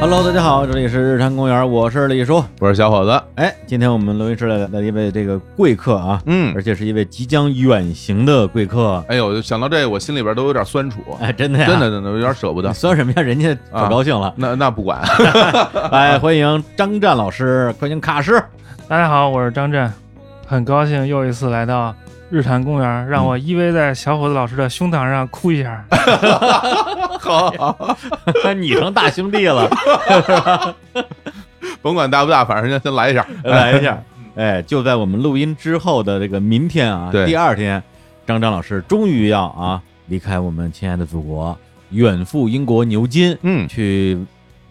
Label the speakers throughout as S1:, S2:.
S1: Hello，大家好，这里是日坛公园，我是李叔。
S2: 我是小伙子，
S1: 哎，今天我们录音室来了一位这个贵客啊，
S2: 嗯
S1: 而且是一位即将远行的贵客，
S2: 哎呦，想到这个，我心里边都有点酸楚，
S1: 哎，真的呀，
S2: 真的啊真的有点舍不
S1: 你
S2: 得。
S1: 算什么呀？ 人家可高兴了。
S2: 那那不管，
S1: 哎，欢迎张湛老师，欢迎卡师。
S3: 大家好，我是张震，很高兴又一次来到日坛公园，让我依偎在小伙子老师的胸膛上哭一 下。
S2: 好，好
S1: 你成大兄弟 了，
S2: 甭管大不大，反正先先来一下。
S1: 来一下。哎，就在我们录音之后的这个明天啊，
S2: 对
S1: 第二天，张湛老师终于要啊离开我们亲爱的祖国，远赴英国牛津
S2: 嗯，
S1: 去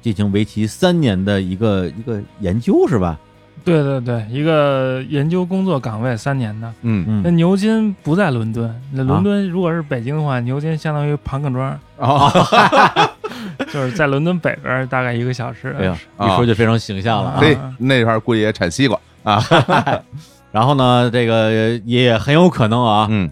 S1: 进行为期三年的一个一个研究，是吧？
S3: 对对对，一个研究工作岗位三年的。
S2: 嗯，
S3: 那
S1: 嗯，
S3: 牛津不在伦敦，那
S1: 啊
S3: 伦敦如果是北京的话，牛津相当于庞各 庄，
S1: 嗯
S2: 哦，
S1: 啊
S3: 就是在伦敦北边儿大概一个小时。
S1: 哎呀，
S2: 啊
S1: 一说就非常形象了啊。
S3: 对
S2: 嘿，那块儿估计也产西瓜。
S1: 然后呢，这个也很有可能啊，
S2: 嗯，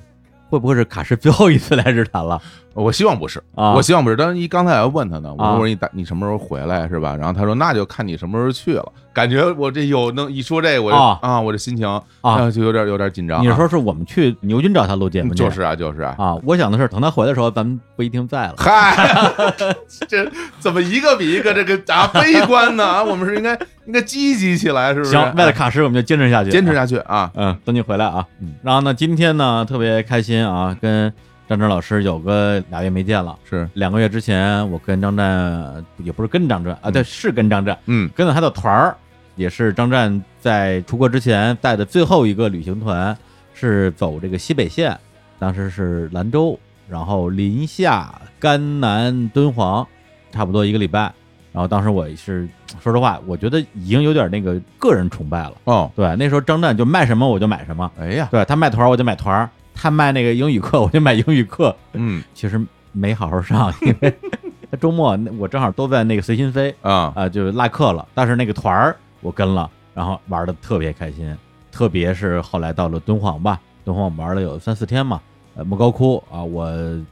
S1: 会不会是卡什最后一次来日坛了
S2: 我希望不是，
S1: 啊？
S2: 我希望不是。当时一刚才还问他呢，
S1: 啊
S2: 我说你打你什么时候回来是吧？然后他说那就看你什么时候去了。感觉我这有能一说这个我就
S1: 啊
S2: 啊，我这心情
S1: 啊，
S2: 就有点有点紧张啊。
S1: 你是说是我们去牛津找他录节目去，
S2: 就是啊，就是啊。
S1: 啊，我想的是等他回来的时候，咱们不一定在了。
S2: 嗨， 这怎么一个比一个这个啊悲观呢？啊，我们是应该应该积极起来，是不是？哎
S1: 行，为了卡什，我们就坚持下去，
S2: 坚持
S1: 啊。
S2: 下去啊！
S1: 嗯，等你回来啊
S2: 嗯。
S1: 然后呢，今天呢特别开心啊，跟张震老师有个俩月没见了。
S2: 是，
S1: 两个月之前，我跟张湛也不是跟张湛啊，对，是跟张湛，
S2: 嗯
S1: 跟着他的团儿，也是张湛在出国之前带的最后一个旅行团，是走这个西北线，当时是兰州，然后临夏、甘南、敦煌，差不多一个礼拜。然后当时我是说实话，我觉得已经有点那个个人崇拜了。
S2: 哦，
S1: 对，那时候张湛就卖什么我就买什么，
S2: 哎呀，
S1: 对他卖团儿我就买团儿，他卖那个英语课我就买英语课，
S2: 嗯
S1: 其实没好好上，因为周末那我正好都在那个随心飞
S2: 啊，
S1: 啊、就落课了。但是那个团儿我跟了，然后玩的特别开心，特别是后来到了敦煌吧，敦煌我们玩了有三四天嘛，呃，莫高窟啊、我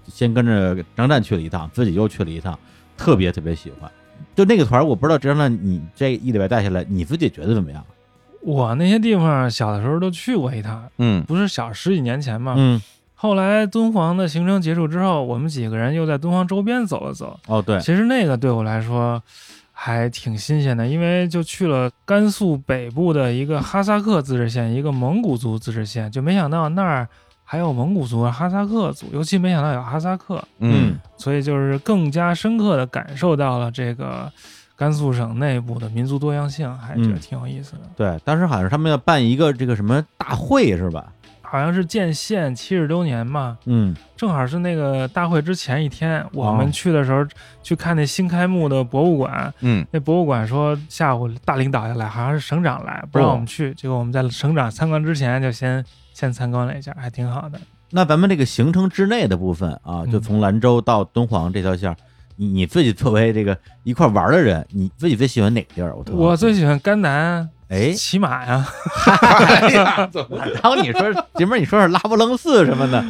S1: 先跟着张湛去了一趟，自己又去了一趟，特别特别喜欢。就那个团儿，我不知道张湛你这一礼拜带下来，你自己觉得怎么样？
S3: 我那些地方小的时候都去过一趟，
S2: 嗯
S3: 不是小十几年前嘛。
S1: 嗯，
S3: 后来敦煌的行程结束之后，我们几个人又在敦煌周边走了走，
S1: 哦对，
S3: 其实那个对我来说还挺新鲜的，因为就去了甘肃北部的一个哈萨克自治县，一个蒙古族自治县，就没想到那儿还有蒙古族、哈萨克族，尤其没想到有哈萨克，
S2: 嗯
S3: 所以就是更加深刻的感受到了这个甘肃省内部的民族多样性，还觉得
S1: 嗯
S3: 挺有意思的。
S1: 对，当时好像是他们要办一个这个什么大会是吧？
S3: 好像是建县七十周年嘛，
S1: 嗯，
S3: 正好是那个大会之前一天，我
S1: 哦
S3: 们去的时候、去看那新开幕的博物馆，
S2: 嗯，
S3: 那博物馆说下午大领导要来，好像是省长来，不让
S1: 哦
S3: 我们去。结果我们在省长参观之前就先先参观了一下，还挺好的。
S1: 那咱们这个行程之内的部分啊，
S3: 嗯
S1: 就从兰州到敦煌这条线儿，你你自己作为这个一块玩的人，你自己最喜欢哪个地儿？我特
S3: 我最喜欢甘南，
S1: 哎
S3: 骑马呀，
S2: 哎呀，怎么
S1: 然后你说前面你说是拉卜楞寺什么的，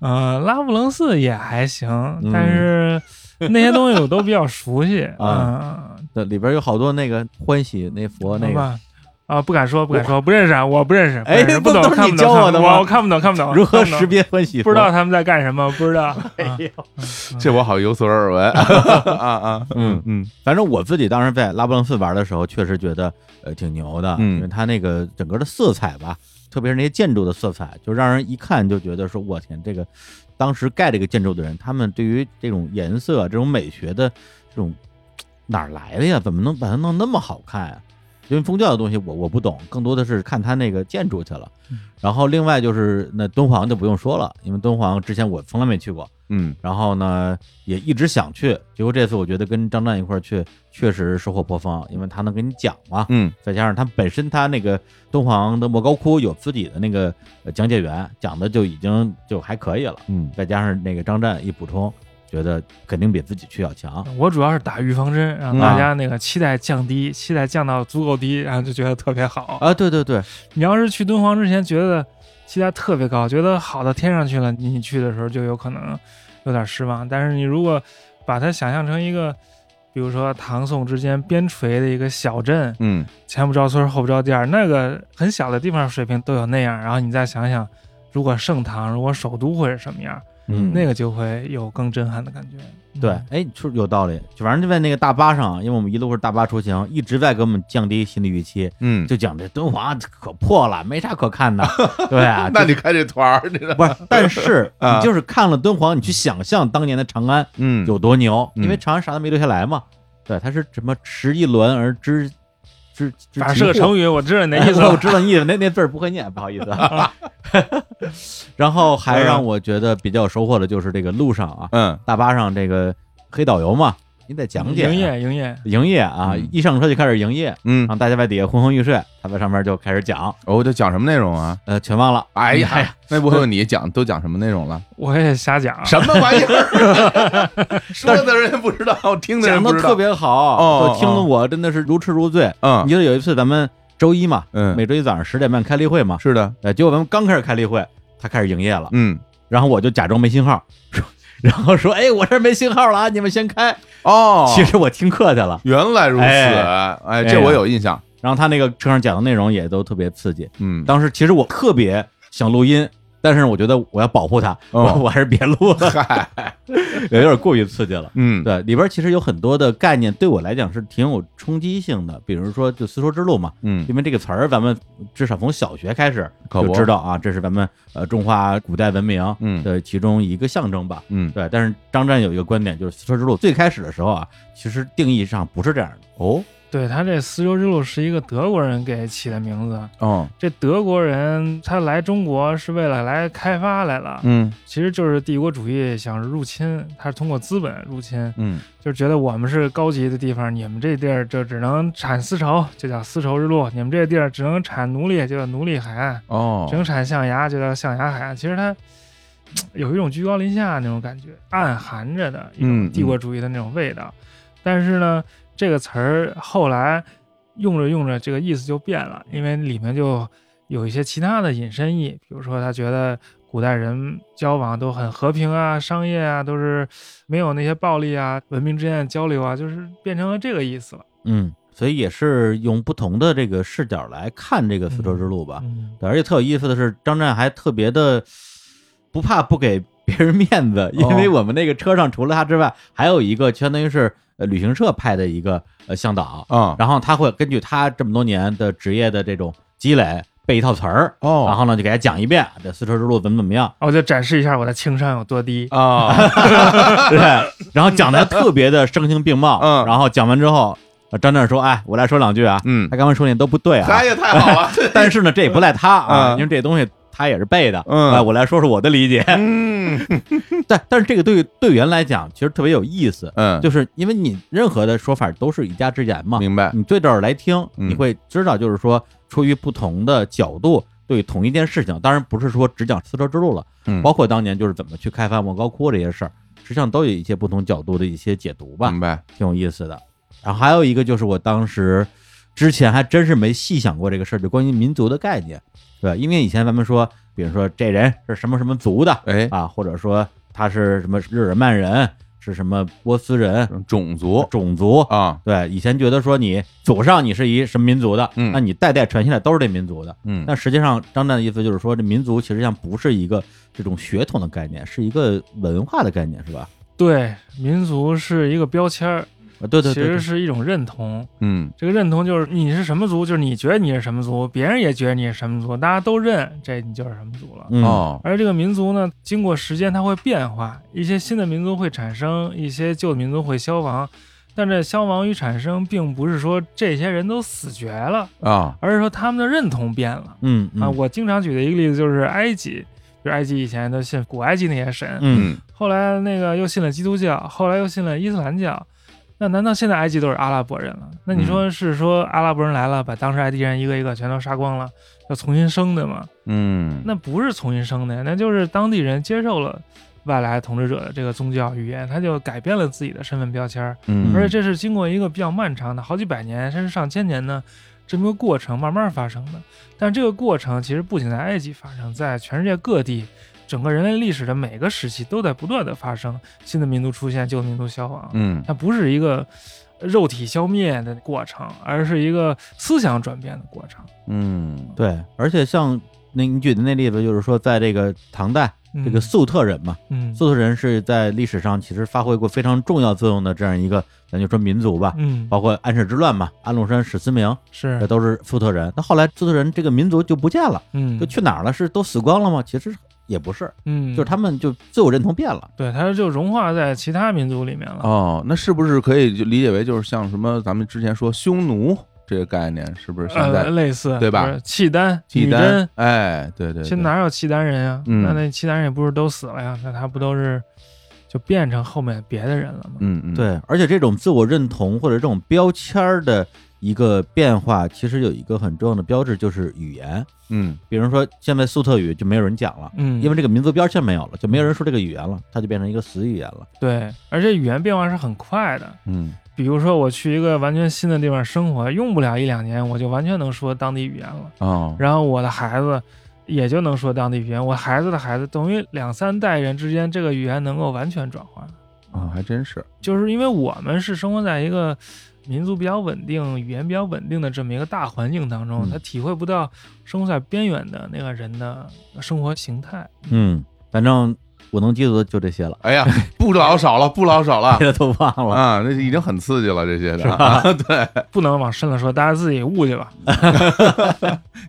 S3: 呃，拉卜楞寺也还行，
S1: 嗯
S3: 但是那些东西我都比较熟 悉
S1: 啊对里边有好多那个欢喜那佛
S3: 嗯，
S1: 那
S3: 好
S1: 个
S3: 吧。啊，不敢说，不敢说，不认识啊，我不认识，不
S1: 哎
S3: 认识不
S1: 不
S3: 懂，
S1: 都是
S3: 看
S1: 你
S3: 不
S1: 教
S3: 懂，看不
S1: 我的吗
S3: 懂，我看不懂，看不懂，
S1: 如何
S3: 看不懂
S1: 识别哎欢喜佛？
S3: 不知道他们在干什么，不知道。 啊
S2: 这我好有所耳闻啊啊，
S1: 嗯
S2: 嗯
S1: 反正我自己当时在拉卜楞寺玩的时候，确实觉得呃挺牛的，
S2: 嗯
S1: 因为它那个整个的色彩吧，特别是那些建筑的色彩，就让人一看就觉得说，我天，这个当时盖这个建筑的人，他们对于这种颜色、这种美学的这种哪儿来的呀？怎么能把它弄那么好看呀、因为宗教的东西我我不懂，更多的是看它那个建筑去了
S3: 嗯。
S1: 然后另外就是那敦煌就不用说了，因为敦煌之前我从来没去过，
S2: 嗯
S1: 然后呢，也一直想去，结果这次我觉得跟张湛一块儿去，确实收获颇丰，因为他能给你讲嘛，
S2: 嗯
S1: 再加上他本身他那个敦煌的莫高窟有自己的那个呃讲解员，讲的就已经就还可以了，
S2: 嗯，
S1: 再加上那个张湛一补充，觉得肯定比自己去要强。
S3: 啊我主要是打预防针，让大家那个期待降低，期待降到足够低，然后就觉得特别好。
S1: 啊，对对对，
S3: 你要是去敦煌之前觉得期待特别高，觉得好到天上去了，你去的时候就有可能有点失望。但是你如果把它想象成一个比如说唐宋之间边陲的一个小镇，
S2: 嗯，
S3: 前不着村后不着店，那个很小的地方水平都有那样。然后你再想想，如果盛唐，如果首都会是什么样，
S1: 嗯
S3: 那个就会有更震撼的感觉。嗯
S1: 对，哎，说有道理，就反正就在那个大巴上，因为我们一路是大巴出行，一直在给我们降低心理预期，
S2: 嗯，
S1: 就讲这敦煌可破了，没啥可看 的，对啊，
S2: 那你开这团儿，你知道，
S1: 不是，但是
S2: 啊
S1: 你就是看了敦煌，你去想象当年的长安
S2: 嗯，
S1: 有多牛，
S2: 嗯
S1: 因为长安啥都没留下来嘛，对，它是什么十一轮而知知知
S3: 反正是个
S1: 其祸
S3: 成语，我知道你 那意思
S1: 我
S3: 了。
S1: 知道你意思，那那字儿不会念，不好意 思。啊。然后还让我觉得比较有收获的就是这个路上啊，
S2: 嗯
S1: 大巴上这个黑导游嘛，你得讲解
S3: 嗯
S1: 啊
S3: 营业营业，
S1: 营业啊
S2: 嗯，
S1: 一上车就开始营业，
S2: 嗯，
S1: 让大家在底下昏昏欲睡，他在上面就开始讲，
S2: 哦，这讲什么内容啊？
S1: 呃，全忘了。
S2: 哎呀，那不会有你讲都讲什么内容了？
S3: 我也瞎讲。
S2: 什么玩意儿？ 说的人不知道，听的人
S1: 讲
S2: 不
S1: 的
S2: 知道。
S1: 特别好，
S2: 哦
S1: 就听得
S2: 哦
S1: 我真的是如痴如醉。
S2: 嗯
S1: 你记得有一次咱们周一嘛，
S2: 嗯，
S1: 每周一早上十点半开例会嘛，
S2: 是的，
S1: 呃，结果咱们刚开始开例会，他开始营业了，
S2: 嗯，
S1: 然后我就假装没信号， 说，然后说，哎，我这儿没信号了啊，你们先开。
S2: 哦，
S1: 其实我听课去了，
S2: 原来如此，
S1: 哎
S2: 哎，这我有印象。
S1: 然后他那个车上讲的内容也都特别刺激。
S2: 嗯，
S1: 当时其实我特别想录音，但是我觉得我要保护他，
S2: 哦
S1: 我我还是别录了，
S2: 嗨，
S1: 有点过于刺激了。
S2: 嗯，
S1: 对，里边其实有很多的概念，对我来讲是挺有冲击性的。比如说，就丝绸之路嘛，
S2: 嗯，
S1: 因为这个词儿，咱们至少从小学开始
S2: 可不
S1: 就知道啊，这是咱们呃中华古代文明
S2: 嗯
S1: 的其中一个象征吧。
S2: 嗯，
S1: 对，但是张湛有一个观点，就是丝绸之路最开始的时候啊，其实定义上不是这样的哦，
S3: 对他这丝绸之路是一个德国人给起的名字，
S2: 哦，
S3: 这德国人他来中国是为了来开发来了，
S2: 嗯
S3: 其实就是帝国主义想入侵，他是通过资本入侵，
S2: 嗯，
S3: 就是觉得我们是高级的地方，你们这地儿就只能产丝绸，就叫丝绸之路；你们这地儿只能产奴隶，就叫奴隶海岸；
S2: 哦
S3: 只，能产象牙，就叫象牙海岸。其实它嘖有一种居高临下那种感觉，暗含着的一
S2: 嗯
S3: 种
S2: 嗯
S3: 帝国主义的那种味道。但是呢，这个词儿后来用着用着，这个意思就变了，因为里面就有一些其他的引申义，比如说他觉得古代人交往都很和平啊，商业啊都是没有那些暴力啊，文明之间的交流啊，就是变成了这个意思了。
S1: 嗯，所以也是用不同的这个视角来看这个丝绸之路吧。
S3: 嗯，
S1: 对，而且特有意思的是，张湛还特别的不怕不给别人面子，因
S2: 哦
S1: 为我们那个车上除了他之外，还有一个相当于是呃旅行社派的一个呃向导，
S2: 啊，
S1: 然后他会根据他这么多年的职业的这种积累背一套词儿，
S2: 哦，
S1: 然后呢就给他讲一遍这丝绸之路怎么怎么样，
S3: 啊我就展示一下我的情商有多低。
S2: 啊，
S1: 对，然后讲的特别的声情并茂，
S2: 嗯
S1: 然后讲完之后，呃张湛说：“哎，我来说两句啊，
S2: 嗯
S1: 他，刚刚说那都不对啊，
S2: 哎呀，太好了，
S1: 但是呢，这也不赖他啊，
S2: 嗯
S1: 因为这东西他也是背的。
S2: 嗯
S1: 哎我来说说我的理解。
S2: 嗯
S1: 但但是这个对于队员来讲，其实特别有意思，
S2: 嗯，
S1: 就是因为你任何的说法都是一家之言嘛，
S2: 啊明白，
S1: 你对照着来听，
S2: 嗯
S1: 你会知道，就是说出于不同的角度。对同一件事情，当然不是说只讲丝绸之路了，
S2: 嗯，
S1: 包括当年就是怎么去开发莫高窟这些事儿，实际上都有一些不同角度的一些解读吧。
S2: 明白，
S1: 挺有意思的。然后还有一个就是我当时之前还真是没细想过这个事儿，就关于民族的概念，对，因为以前咱们说，比如说这人是什么什么族的
S2: 哎，
S1: 啊，或者说他是什么日耳曼人，是什么波斯人，
S2: 种族
S1: 种族。
S2: 啊，
S1: 对，以前觉得说你祖上你是一什么民族的，
S2: 嗯
S1: 那你代代传下来都是这民族的。
S2: 嗯，
S1: 但实际上，张湛的意思就是说，这民族其实上不是一个这种血统的概念，是一个文化的概念，是吧？
S3: 对，民族是一个标签儿，
S1: 啊，对对
S3: 其
S1: 对对
S3: 实是一种认同。
S2: 嗯
S3: 这个认同就是你是什么族，就是你觉得你是什么族，别人也觉得你是什么族，大家都认这你就是什么族了。
S1: 嗯
S2: 哦，
S3: 而这个民族呢，经过时间它会变化，一些新的民族会产生，一些旧的民族会消亡。但这消亡与产生，并不是说这些人都死绝了，
S2: 啊，
S3: 而是说他们的认同变了
S1: 嗯嗯
S3: 啊。我经常举的一个例子就是埃及，比如埃及以前都信古埃及那些神，
S1: 嗯
S2: 嗯，
S3: 后来那个又信了基督教，后来又信了伊斯兰教。那难道现在埃及都是阿拉伯人了？那你说是说阿拉伯人来了，把当时埃及人一个一个全都杀光了，要重新生的吗？
S2: 嗯，
S3: 那不是重新生的，那就是当地人接受了外来统治者的这个宗教语言，他就改变了自己的身份标签儿。
S2: 嗯，
S3: 而且这是经过一个比较漫长的好几百年甚至上千年的这么一个过程慢慢发生的。但这个过程其实不仅在埃及发生，在全世界各地，整个人类历史的每个时期都在不断的发生新的民族出现，旧的民族消亡。
S2: 嗯
S3: 它不是一个肉体消灭的过程，而是一个思想转变的过程。
S2: 嗯，
S1: 对，而且像那你举的那例子，就是说在这个唐代，
S3: 嗯
S1: 这个粟特人嘛，
S3: 嗯
S1: 粟特人是在历史上其实发挥过非常重要作用的这样一个，咱就说民族吧，
S3: 嗯
S2: 哦
S1: 包括安史之乱嘛，安禄山、史思明，这
S2: 呃
S3: 是
S1: 都是粟特人。那后来粟特人这个民族就不见了，
S3: 嗯
S1: 就去哪儿了？是都死光了吗？其实也不是，
S3: 嗯
S1: 就是他们就自我认同变了。
S3: 对它就融化在其他民族里面了。
S2: 哦，那是不是可以就理解为就是像什么咱们之前说匈奴这个概念，是不是现
S3: 呃，
S2: 在
S3: 类似
S2: 对吧
S3: 就是契丹、
S2: 契
S3: 女
S2: 丹
S3: 真，？
S2: 哎，对对，对
S3: 现在哪有契丹人呀？
S2: 嗯
S3: 那那契丹人也不是都死了呀？那他不都是就变成后面别的人了吗？
S2: 嗯嗯，
S1: 对，而且这种自我认同或者这种标签儿的一个变化，其实有一个很重要的标志就是语言。
S2: 嗯
S1: 比如说，现在粟特语就没有人讲了，
S3: 嗯，
S1: 因为这个民族标签没有了，就没有人说这个语言了，它就变成一个死语言了。
S3: 对，而且语言变化是很快的。
S2: 嗯
S3: 比如说，我去一个完全新的地方生活，用不了一两年，我就完全能说当地语言了。
S2: 哦，
S3: 然后我的孩子也就能说当地语言，我孩子的孩子，等于两三代人之间，这个语言能够完全转换。
S2: 啊，还真是，
S3: 就是因为我们是生活在一个民族比较稳定、语言比较稳定的这么一个大环境当中，
S1: 嗯
S3: 他体会不到生活在边缘的那个人的生活形态。
S1: 嗯，反正我能记住的就这些了，
S2: 哎呀，不老少了，不老少了
S1: 别的都忘了。
S2: 啊，那已经很刺激了，这些的啊， 对，
S3: 不能往深了说，大家自己悟去吧。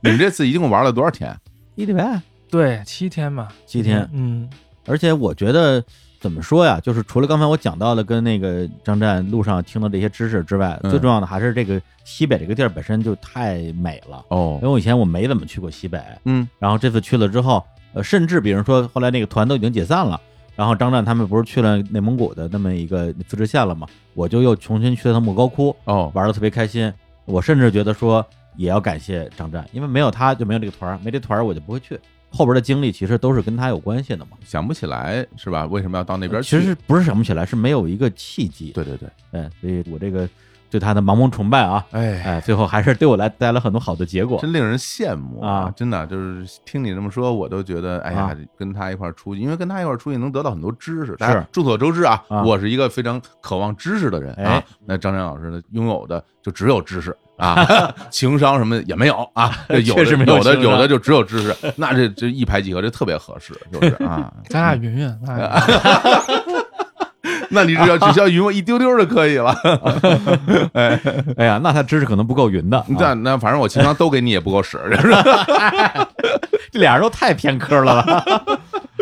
S2: 你们这次一共玩了多少天？
S1: 一礼拜啊
S3: 对，七天嘛，
S1: 七天，
S3: 嗯
S1: 而且我觉得怎么说呀，就是除了刚才我讲到的跟那个张湛路上听到这些知识之外，
S2: 嗯
S1: 最重要的还是这个西北这个地儿本身就太美了。
S2: 哦
S1: 因为，我以前我没怎么去过西北，
S2: 嗯
S1: 然后这次去了之后，呃，甚至比如说后来那个团都已经解散了，然后张湛他们不是去了内蒙古的那么一个自治县了嘛，我就又重新去了趟莫高窟，
S2: 哦，
S1: 玩的特别开心。我甚至觉得说也要感谢张湛，因为没有他就没有这个团儿，没这团儿我就不会去。后边的经历其实都是跟他有关系的嘛。
S2: 想不起来是吧？为什么要到那边去？
S3: 呃
S1: 其实不是想不起来，是没有一个契机。
S2: 对对对，
S1: 对，所以我这个对他的盲目崇拜啊，
S2: 哎，
S1: 哎，最后还是对我来带来很多好的结果。
S2: 真令人羡慕
S1: 啊
S2: 真的就是听你这么说，我都觉得，哎呀
S1: 啊，
S2: 跟他一块儿出去，因为跟他一块儿出去能得到很多知识。
S1: 是
S2: 大家众所周知啊，
S1: 啊
S2: 我是一个非常渴望知识的人啊
S1: 哎。
S2: 那张张老师呢，拥有的就只有知识。啊， 情商什么的也没有啊，这有的
S1: 确实没有
S2: 有的
S1: 情商
S2: 有的就只有知识，那这这一拍即合，这特别合适，是不是 啊？
S3: 咱俩云云，咱俩云云
S2: 那你只要只需要匀我一丢丢就可以
S1: 啊
S2: 了。
S1: 哎呀，那他知识可能不够匀 的、啊，
S2: 那那反正我情商都给你也不够使，就是
S1: 这俩人都太偏科了吧。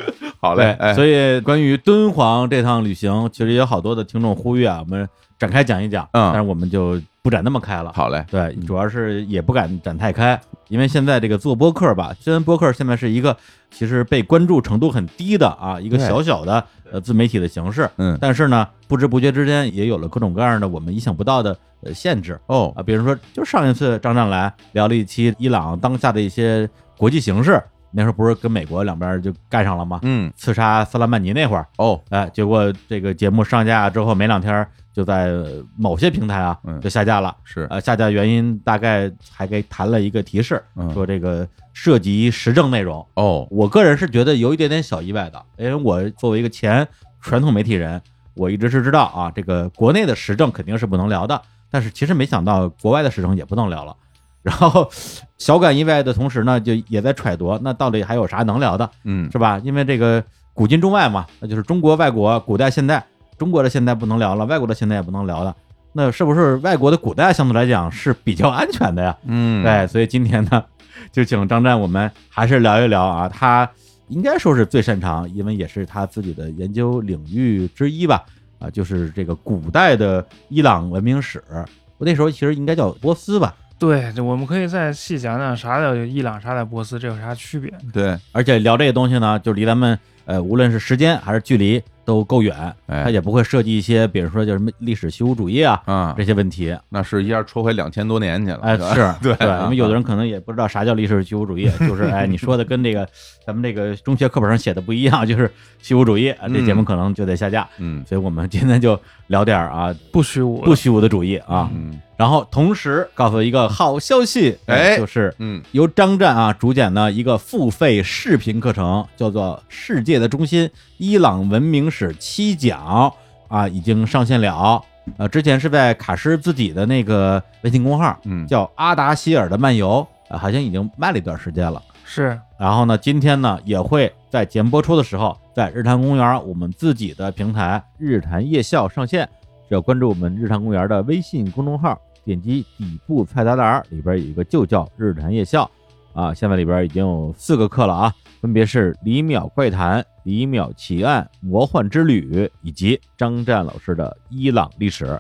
S2: 好嘞。哎，
S1: 所以关于敦煌这趟旅行，其实也有好多的听众呼吁啊，我们展开讲一讲，
S2: 嗯
S1: 但是我们就不展那么开了。
S2: 好嘞，
S1: 对，主要是也不敢展太开，因为现在这个做播客吧，虽然播客现在是一个其实被关注程度很低的啊，一个
S2: 对
S1: 小小的呃自媒体的形式，
S2: 嗯，
S1: 但是呢，不知不觉之间也有了各种各样的我们意想不到的呃限制
S2: 哦，
S1: 啊，比如说，就上一次张湛来聊了一期伊朗当下的一些国际形势，那时候不是跟美国两边就干上了吗？
S2: 嗯，
S1: 刺杀萨拉曼尼那会儿，
S2: 哦，
S1: 哎，结果这个节目上架之后没两天儿，就在呃某些平台啊
S2: 嗯
S1: 就下架了。
S2: 是，
S1: 呃，下架原因大概还给谈了一个提示，
S2: 嗯，
S1: 说这个涉及时政内容。
S2: 哦，
S1: 我个人是觉得有一点点小意外的，因为我作为一个前传统媒体人，我一直是知道啊，这个国内的时政肯定是不能聊的，但是其实没想到国外的时政也不能聊了。 然后小感意外的同时呢，就也在揣度，那到底还有啥能聊的？
S2: 嗯，
S1: 是吧？因为这个古今中外嘛，那就是中国、外国、古代、现代。中国的现代不能聊了，外国的现代也不能聊了。那是不是外国的古代相对来讲是比较安全的呀？
S2: 嗯，
S1: 对，哎所以今天呢，就请张湛我们还是聊一聊啊，他应该说是最擅长，因为也是他自己的研究领域之一吧。啊，就是这个古代的伊朗文明史，我那时候其实应该叫波斯吧，
S3: 对，这我们可以再细讲讲啥叫伊朗，啥叫波斯，这有啥区别？
S2: 对，
S1: 而且聊这个东西呢，就离咱们呃，无论是时间还是距离，都够远，
S2: 哎
S1: 它也不会涉及一些，比如说就是什么历史虚无主义啊
S2: 啊
S1: 这，些问题。
S2: 那是一下戳回两千多年去了，
S1: 哎，
S2: 吧
S1: 是
S2: 对
S1: 对，
S2: 啊
S1: 因为有的人可能也不知道啥叫历史虚无主义，就是哎，你说的跟这个咱们这个中学课本上写的不一样，就是虚无主义，啊这节目
S2: 嗯
S1: 可能就得下架。
S2: 嗯
S1: 所以我们今天就聊点儿啊
S3: 不虚无了，
S1: 不虚无的主义啊，
S2: 嗯
S1: 然后同时告诉一个好消息，
S2: 哎
S1: 就是
S2: 嗯，
S1: 由张湛啊主讲的一个付费视频课程，叫做《世界的中心：伊朗文明史七讲》啊，已经上线了。呃，之前是在卡诗自己的那个微信公号，
S2: 嗯
S1: 叫《阿达希尔的漫游》啊，好像已经卖了一段时间了。
S3: 是
S1: 然后呢，今天呢也会在节目播出的时候，在日坛公园我们自己的平台“日坛夜校”上线。只要关注我们日坛公园的微信公众号，点击底部菜单栏儿里边有一个就叫“日坛夜校”，啊，现在里边已经有四个课了啊，分别是《李淼怪谈》《李淼奇案》《魔幻之旅》以及张湛老师的伊朗历史，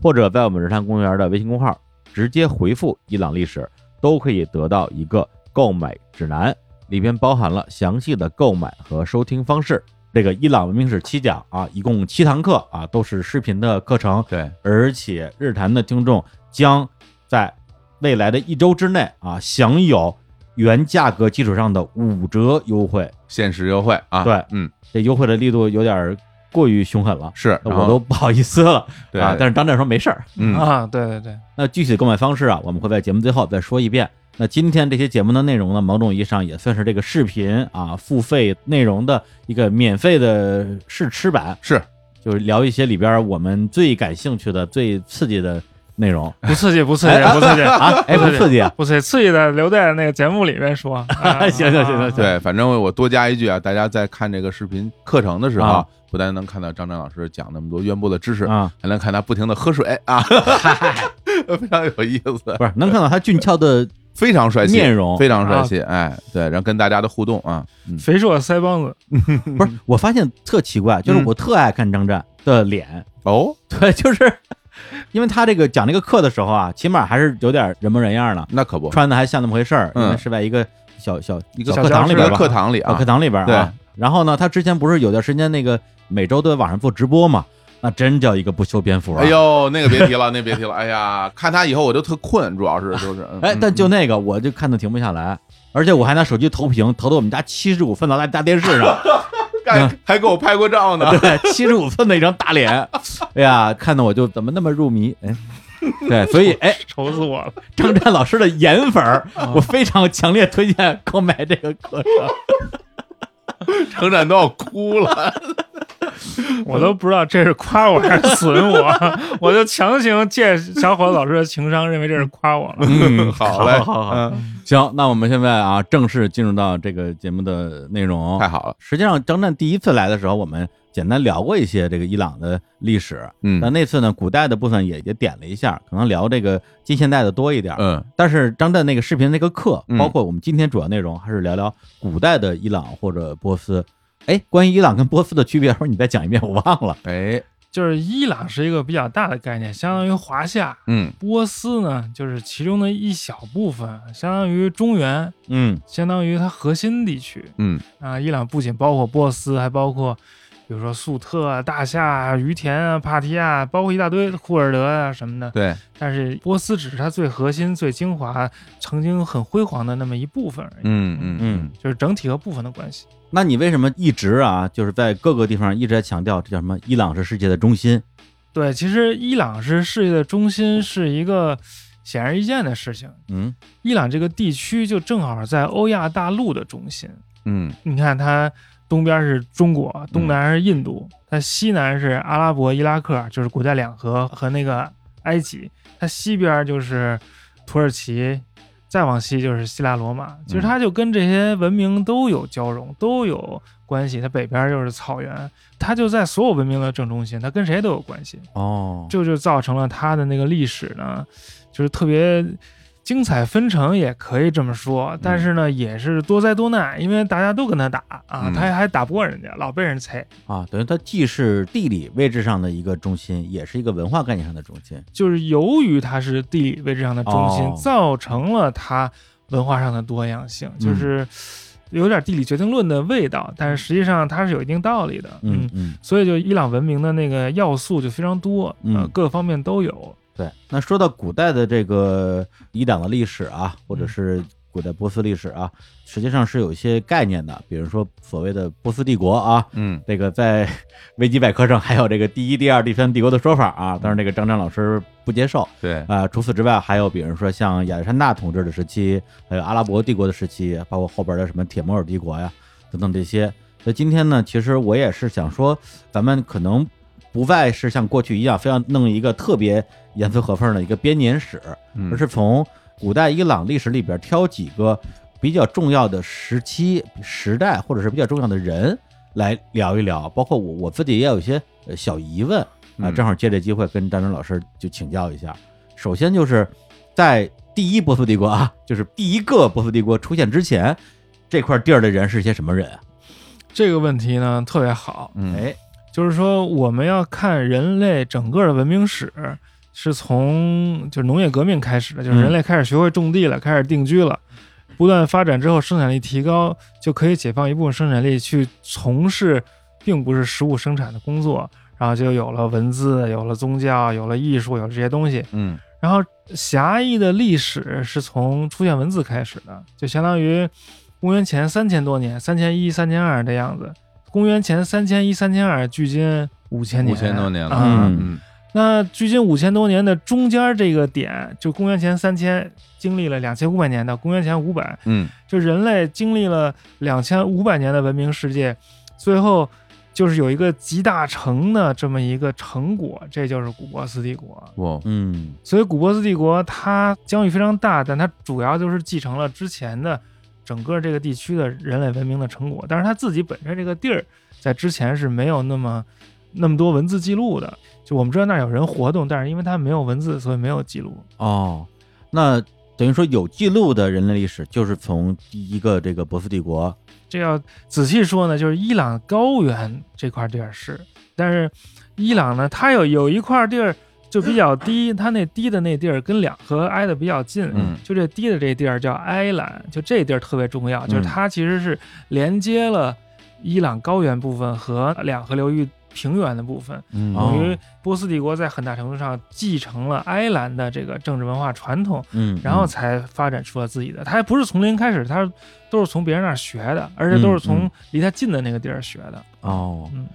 S1: 或者在我们日坛公园的微信公号直接回复“伊朗历史”，都可以得到一个购买指南，里边包含了详细的购买和收听方式。这个伊朗文明史七讲啊，一共七堂课啊，都是视频的课程，
S2: 对，
S1: 而且日坛的听众将在未来的一周之内啊，享有原价格基础上的五折优惠。
S2: 限时优惠啊，
S1: 对
S2: 嗯
S1: 这优惠的力度有点过于凶狠了，
S2: 是，然后
S1: 我都不好意思了
S2: 对
S1: 啊。但是张湛说没事儿。
S2: 嗯
S3: 啊，对对 对，
S1: 那具体的购买方式啊，我们会在节目最后再说一遍。那今天这些节目的内容呢，某种意义上也算是这个视频啊付费内容的一个免费的试吃版，
S2: 是
S1: 就是聊一些里边我们最感兴趣的、最刺激的内容
S3: 不刺激不刺激 不刺激
S1: 啊，哎，不刺激啊，
S3: 不刺激，刺激的留在那个节目里面说。 啊
S1: 行行行行行，
S2: 对，反正我多加一句啊，大家在看这个视频课程的时候，
S1: 啊
S2: 不但能看到张张老师讲那么多渊博的知识，
S1: 啊，
S2: 还能看他不停的喝水啊， 非常有意思，
S1: 不是能看到他俊俏的
S2: 非常帅气，
S1: 面容啊
S2: 非常帅气，哎，对，然后跟大家的互动啊，嗯，
S3: 肥硕腮帮子，
S1: 不是，我发现特奇怪，就是
S2: 嗯
S1: 我特爱看张湛的脸，
S2: 哦，
S1: 对，就是因为他这个讲这个课的时候啊，起码还是有点人模人样的，
S2: 那可不，
S1: 穿的还像那么回事儿，
S2: 嗯
S1: 因为是在一个小小
S2: 一个
S1: 小
S3: 小
S1: 课
S3: 教
S1: 堂里
S3: 室
S1: 边
S2: 在
S1: 吧，
S2: 课堂里
S1: 啊，
S2: 啊
S1: 课，堂里边啊
S2: 对。
S1: 然后呢，他之前不是有段时间那个每周都在网上做直播嘛，那真叫一个不修边幅啊。
S2: 哎呦，那个别提了，那个别提了，哎呀，看他以后我就特困，主要是就是，嗯
S1: 哎，但就那个我就看的停不下来，而且我还拿手机投屏，投到我们家七十五寸的大电视上，
S2: 还还给我拍过照呢，
S1: 嗯对，七十五寸的一张大脸，哎呀，看得我就怎么那么入迷，哎，对，所以哎，
S3: 愁死我了。
S1: 张湛老师的颜粉儿，
S2: 哦
S1: 我非常强烈推荐购买这个课程。
S2: 成展都要哭了，
S3: 我都不知道这是夸我还是损我，我就强行借小伙子老师的情商，认为这是夸我了。
S1: 嗯，
S2: 好嘞，
S1: 好好好
S2: 嗯
S1: 行，那我们现在啊，正式进入到这个节目的内容
S2: 太。好了，
S1: 实际上，张湛第一次来的时候，我们简单聊过一些这个伊朗的历史，但
S2: 嗯
S1: 那次呢，古代的部分也也点了一下，可能聊这个近现代的多一点。
S2: 嗯，
S1: 但是张湛那个视频那个课，
S2: 嗯
S1: 包括我们今天主要内容，还是聊聊古代的伊朗或者波斯。哎，关于伊朗跟波斯的区别，说你再讲一遍，我忘了。
S2: 哎，
S3: 就是伊朗是一个比较大的概念，相当于华夏；
S2: 嗯
S3: 波斯呢，就是其中的一小部分，相当于中原，
S1: 嗯
S3: 相当于它核心地区。
S2: 嗯
S3: 啊，伊朗不仅包括波斯，还包括比如说粟特啊、大夏啊、于田啊、帕提亚啊，包括一大堆库尔德啊什么的。
S2: 对，
S3: 但是波斯只是它最核心、最精华、曾经很辉煌的那么一部分而已，
S2: 嗯嗯
S1: 嗯，
S3: 就是整体和部分的关系。
S1: 那你为什么一直啊，就是在各个地方一直在强调这叫什么？伊朗是世界的中心。
S3: 对，其实伊朗是世界的中心，是一个显而易见的事情。
S1: 嗯
S3: 伊朗这个地区就正好在欧亚大陆的中心。
S2: 嗯
S3: 你看它东边是中国，东南是印度，它西南是阿拉伯、伊拉克，就是古代两河和那个埃及，它西边就是土耳其，再往西就是希腊罗马。其实它就跟这些文明都有交融，都有关系。它北边又是草原，它就在所有文明的正中心，它跟谁都有关系。
S1: 哦，
S3: 这就造成了它的那个历史呢，就是特别精彩纷呈，也可以这么
S1: 嗯
S3: 说。但是呢，也是多灾多难，因为大家都跟他打啊，
S2: 嗯
S3: 他还打不过人家，老被人踩。
S1: 啊，等于它既是地理位置上的一个中心，也是一个文化概念上的中心。
S3: 就是由于它是地理位置上的中心，
S1: 哦嗯
S3: 造成了它文化上的多样性，就是。有点地理决定论的味道，但是实际上它是有一定道理的。
S1: 嗯嗯
S3: 所以就伊朗文明的那个要素就非常多，
S1: 嗯
S3: 呃各方面都有。
S1: 对。那说到古代的这个伊朗的历史啊，或者
S3: 嗯
S1: 是古代波斯历史啊，实际上是有一些概念的，比如说所谓的波斯帝国啊，
S2: 嗯
S1: 这个在 维基百科上还有这个第一、第二、第三帝国的说法啊，当然这个张张老师不接受。
S2: 对，
S1: 啊、除此之外，还有比如说像亚历山大统治的时期，还有阿拉伯帝国的时期，包括后边的什么铁摩尔帝国呀等等这些。所以今天呢，其实我也是想说，咱们可能不再是像过去一样，非要弄一个特别严丝合缝的一个编年史，
S2: 嗯
S1: 而是从古代伊朗历史里边挑几个比较重要的时期、时代，或者是比较重要的人来聊一聊。包括我我自己也有一些呃小疑问啊，
S2: 嗯
S1: 正好借这机会跟张真老师就请教一下。首先就是在第一波斯帝国啊，就是第一个波斯帝国出现之前，这块地儿的人是些什么人啊？
S3: 这个问题呢特别好，
S2: 嗯
S1: 哎，
S3: 就是说我们要看人类整个的文明史，是从就是农业革命开始的，就是
S1: 嗯
S3: 人类开始学会种地了，开始定居了。不断发展之后，生产力提高，就可以解放一部分生产力去从事并不是食物生产的工作，然后就有了文字，有了宗教，有了艺术，有了这些东西。
S2: 嗯
S3: 然后狭义的历史是从出现文字开始的，就相当于公元前三千多年，三千一、三千二这样子。公元前三千一、三千二，距今五千年，
S2: 5000多年了
S3: 啊、
S2: 嗯
S3: 那距今五千多年的中间这个点，就公元前三千经历了两千五百年到公元前五百，
S2: 嗯
S3: 就人类经历了两千五百年的文明世界，最后就是有一个集大成的这么一个成果，这就是古波斯帝国。
S2: 哇
S1: 嗯
S3: 所以古波斯帝国它疆域非常大，但它主要就是继承了之前的整个这个地区的人类文明的成果，但是它自己本身这个地儿在之前是没有那么那么多文字记录的。就我们知道那儿有人活动，但是因为它没有文字，所以没有记录。
S1: 哦，那等于说有记录的人类历史就是从第一个这个波斯帝国，
S3: 这要仔细说呢，就是伊朗高原这块地儿是，但是伊朗呢，它有有一块地儿就比较低，它那低的那地儿跟两河挨得比较近，
S2: 嗯
S3: 就这低的这地儿叫埃兰，就这地儿特别重要，就是它其实是连接了伊朗高原部分和两河流域平原的部分，
S2: 嗯
S1: 哦
S3: 等于波斯帝国在很大程度上继承了埃兰的这个政治文化传统，
S1: 嗯，
S3: 然后才发展出了自己的。他还不是从零开始，他都是从别人那儿学的，而且都是
S1: 嗯
S3: 从离他近的那个地儿学的。
S1: 哦，
S3: 嗯，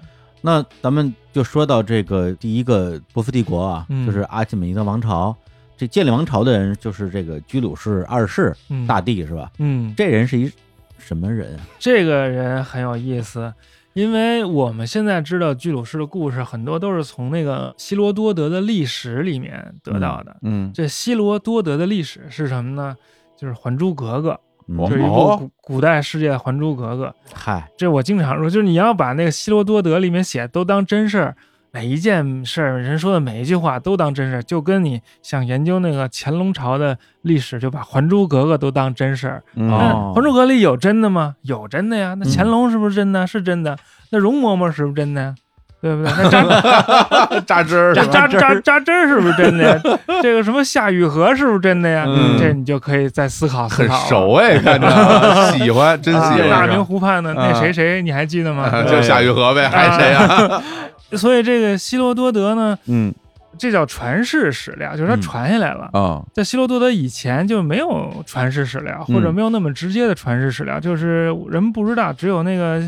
S1: 那咱们就说到这个第一个波斯帝国啊，
S3: 嗯
S1: 就是阿契美尼德王朝。这建立王朝的人就是这个居鲁士二世
S3: 嗯
S1: 大帝是吧？
S3: 嗯，
S1: 这人是一什么人啊？
S3: 这个人很有意思，因为我们现在知道居鲁士的故事很多都是从那个希罗多德的历史里面得到的。
S2: 嗯
S3: 这希罗多德的历史是什么呢？就是《还珠格格
S1: 嗯》，
S2: 我
S3: 这是一部
S2: 哦
S3: 古古代世界的《还珠格格》。
S1: 嗨，
S3: 这我经常说，就是你要把那个希罗多德里面写的都当真事儿，每一件事儿人说的每一句话都当真事儿，就跟你想研究那个乾隆朝的历史，就把《还珠格格》都当真事儿。
S2: 嗯
S3: 那
S1: 哦
S3: 《还珠格格》里有真的吗？有真的呀。那乾隆是不是真的？是真的。那容嬷嬷是不是真的呀？对不对？那扎
S2: 榨汁儿是
S3: 扎扎
S2: 吧
S3: 扎扎针儿是不是真的呀？这个什么夏雨荷是不是真的呀？
S2: 嗯
S3: 这你就可以再思考思
S2: 很
S3: 考了。
S2: 熟哎，看着喜欢，真喜
S3: 啊，大
S2: 欢
S3: 明，湖畔的那
S2: 啊
S3: 谁谁，你还记得吗？
S2: 啊
S3: 对嗯
S2: 就夏雨荷呗，还谁啊？
S3: 所以这个希罗多德呢，
S2: 嗯
S3: 这叫传世史料，就是它
S1: 嗯
S3: 传下来了。
S2: 啊
S3: 在希罗多德以前就没有传世史料，或者
S2: 嗯
S3: 没有那么直接的传世史料，就是人们不知道，只有那个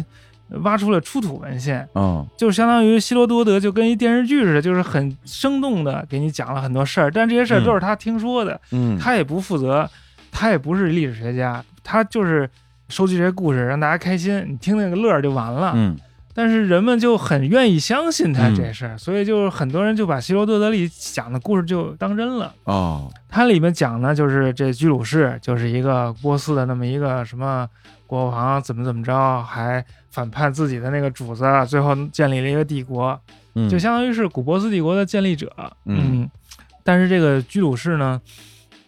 S3: 挖出了出土文献，
S2: 啊
S3: 就相当于希罗多德就跟一电视剧似的，就是很生动的给你讲了很多事儿，但这些事儿都是他听说的，
S2: 嗯
S3: 他也不负责，他也不是历史学家，他就是收集这些故事让大家开心，你听那个乐儿就完了。
S1: 嗯
S3: 但是人们就很愿意相信他这事儿，所以就是很多人就把希罗多德里讲的故事就当真了。
S2: 哦
S3: 它里面讲呢，就是这居鲁士就是一个波斯的那么一个什么国王，怎么怎么着，还反叛自己的那个主子，最后建立了一个帝国，
S1: 嗯，
S3: 就相当于是古波斯帝国的建立者。
S2: 嗯
S3: 但是这个居鲁士呢，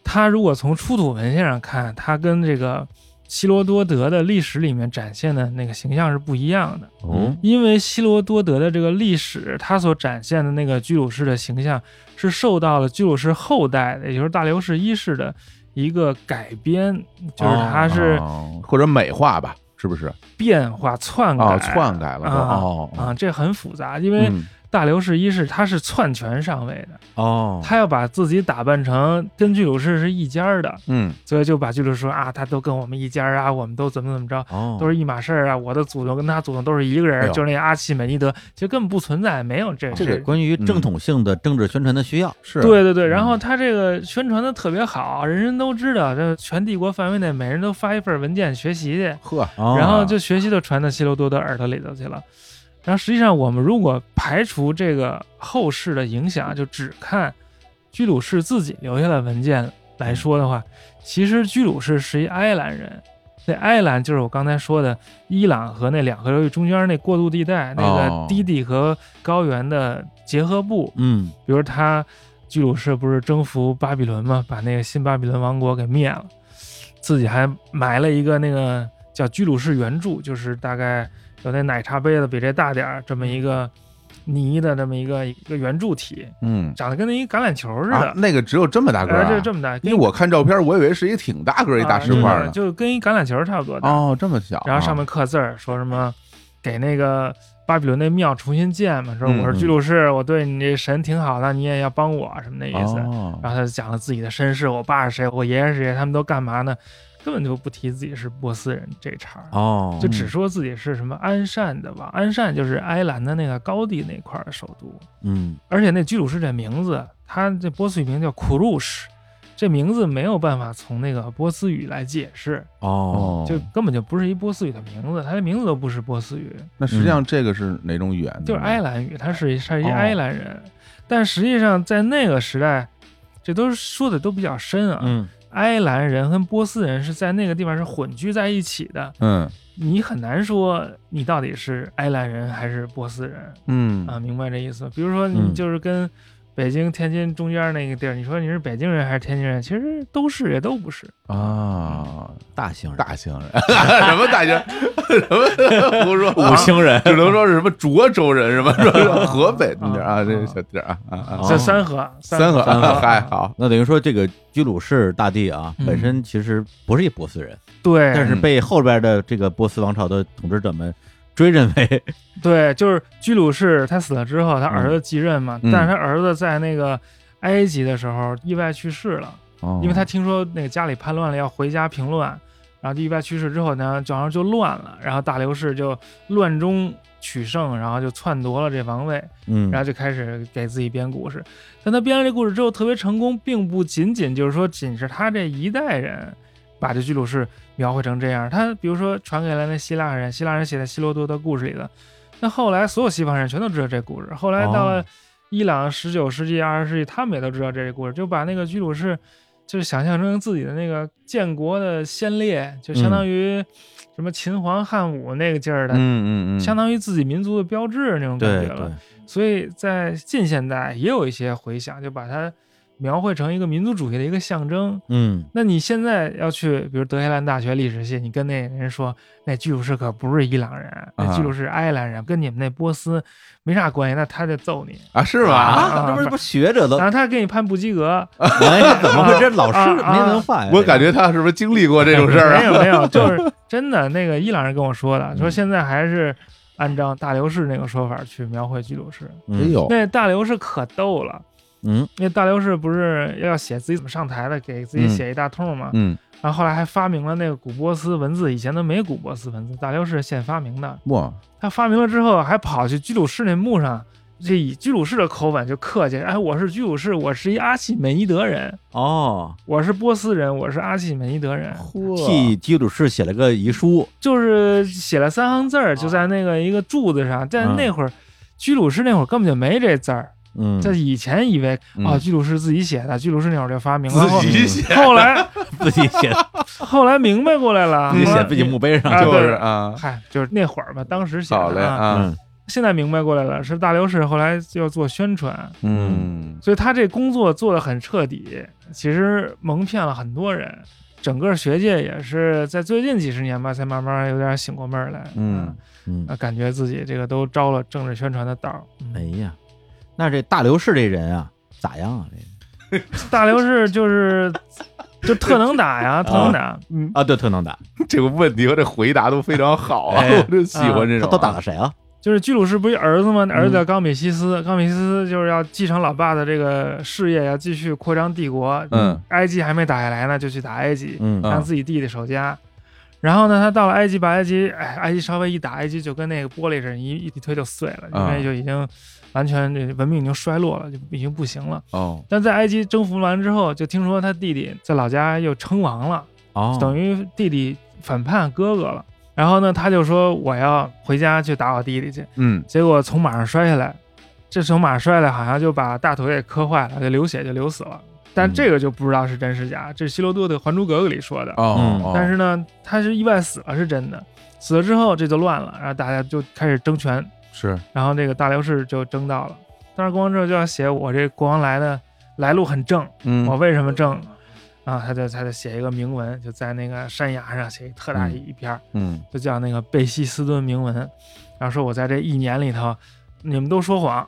S3: 他如果从出土文献上看，他跟这个希罗多德的历史里面展现的那个形象是不一样的。
S1: 哦，
S3: 因为希罗多德的这个历史，他所展现的那个居鲁士的形象，是受到了居鲁士后代的，也就是大流士一世的一个改编，就是他是
S2: 哦哦或者美化吧，是不是？
S3: 变化篡改
S2: 哦，篡改了都
S3: 啊
S2: 哦
S3: 啊，这很复杂，因为
S2: 嗯
S3: 大刘氏一世他是篡权上位的，
S1: 哦，
S3: 他要把自己打扮成跟居鲁士是一家儿的，
S2: 嗯，
S3: 所以就把居鲁士说啊，他都跟我们一家儿啊，我们都怎么怎么着。
S1: 哦，
S3: 都是一码事儿啊！我的祖宗跟他祖宗都是一个人
S2: 哎
S3: 儿，
S2: 呦
S3: 就是那阿契美尼德，其实根本不存在，没有这
S2: 这
S3: 事
S2: 个
S3: 儿
S1: 关于正统性的政治宣传的需要，
S2: 是
S3: 对对对，然
S1: 嗯
S3: 后他这个宣传的特别好，人人都知道，这全帝国范围内每人都发一份文件学习去，
S2: 呵，
S1: 哦
S3: 然后就学习就传到希罗多德耳朵里头去了。然后实际上，我们如果排除这个后世的影响，就只看居鲁士自己留下的文件来说的话，其实居鲁士是一埃兰人。那埃兰就是我刚才说的伊朗和那两河流域中间那过渡地带，那
S2: 哦
S3: 个低地和高原的结合部。
S1: 嗯
S3: 比如他居鲁士不是征服巴比伦嘛，把那个新巴比伦王国给灭了，自己还埋了一个那个叫居鲁士圆柱，就是大概有那奶茶杯子比这大点儿这么一个泥的这么一个一个圆柱体，
S2: 嗯，
S3: 长得跟那一橄榄球似的，
S2: 啊，那个只有这么大个
S3: 哎
S2: 儿
S3: 就
S2: 啊，
S3: 这么大，
S2: 因为我看照片，我以为是一挺大个儿一大石
S3: 啊
S2: 块
S3: 真的
S2: 呢。
S3: 就跟一橄榄球差不多大。
S2: 哦，这么小啊，
S3: 然后上面刻字儿，说什么给那个巴比伦那庙重新建嘛，说我
S2: 嗯嗯
S3: 是居鲁士，我对你这神挺好的，你也要帮我什么的意思。
S2: 哦
S3: 然后他就讲了自己的身世，我爸是谁，我爷爷是谁，他们都干嘛呢？根本就不提自己是波斯人这茬儿，
S1: 哦，
S3: 就只说自己是什么安善的吧。安善就是埃兰的那个高地那块儿的首都，
S1: 嗯
S3: 而且那居鲁士这名字，他这波斯语名叫库鲁什，这名字没有办法从那个波斯语来解释，
S1: 哦，
S2: 哦，
S3: 就根本就不是一波斯语的名字，他的名字都不是波斯语，
S2: 那实际上这个是哪种语
S1: 嗯
S2: 言呢？
S3: 就是哎埃兰语，他是一他是一
S2: 哦
S3: 埃兰人，但实际上在那个时代，这都是说的都比较深啊，
S1: 嗯
S3: 埃兰人跟波斯人是在那个地方是混居在一起的，
S2: 嗯
S3: 你很难说你到底是埃兰人还是波斯人
S2: 嗯
S3: 啊，明白这意思吗？比如说
S1: 嗯
S3: 你就是跟北京、天津中间那个地儿，你说你是北京人还是天津人，其实都是也都不是。
S2: 嗯啊，
S1: 大型人
S2: 大兴人， 什么大兴， 什么胡说，
S1: 五星人，
S2: 只能说是什么涿州人，什么说是河北那点儿啊，这个小地儿啊啊啊，
S3: 这三河，
S2: 三河
S3: 河，
S1: 河
S2: 还好，
S1: 那等于说这个居鲁士大帝啊，
S3: 嗯
S1: 本身其实不是一波斯人，
S3: 对，
S1: 但是
S2: 嗯
S1: 被后边的这个波斯王朝的统治者们追认为，
S3: 对，就是居鲁士他死了之后，他儿子继任嘛，
S2: 嗯
S3: 但是他儿子在那个埃及的时候意外去世了，
S1: 哦
S2: 哦
S3: 因为他听说那个家里叛乱了，要回家平乱，然后就意外去世之后呢，就好像就乱了，然后大流士就乱中取胜，然后就篡夺了这王位，
S1: 嗯
S3: 然后就开始给自己编故事。但他编了这故事之后特别成功，并不仅仅就是说仅是他这一代人把这居鲁士描绘成这样。他比如说传给了那希腊人，希腊人写在希罗多德故事里的，那后来所有西方人全都知道这故事。后来到
S1: 哦
S3: 了伊朗十九世纪、二十世纪，他们也都知道这个故事，就把那个居鲁士。就是想象成自己的那个建国的先烈，就相
S1: 嗯
S3: 当于什么秦皇汉武那个劲儿的，
S2: 嗯嗯嗯，
S3: 相当于自己民族的标志那种感
S1: 对
S3: 觉了。
S1: 对，
S3: 所以在近现代也有一些回响，就把它描绘成一个民族主义的一个象征。
S1: 嗯
S3: 那你现在要去，比如德黑兰大学历史系，你跟那人说，那居鲁士可不是伊朗人，那
S2: 啊
S3: 居鲁士是埃兰人，跟你们那波斯没啥关系，那他得揍你。
S2: 啊是吧？
S1: 啊，这不是不是学
S2: 呃
S1: 者都
S3: 然，后他给你判不及格，
S1: 哎，怎么会这老师
S3: 啊啊
S1: 没文化呀？
S2: 我感觉他是不是经历过这种事儿
S3: 哎没
S2: 啊？嗯
S3: 有没有， 就是真的那个伊朗人跟我说的，说现在还是按照大流士那个说法去描绘居鲁士。
S1: 这
S2: 哎
S1: 个，
S2: 呦，
S3: 那大流士可逗了，
S1: 嗯
S3: 那大流士不是要写自己怎么上台的，给自己写一大通嘛。
S2: 嗯，
S3: 然后后来还发明了那个古波斯文字，以前都没古波斯文字，大流士现发明的。
S2: 哇，
S3: 他发明了之后，还跑去居鲁士那墓上，这以居鲁士的口吻就客气，哎，我是居鲁士，我是一阿契美尼德人，
S1: 哦，
S3: 我是波斯人，我是阿契美尼德人，
S1: 替居鲁士写了个遗书，
S3: 就是写了三行字儿，就在那个一个柱子上。但那会儿，居鲁士那会儿根本就没这字儿，
S1: 嗯，
S3: 在以前以为
S2: 嗯
S3: 啊，居鲁士自己写的，居鲁士那会儿就发明了，后
S2: 自己写
S3: 后来
S1: 自己写
S3: 后来明白过来了，
S1: 自己
S3: 后来
S1: 写自己墓碑上，
S3: 啊
S2: 就是啊，
S3: 嗨，就是那会儿吧，当时写的
S2: 好嘞
S3: 啊。
S2: 啊，
S1: 嗯
S3: 现在明白过来了，是大流士后来要做宣传，
S2: 嗯
S3: 所以他这工作做得很彻底，其实蒙骗了很多人。整个学界也是在最近几十年吧，才慢慢有点醒过味儿来。
S2: 嗯
S1: 嗯，
S3: 啊，感觉自己这个都招了政治宣传的道儿。嗯
S1: 哎呀，那这大流士这人啊，咋样啊？这
S3: 大刘氏就是就特能打呀，特能打，嗯，
S1: 啊，对，特能打，
S2: 这个问题和这回答都非常好啊，
S1: 哎
S2: 我就喜欢这
S1: 他
S2: 种、
S1: 都打了谁啊？
S3: 就是居鲁士不是儿子吗？那儿子叫冈比西斯，冈比西斯就是要继承老爸的这个事业，要继续扩张帝国。
S2: 嗯，
S3: 埃及还没打下来呢，就去打埃及，
S1: 嗯
S2: 啊
S3: 当自己弟弟守家。然后呢，他到了埃及，把埃及，哎，埃及稍微一打，埃及就跟那个玻璃似的，一一推就碎了，因
S2: 啊
S3: 为就已经完全这文明已经衰落了，就已经不行了。
S2: 哦
S3: 但在埃及征服完之后，就听说他弟弟在老家又称王了，
S1: 哦，
S3: 等于弟弟反叛哥哥了。然后呢，他就说我要回家去打我弟弟去。
S2: 嗯
S3: 结果从马上摔下来，这从马上摔下来好像就把大腿给磕坏了，就流血就流死了。但
S1: 嗯
S3: 这个就不知道是真是假，这是希罗多德《还珠格格》里说的。
S2: 哦，
S1: 嗯
S2: 哦
S3: 但是呢，他是意外死了，是真的。死了之后这就乱了，然后大家就开始争权，
S2: 是
S3: 然后这个大流士就争到了。但是国王之后就要写我这国王来的来路很正，
S2: 嗯
S3: 我为什么正？啊，他就他就写一个铭文，就在那个山崖上写一特大一一篇儿，
S2: 嗯
S3: 就叫那个贝希斯敦铭文，然后说我在这一年里头，你们都说谎。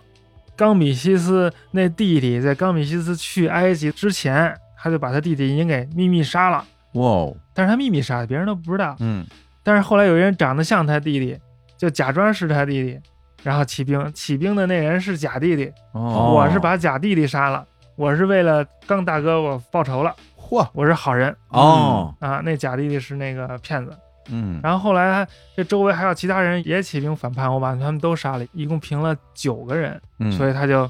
S3: 冈比西斯那弟弟在冈比西斯去埃及之前，他就把他弟弟已经给秘密杀了，
S2: 哇哦
S3: 但是他秘密杀的，别人都不知道。
S2: 嗯
S3: 但是后来有一人长得像他弟弟，就假装是他弟弟，然后起兵，起兵的那人是假弟弟，
S2: 哦，
S3: 我是把假弟弟杀了，我是为了冈大哥我报仇了，
S2: 嚯
S3: 我是好人
S1: 哦，
S3: 啊，那假弟弟是那个骗子。
S2: 嗯
S3: 然后后来他这周围还有其他人也起兵反叛，我把他们都杀了，一共平了九个人，
S2: 嗯
S3: 所以他就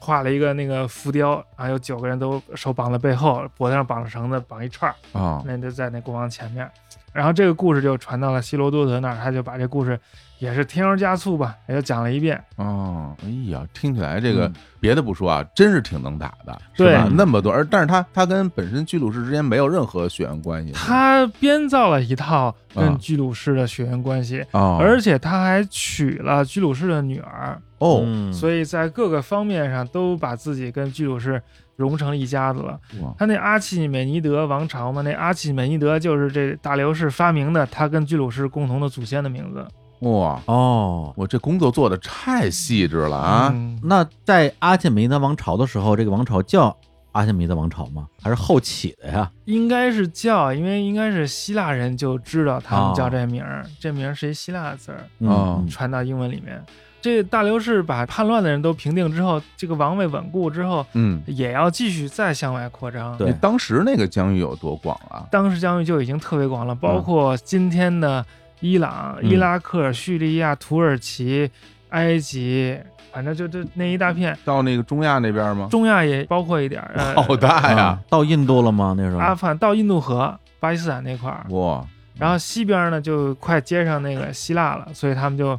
S3: 画了一个那个浮雕，然后有九个人都手绑在背后，脖子上绑着绳子，绑一串儿，
S2: 啊
S3: 那就在那国王前面。然后这个故事就传到了希罗多德那儿，他就把这故事也是添油加醋吧，也就讲了一 遍。
S2: 哦，哎呀，听起来这个
S1: 嗯
S2: 别的不说啊，真是挺能打的，是
S3: 对
S2: 吧？那么多，而但是他他跟本身居鲁士之间没有任何血缘关系，
S3: 他编造了一套
S2: 啊
S3: 跟居鲁士的血缘关系，
S2: 哦，
S3: 而且他还娶了居鲁士的女儿。
S2: 哦，
S1: 以
S3: 所以在各个方面上都把自己跟居鲁士融成一家子了。
S2: 哇
S3: 他那阿契美尼德王朝嘛，那阿契美尼德就是这大流士发明的，他跟居鲁士共同的祖先的名字
S2: 哇，
S1: 哦，
S2: 我这工作做的太细致了啊！
S3: 嗯
S1: 那在阿契美尼德王朝的时候，这个王朝叫阿契美尼德王朝吗？还是后起的呀？
S3: 应该是叫，因为应该是希腊人就知道他
S1: 哦
S3: 们叫这名儿，这名儿是一希腊字儿，
S1: 嗯
S2: 哦
S1: 嗯
S3: 传到英文里面。这大流士把叛乱的人都平定之后，这个王位稳固之后，
S2: 嗯，
S3: 也要继续再向外扩张。
S1: 对
S2: 你当时那个疆域有多广啊？
S3: 当时疆域就已经特别广了，
S2: 嗯
S3: 包括今天的伊朗、
S1: 嗯
S3: 伊拉克、叙利亚、土耳其、埃及，反正就这那一大片，
S2: 到那个中亚那边吗？
S3: 中亚也包括一点儿，呃，
S2: 嗯好大哎呀！
S1: 啊到印度了吗？那时候
S3: 阿富汗到印度河、巴基斯坦那块儿，
S2: 哇，
S3: 然后西边呢就快接上那个希腊了，所以他们就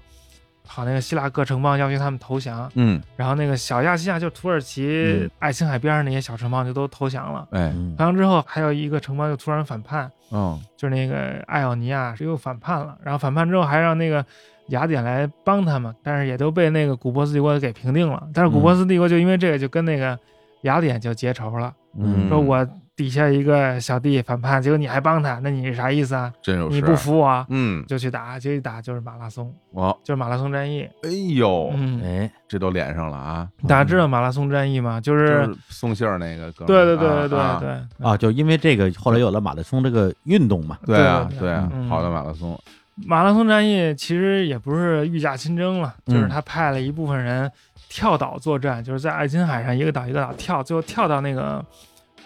S3: 跑那个希腊各城邦要求他们投降，
S2: 嗯，
S3: 然后那个小亚细亚就土耳其、
S1: 嗯
S3: 爱琴海边上那些小城邦就都投降了，
S2: 哎，
S1: 嗯
S3: 投降之后还有一个城邦就突然反叛。
S2: 嗯，
S3: 就是那个艾奥尼亚是又反叛了，然后反叛之后还让那个雅典来帮他们，但是也都被那个古波斯帝国给平定了。但是古
S2: 嗯
S3: 波斯帝国就因为这个就跟那个雅典就结仇了，
S1: 嗯
S3: 说我底下一个小弟反叛，结果你还帮他，那你是啥意思啊？
S2: 真有事
S3: 你不
S2: 儿，
S3: 服我
S2: 嗯，
S3: 就去打，结果一打就是马拉松，
S2: 我，
S3: 就是马拉松战役。
S2: 哎呦，
S3: 嗯，
S1: 哎，
S2: 这都连上了啊！
S3: 大家知道马拉松战役吗？就
S2: 就是是送信儿那个哥们
S3: 对
S2: 儿，
S3: 对对对
S2: 啊
S3: 对嗯
S2: 啊
S3: 对
S1: 啊，就因为这个，后来有了马拉松这个运动嘛。
S2: 对啊，
S3: 对
S2: 对啊，
S3: 嗯
S2: 跑到马拉松，
S3: 马拉松战役其实也不是御驾亲征了，
S1: 嗯
S3: 就是他派了一部分人跳岛作战，就是在爱琴海上一个岛一个岛跳，最后跳到那个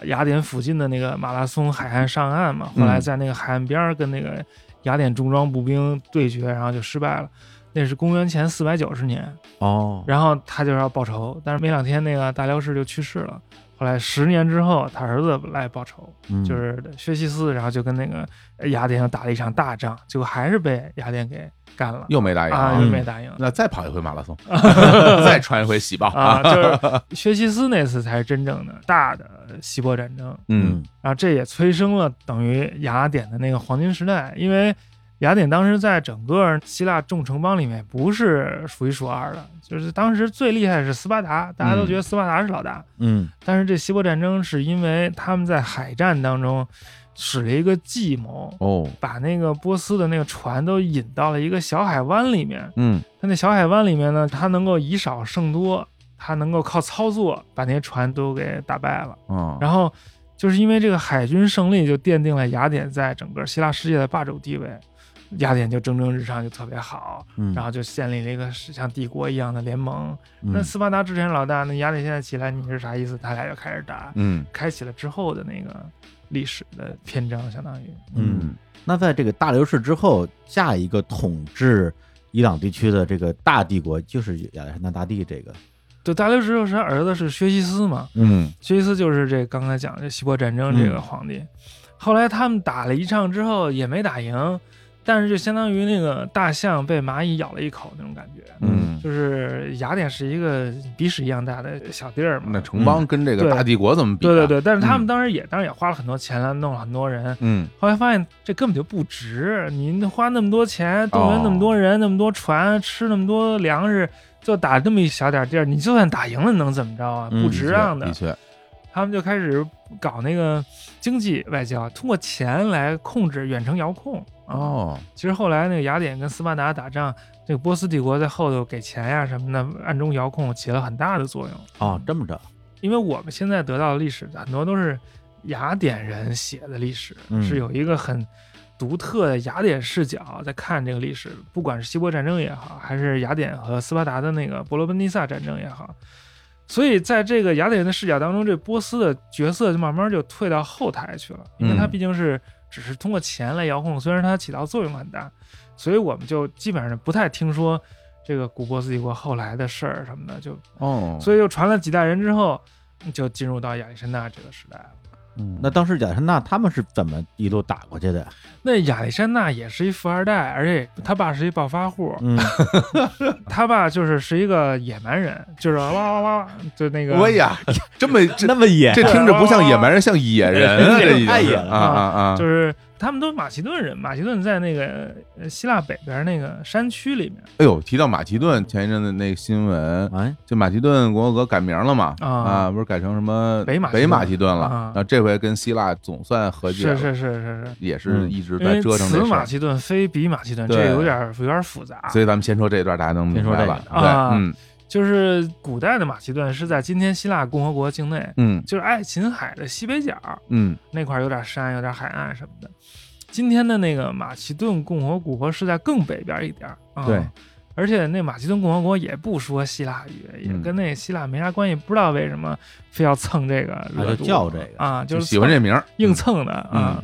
S3: 雅典附近的那个马拉松海岸上岸嘛。
S2: 嗯
S3: 后来在那个海岸边儿跟那个雅典重装步兵对决，然后就失败了。那是公元前四百九十年，
S1: 哦，
S3: 然后他就是要报仇，但是没两天那个大辽士就去世了。后来十年之后，他儿子来报仇，
S1: 嗯
S3: 就是薛西斯，然后就跟那个雅典又打了一场大仗，结果还是被雅典给干了
S2: 又没打赢
S3: 啊，
S2: 啊
S3: 又
S1: 嗯。
S3: 没打赢嗯
S2: 那再跑一回马拉松， 再穿一回喜报
S3: 啊，！ 就是薛西斯那次才是真正的大的希波战争，
S2: 嗯，
S3: 然后这也催生了等于雅典的那个黄金时代，因为。雅典当时在整个希腊众城邦里面不是数一数二的，就是当时最厉害的是斯巴达，大
S2: 嗯
S3: 家都觉得斯巴达是老大，
S1: 嗯
S3: 但是这希波战争是因为他们在海战当中使了一个计谋，
S2: 哦，
S3: 把那个波斯的那个船都引到了一个小海湾里面。
S2: 嗯，
S3: 它那小海湾里面呢，它能够以少胜多，它能够靠操作把那些船都给打败了。
S2: 哦，
S3: 然后就是因为这个海军胜利，就奠定了雅典在整个希腊世界的霸主地位。雅典就蒸蒸日上，就特别好，
S1: 嗯，
S3: 然后就建立了一个像帝国一样的联盟。那
S1: 嗯
S3: 斯巴达之前是老大，那雅典现在起来，你是啥意思？他俩就开始打，
S2: 嗯
S3: 开启了之后的那个历史的篇章，相当于。
S1: 嗯，那在这个大流士之后，下一个统治伊朗地区的这个大帝国就是亚历山大大帝这个，
S3: 对，大流士就是他儿子是薛西斯嘛，
S1: 嗯
S3: 薛西斯就是这刚才讲的希波战争这个
S1: 嗯
S3: 皇帝。后来他们打了一仗之后也没打赢，但是就相当于那个大象被蚂蚁咬了一口那种感觉。
S1: 嗯
S3: 就是雅典是一个鼻屎一样大的小地儿嘛，
S2: 那城邦跟这个
S3: 嗯对
S2: 大帝国怎么比？
S3: 对对，对，但是他
S2: 嗯
S3: 们当时也、当然也花了很多钱了，弄了很多人，
S2: 嗯
S3: 后来发现这根本就不值，您花那么多钱，动
S2: 哦
S3: 员那么多人，那么多船，吃那么多粮食，就打这么一小点地儿，你就算打赢了能怎么着啊？
S1: 嗯
S3: 不值当的。
S2: 的确，
S3: 他们就开始搞那个经济外交，通过钱来控制远程遥控。啊。
S2: 哦，
S3: 其实后来那个雅典跟斯巴达打仗，这个波斯帝国在后头给钱呀、什么的，暗中遥控起了很大的作用。
S1: 哦，这么着，
S3: 因为我们现在得到的历史很多都是雅典人写的历史，
S1: 嗯
S3: 是有一个很独特的雅典视角在看这个历史，不管是希波战争也好，还是雅典和斯巴达的那个伯罗奔尼撒战争也好。所以，在这个雅典人的视角当中，这波斯的角色就慢慢就退到后台去了，因为他
S2: 嗯
S3: 毕竟是只是通过钱来遥控，虽然它起到作用很大，所以我们就基本上不太听说这个古波斯帝国后来的事儿什么的，就
S2: 哦，
S3: 所以又传了几代人之后，就进入到亚历山大这个时代了。
S2: 嗯
S1: 那当时亚历山大他们是怎么一路打过去的呀？
S3: 那亚历山大也是一富二代，而且他爸是一暴发户，
S1: 嗯，
S3: 他爸就是是一个野蛮人，就是哇哇哇，就那个
S2: 我呀，这 么这
S1: 那么野
S2: 这听着不像野蛮人，像野人啊，这已经
S1: 太野
S2: 是
S1: 了
S2: 啊啊啊！
S3: 就是他们都是马其顿人，马其顿在那个呃希腊北边那个山区里面
S2: 哎呦，提到马其顿，前一阵子那个新闻，
S1: 哎，
S2: 就马其顿共和国改名了嘛，
S3: 啊
S2: 啊，不是改成什么
S3: 北马其顿
S2: 北马其顿了，
S3: 啊
S2: 然后这回跟希腊总算和解
S3: 是
S2: 了，
S3: 是是是是，
S2: 也是
S1: 嗯
S2: 一直
S3: 因
S2: 在
S3: 为
S2: 折腾
S3: 此
S2: 这事
S3: 马
S2: 儿。
S3: 其顿非彼马其顿，
S2: 对
S3: 这有点有点复杂。
S2: 所以咱们先说这一段，大家能明白
S3: 说这
S1: 先。
S2: 了
S3: 个啊
S2: 对，嗯
S3: 就是古代的马其顿是在今天希腊共和国境内，
S2: 嗯
S3: 就是爱琴海的西北角。
S2: 嗯
S3: 那块儿有点山，有点海岸什么的。今天的那个马其顿共和国是在更北边一点儿，啊
S2: 对
S3: 而且那马其顿共和国也不说希腊语，
S2: 嗯
S3: 也跟那希腊没啥关系，不知道为什么非要蹭这个
S1: 他
S3: 热
S1: 就
S3: 度
S1: 叫这个，
S3: 啊，
S2: 就是喜欢这名儿，
S3: 硬
S2: 嗯
S3: 蹭的啊。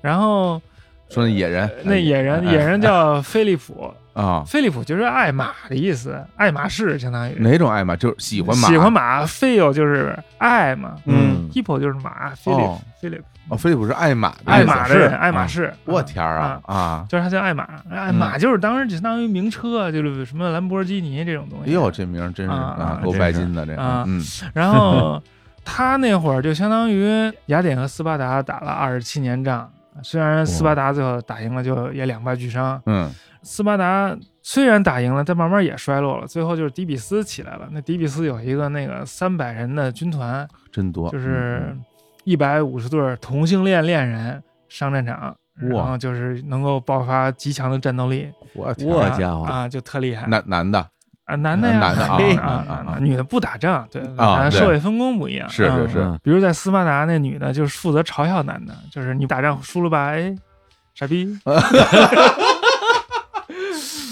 S3: 然后
S2: 说那野人，
S3: 那野人，
S2: 哎
S3: 野人叫菲利普，
S2: 啊，
S3: 菲利普就是爱马的意思，爱马仕相当于
S2: 哪种爱马？就是喜欢马，啊
S3: 喜欢马，菲友就是爱嘛
S1: 嗯
S3: ，hippo 就是马，菲利
S2: 哦
S3: 菲利普
S2: 哦，菲利普是爱马的嗯意思，
S3: 爱马的人，
S1: 是
S3: 爱马
S1: 啊
S3: 仕，
S2: 我
S3: 啊
S2: 天儿啊啊！
S3: 就是他叫爱马，爱马就是当时就相当于名车，啊就是什么兰博基尼这种东
S2: 哎
S3: 西。
S2: 呦，这名儿真是
S3: 啊
S2: 啊
S3: 啊，
S2: 够拜金的这个，
S3: 真
S2: 嗯
S3: 然 后他那会儿就相当于雅典和斯巴达打了二十七年仗，虽然斯巴达最后打赢了，就也两败俱伤。
S2: 嗯
S3: 斯巴达虽然打赢了，但慢慢也衰落了，最后就是底比斯起来了。那底比斯有一个那个三百人的军团，
S2: 真多，嗯
S3: 就是一百五十对儿同性恋恋人上战场，然
S2: 哇
S3: 后就是能够爆发极强的战斗力。
S2: 嗯我天
S1: 我
S2: 儿，
S3: 啊
S1: 家伙
S3: 啊，就特厉害。
S2: 嗯男男的
S3: 啊，男的呀，
S2: 男的啊
S3: 嘿
S2: 啊
S3: 啊
S2: 啊啊
S3: 啊，女的不打仗，对，
S2: 啊
S3: 男的
S2: 对
S3: 社会分工不一样，
S2: 是
S3: 啊
S2: 是是，
S1: 嗯
S3: 比如在斯巴达，那女的就是负责嘲笑男的，就是你打仗输了吧，哎，傻逼，
S2: 呃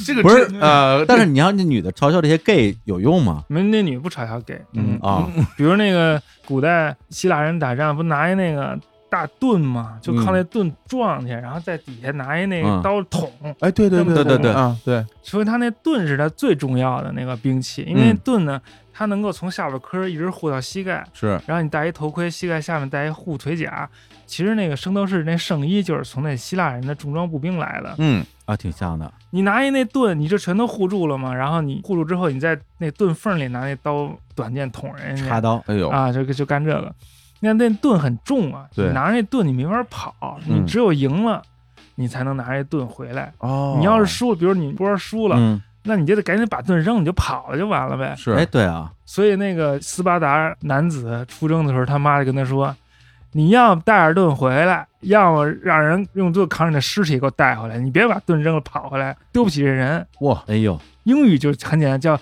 S2: 这个
S1: 不是
S2: 真呃，
S1: 但是你让这女的嘲笑这些 gay 有用吗？
S3: 没那女的不嘲笑 gay，
S2: 嗯
S1: 啊，
S3: 比如那个古代希腊人打仗不拿一那个大盾嘛，就靠
S1: 嗯
S3: 那盾撞去，然后在底下拿一那个
S1: 嗯
S3: 刀捅，
S2: 哎，对对对
S3: 对
S2: 对
S3: 对
S1: 对
S2: 啊，对，
S3: 所以他那盾是他最重要的那个兵器，因为
S2: 嗯
S3: 盾呢，它能够从下巴颏儿一直护到膝盖，
S2: 是
S3: 然后你戴一头盔，膝盖下面戴一护腿甲。其实那个圣斗士那圣衣就是从那希腊人的重装步兵来的。
S2: 嗯
S1: 啊，挺像的，
S3: 你拿一那盾，你就全都护住了嘛。然后你护住之后，你在那盾缝里拿那刀短剑捅人
S1: 插
S3: 家
S1: 刀，
S2: 哎呦，
S3: 啊，就就干这个。那那盾很重啊，
S2: 对
S3: 你拿着那盾你没法跑，
S2: 嗯
S3: 你只有赢了，你才能拿着盾回来。
S2: 哦，
S3: 你要是输了，比如你波输了，
S1: 嗯，
S3: 那你就得赶紧把盾扔，你就跑了就完了呗。
S1: 哎，
S2: 是
S1: 对啊，
S3: 所以那个斯巴达男子出征的时候，他妈就跟他说：“你要带着盾回来，要么让人用盾扛你的尸体给我带回来，你别把盾扔了跑回来，对不起这人。
S2: 哇，
S1: 哎呦，”
S3: 英语就很简单，叫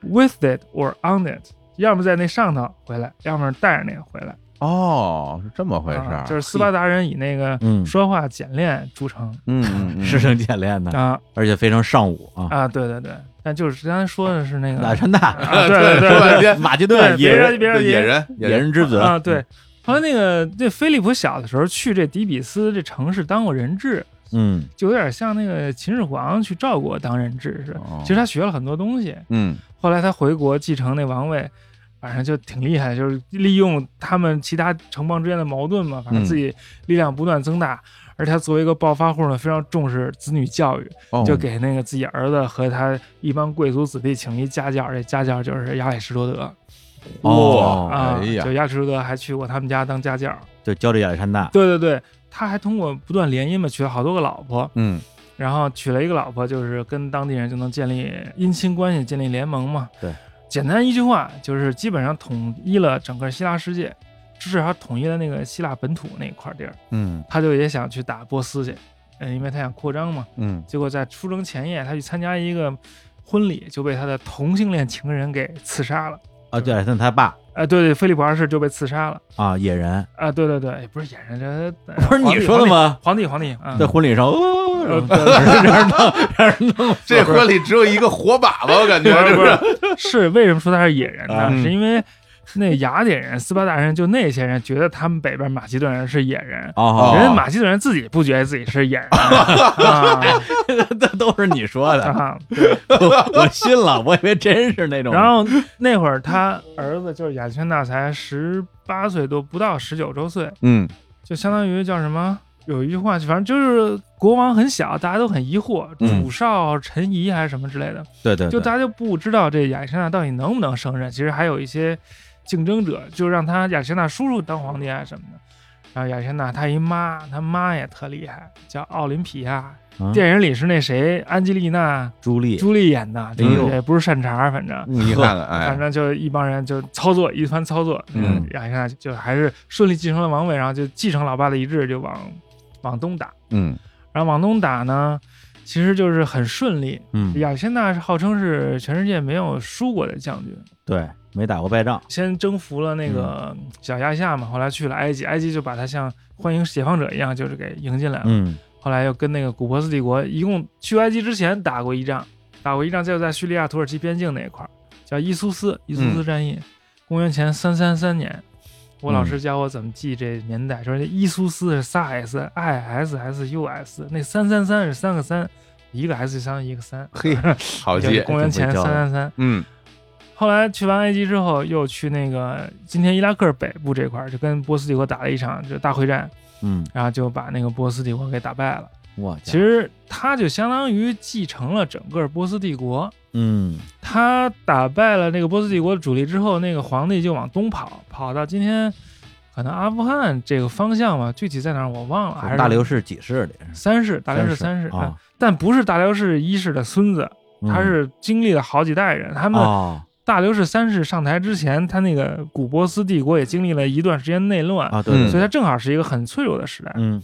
S3: “with it or on it”，要么在那上头回来，要么带着那个回来。
S2: 哦，是这么回事
S3: 啊
S2: 儿，
S3: 就是斯巴达人以那个
S1: 嗯，
S3: 说话简练著称
S2: 嗯嗯 嗯
S1: 是挺简练的，
S3: 啊
S1: 而且非常尚武啊。
S3: 啊，对对对，但就是刚才说的是那
S1: 哪
S3: 个，
S1: 川大、
S3: 啊对对对
S2: 呃
S3: 对
S2: 说半天
S1: 马其
S3: 对
S1: 顿
S3: 别
S1: 野
S3: 让
S1: 人、
S3: 别让
S2: 对野嗯人
S1: 野人之子
S3: 啊，对。后来那个这菲利普小的时候去这底比斯这城市当过人质，
S1: 嗯
S3: 就有点像那个秦始皇去赵国当人质似的。
S2: 哦
S3: 其实他学了很多东西，
S2: 嗯
S3: 后来他回国继承那王位，反正就挺厉害，就是利用他们其他城邦之间的矛盾嘛，反正
S2: 嗯
S3: 自己力量不断增大。而他作为一个暴发户呢，非常重视子女教育，
S2: 哦
S3: 就给那个自己儿子和他一帮贵族子弟请了一家教，这家教就是亚里士多德
S1: 哦
S3: 啊，
S2: 哎呀
S3: 就亚里士多德还去过他们家当家教。
S1: 就教这亚历山大，
S3: 对对对，他还通过不断联姻嘛，娶了好多个老婆，
S2: 嗯
S3: 然后娶了一个老婆，就是跟当地人就能建立姻亲关系，建立联盟嘛。
S1: 对，
S3: 简单一句话就是基本上统一了整个希腊世界，至少统一了那个希腊本土那一块地儿。
S2: 嗯
S3: 他就也想去打波斯去，嗯，因为他想扩张嘛。
S2: 嗯
S3: 结果在出征前夜，他去参加一个婚礼，就被他的同性恋情人给刺杀了。
S1: 啊，就亚历山大他爸
S3: 啊，对对，菲利普二世就被刺杀了。
S1: 啊，野人，
S3: 啊，对对对，哎不是演人，这呃
S1: 不是你说的？吗？
S3: 皇帝皇帝皇帝啊，
S1: 在婚礼上，
S3: 呃
S1: 哦，
S3: 对对对
S2: 这婚礼只有一个火把吧，我 感觉
S3: 不是
S2: 这
S3: 不是，是为什么说他是野人呢？
S1: 啊
S2: 嗯
S3: 是因为那雅典人、斯巴达人，就那些人觉得他们北边马其顿人是野人，
S1: 哦，
S3: 人家马其顿人自己不觉得自己是野人 啊
S1: 这都是你说的，
S3: 啊。
S1: 我信了，我以为真是那种。
S3: 然后那会儿他儿子就是亚历山大才十八岁多，不到十九周岁，
S2: 嗯
S3: 就相当于叫什么？有一句话，反正就是国王很小，大家都很疑惑，
S1: 嗯
S3: 主少臣疑还是什么之类的。
S1: 对对，
S3: 就
S1: 对
S3: 大家就不知道这亚历山大到底能不能胜任。其实还有一些竞争者，就让他亚历山大叔叔当皇帝啊什么的。然后亚历山大他姨妈，他妈也特厉害，叫奥林匹亚。
S1: 嗯
S3: 电影里是那谁安吉丽娜
S1: 朱莉，
S3: 朱莉演的，就
S1: 哎
S3: 是
S1: 呦嗯
S3: 也不是善茬，反正。
S2: 你看看，哎
S3: 反，正就一帮人就操作一番操作，
S2: 嗯
S3: 亚历山大就还是顺利继承了王位，然后就继承老爸的遗志，就往往东打。
S2: 嗯
S3: 然后往东打呢，其实就是很顺利，
S1: 嗯，
S3: 亚历山大是号称是全世界没有输过的将军，
S1: 对，没打过败仗，
S3: 先征服了那个小亚细亚嘛，后来去了埃及，埃及就把他像欢迎解放者一样，就是给迎进来了。
S1: 嗯
S3: 后来又跟那个古波斯帝国，一共去埃及之前打过一仗，打过一仗，就在叙利亚土耳其边境那一块儿，叫伊苏斯伊苏斯战役，公元前三三三年。我老师教我怎么记这年代，说这伊苏斯是仨 S I S S U S，那三三三是三个三，一个 S 相当于一个三，
S2: 嘿，好
S3: 就是
S2: 记，
S3: 公元前
S1: 这
S3: 三
S1: 么会教
S3: 三三。
S2: 嗯
S3: 后来去完埃及之后，又去那个今天伊拉克北部这块儿，就跟波斯帝国打了一场就大会战，
S1: 嗯，
S3: 然后就把那个波斯帝国给打败了。
S1: 哇，
S3: 其实他就相当于继承了整个波斯帝国。
S1: 嗯
S3: 他打败了那个波斯帝国的主力之后，那个皇帝就往东跑，跑到今天可能阿富汗这个方向吧，具体在哪儿我忘了，还是
S1: 哦大流士几世里，
S3: 三世，大流士
S1: 三
S3: 三世，哎
S1: 啊，
S3: 但不是大流士一世的孙子，他
S1: 嗯
S3: 是经历了好几代人，他们
S1: 哦
S3: 大流士三世上台之前，他那个古波斯帝国也经历了一段时间内乱，
S1: 啊，对，对
S3: 所以
S1: 对
S3: 他正好是一个很脆弱的时代。
S1: 嗯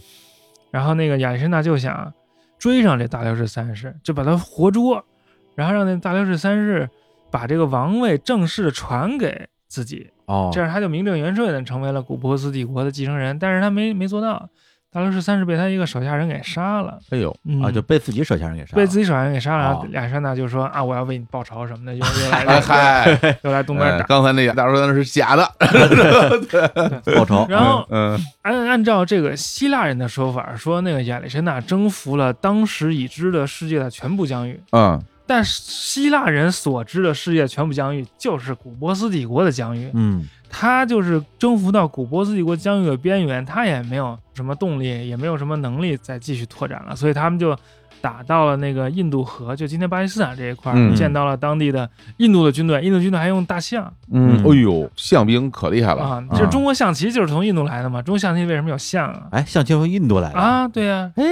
S3: 然后那个亚历山大就想追上这大流士三世，就把他活捉，然后让那大流士三世把这个王位正式的传给自己，
S1: 哦，
S3: 这样他就名正言顺的成为了古波斯帝国的继承人。但是他没没做到，大流士三世被他一个手下人给杀了，
S2: 哎呦，
S3: 嗯、
S1: 啊，就被自己手下人给杀了，
S3: 被自己手下人给杀了。然后
S1: 哦
S3: 亚历山大就说啊，我要为你报仇什么的，又又
S2: 哎
S3: 来
S2: 嗨，
S3: 又来东边
S1: 嗯
S2: 哎
S3: 打。
S2: 刚才那大叔那是假的，
S1: 报仇，
S3: 然后
S2: 嗯
S3: 按按照这个希腊人的说法，说那个亚历山大征服了当时已知的世界的全部疆域。
S2: 嗯
S3: 但是希腊人所知的世界全部疆域就是古波斯帝国的疆域，
S1: 嗯
S3: 他就是征服到古波斯帝国疆域的边缘，他也没有什么动力，也没有什么能力再继续拓展了，所以他们就打到了那个印度河，就今天巴基斯坦这一块儿，
S2: 嗯
S3: 见到了当地的印度的军队，印度军队还用大象
S2: 嗯，
S1: 嗯
S2: 哎呦，象兵可厉害了
S3: 啊，就是中国象棋就是从印度来的嘛，中国象棋为什么有象啊？
S1: 哎，象棋从印度来的，
S3: 啊，对呀、哎，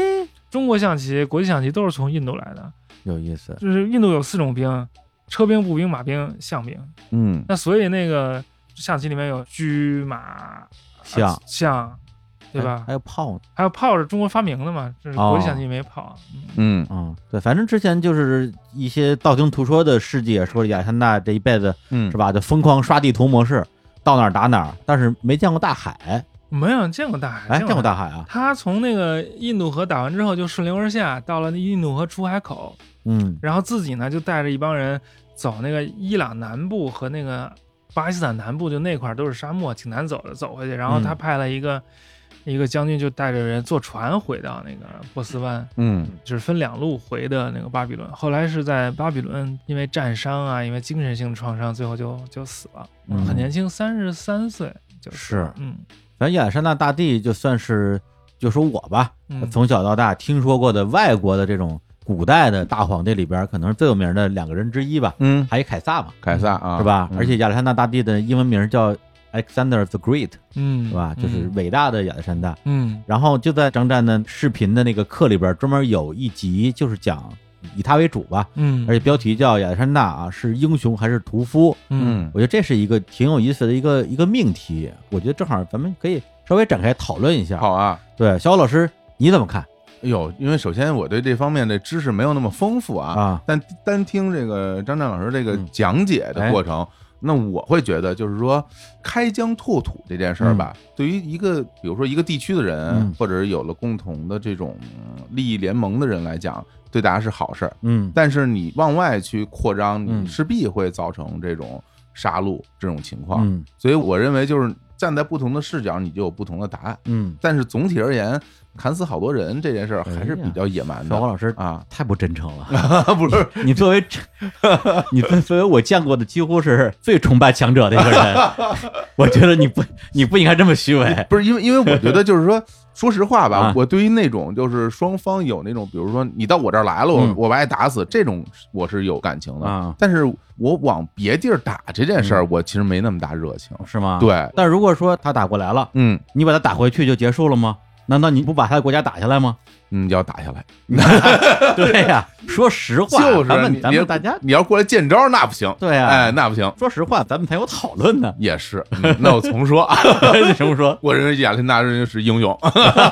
S3: 中国象棋、国际象棋都是从印度来的，
S1: 有意思，
S3: 就是印度有四种兵：车兵、步兵、马兵、象兵。
S2: 嗯
S3: 那所以那个象棋里面有车、马、
S1: 象
S3: 呃象，对吧？
S1: 还有炮呢，
S3: 还有炮是中国发明的嘛，这是
S1: 哦
S3: 国际象棋里面没炮。嗯
S2: 嗯
S1: 嗯，对，反正之前就是一啊些道听途说的事迹，说亚历山大这一辈子
S2: 嗯
S1: 是吧，就疯狂刷地图模式，到哪儿打哪儿，但是没见过大海。
S3: 没有见过大海，
S1: 哎，见过
S3: 海。
S1: 大海啊？
S3: 他从那个印度河打完之后，就顺流而下，到了印度河出海口，
S1: 嗯
S3: 然后自己呢就带着一帮人走那个伊朗南部和那个巴基斯坦南部，就那块儿都是沙漠，挺难走的，走回去。然后他
S1: 嗯
S3: 派了一个、一个将军，就带着人坐船回到那个波斯湾，
S1: 嗯
S3: 就是分两路回的那个巴比伦。后来是在巴比伦，因为战伤啊，因为精神性创伤，最后就就死了，
S1: 嗯
S3: 很年轻，三十三岁就死了
S1: 是
S3: 嗯
S1: 咱亚历山大大帝就算是就说我吧，
S3: 嗯
S1: 从小到大听说过的外国的这种古代的大皇帝里边，可能是最有名的两个人之一吧，
S2: 嗯，
S1: 还有凯撒嘛，
S2: 凯撒啊，
S1: 是吧？
S2: 嗯
S1: 而且亚历山大大帝的英文名叫 Alexander the Great，
S3: 嗯，
S1: 是吧？就是伟大的亚历山大。
S3: 嗯
S1: 然后就在张战的视频的那个课里边，专门有一集就是讲以他为主吧，
S3: 嗯，
S1: 而且标题叫亚历山大啊是英雄还是屠夫？
S3: 嗯
S2: 嗯
S1: 我觉得这是一个挺有意思的一个一个命题。我觉得正好咱们可以稍微展开讨论一下。
S2: 好啊。
S1: 对，小欧老师你怎么看
S2: 哎呦，因为首先我对这方面的知识没有那么丰富啊，
S1: 啊？
S2: 但单听这个张湛老师这个
S1: 嗯哎
S2: 讲解的过程，那我会觉得就是说开疆拓土这件事儿吧，对于一个比如说一个地区的人，
S1: 嗯
S2: 或者是有了共同的这种嗯利益联盟的人来讲，对大家是好事儿。
S1: 嗯
S2: 但是你往外去扩张，
S1: 嗯
S2: 你势必会造成这种杀戮这种情况。
S1: 嗯
S2: 所以我认为就是站在不同的视角，你就有不同的答案。
S1: 嗯，
S2: 但是总体而言，砍死好多人这件事儿还是比较野蛮的
S1: 哎小欧老师
S2: 啊
S1: 太不真诚了。
S2: 不是
S1: 你作为 这，你作作为我见过的几乎是最崇拜强者的一个人， 我觉得你不你不应该这么虚伪。
S2: 不是因为因为我觉得就是说，说实话吧
S1: 啊，
S2: 我对于那种就是双方有那种，比如说你到我这儿来了，我
S1: 嗯
S2: 我把你打死这种，我是有感情
S1: 啊嗯
S2: 的。但是我往别地儿打这件事儿，我其实没那么大热情。
S1: 是吗？。
S2: 对，
S1: 但如果说他打过来了，
S2: 嗯
S1: 你把他打回去就结束了吗？难道你不把他的国家打下来吗？
S2: 嗯，要打下来，
S1: 对呀、说实话，
S2: 就是啊
S1: 咱们
S2: 你
S1: 咱
S2: 别哎
S1: 们大家
S2: 你要过来见招儿那不行，
S1: 对啊呀、
S2: 哎，那不行，。
S1: 说实话，咱们才有讨论呢
S2: 也是。嗯那我重说 啊，
S1: 什么说？
S2: 我认为亚历山大人是英雄，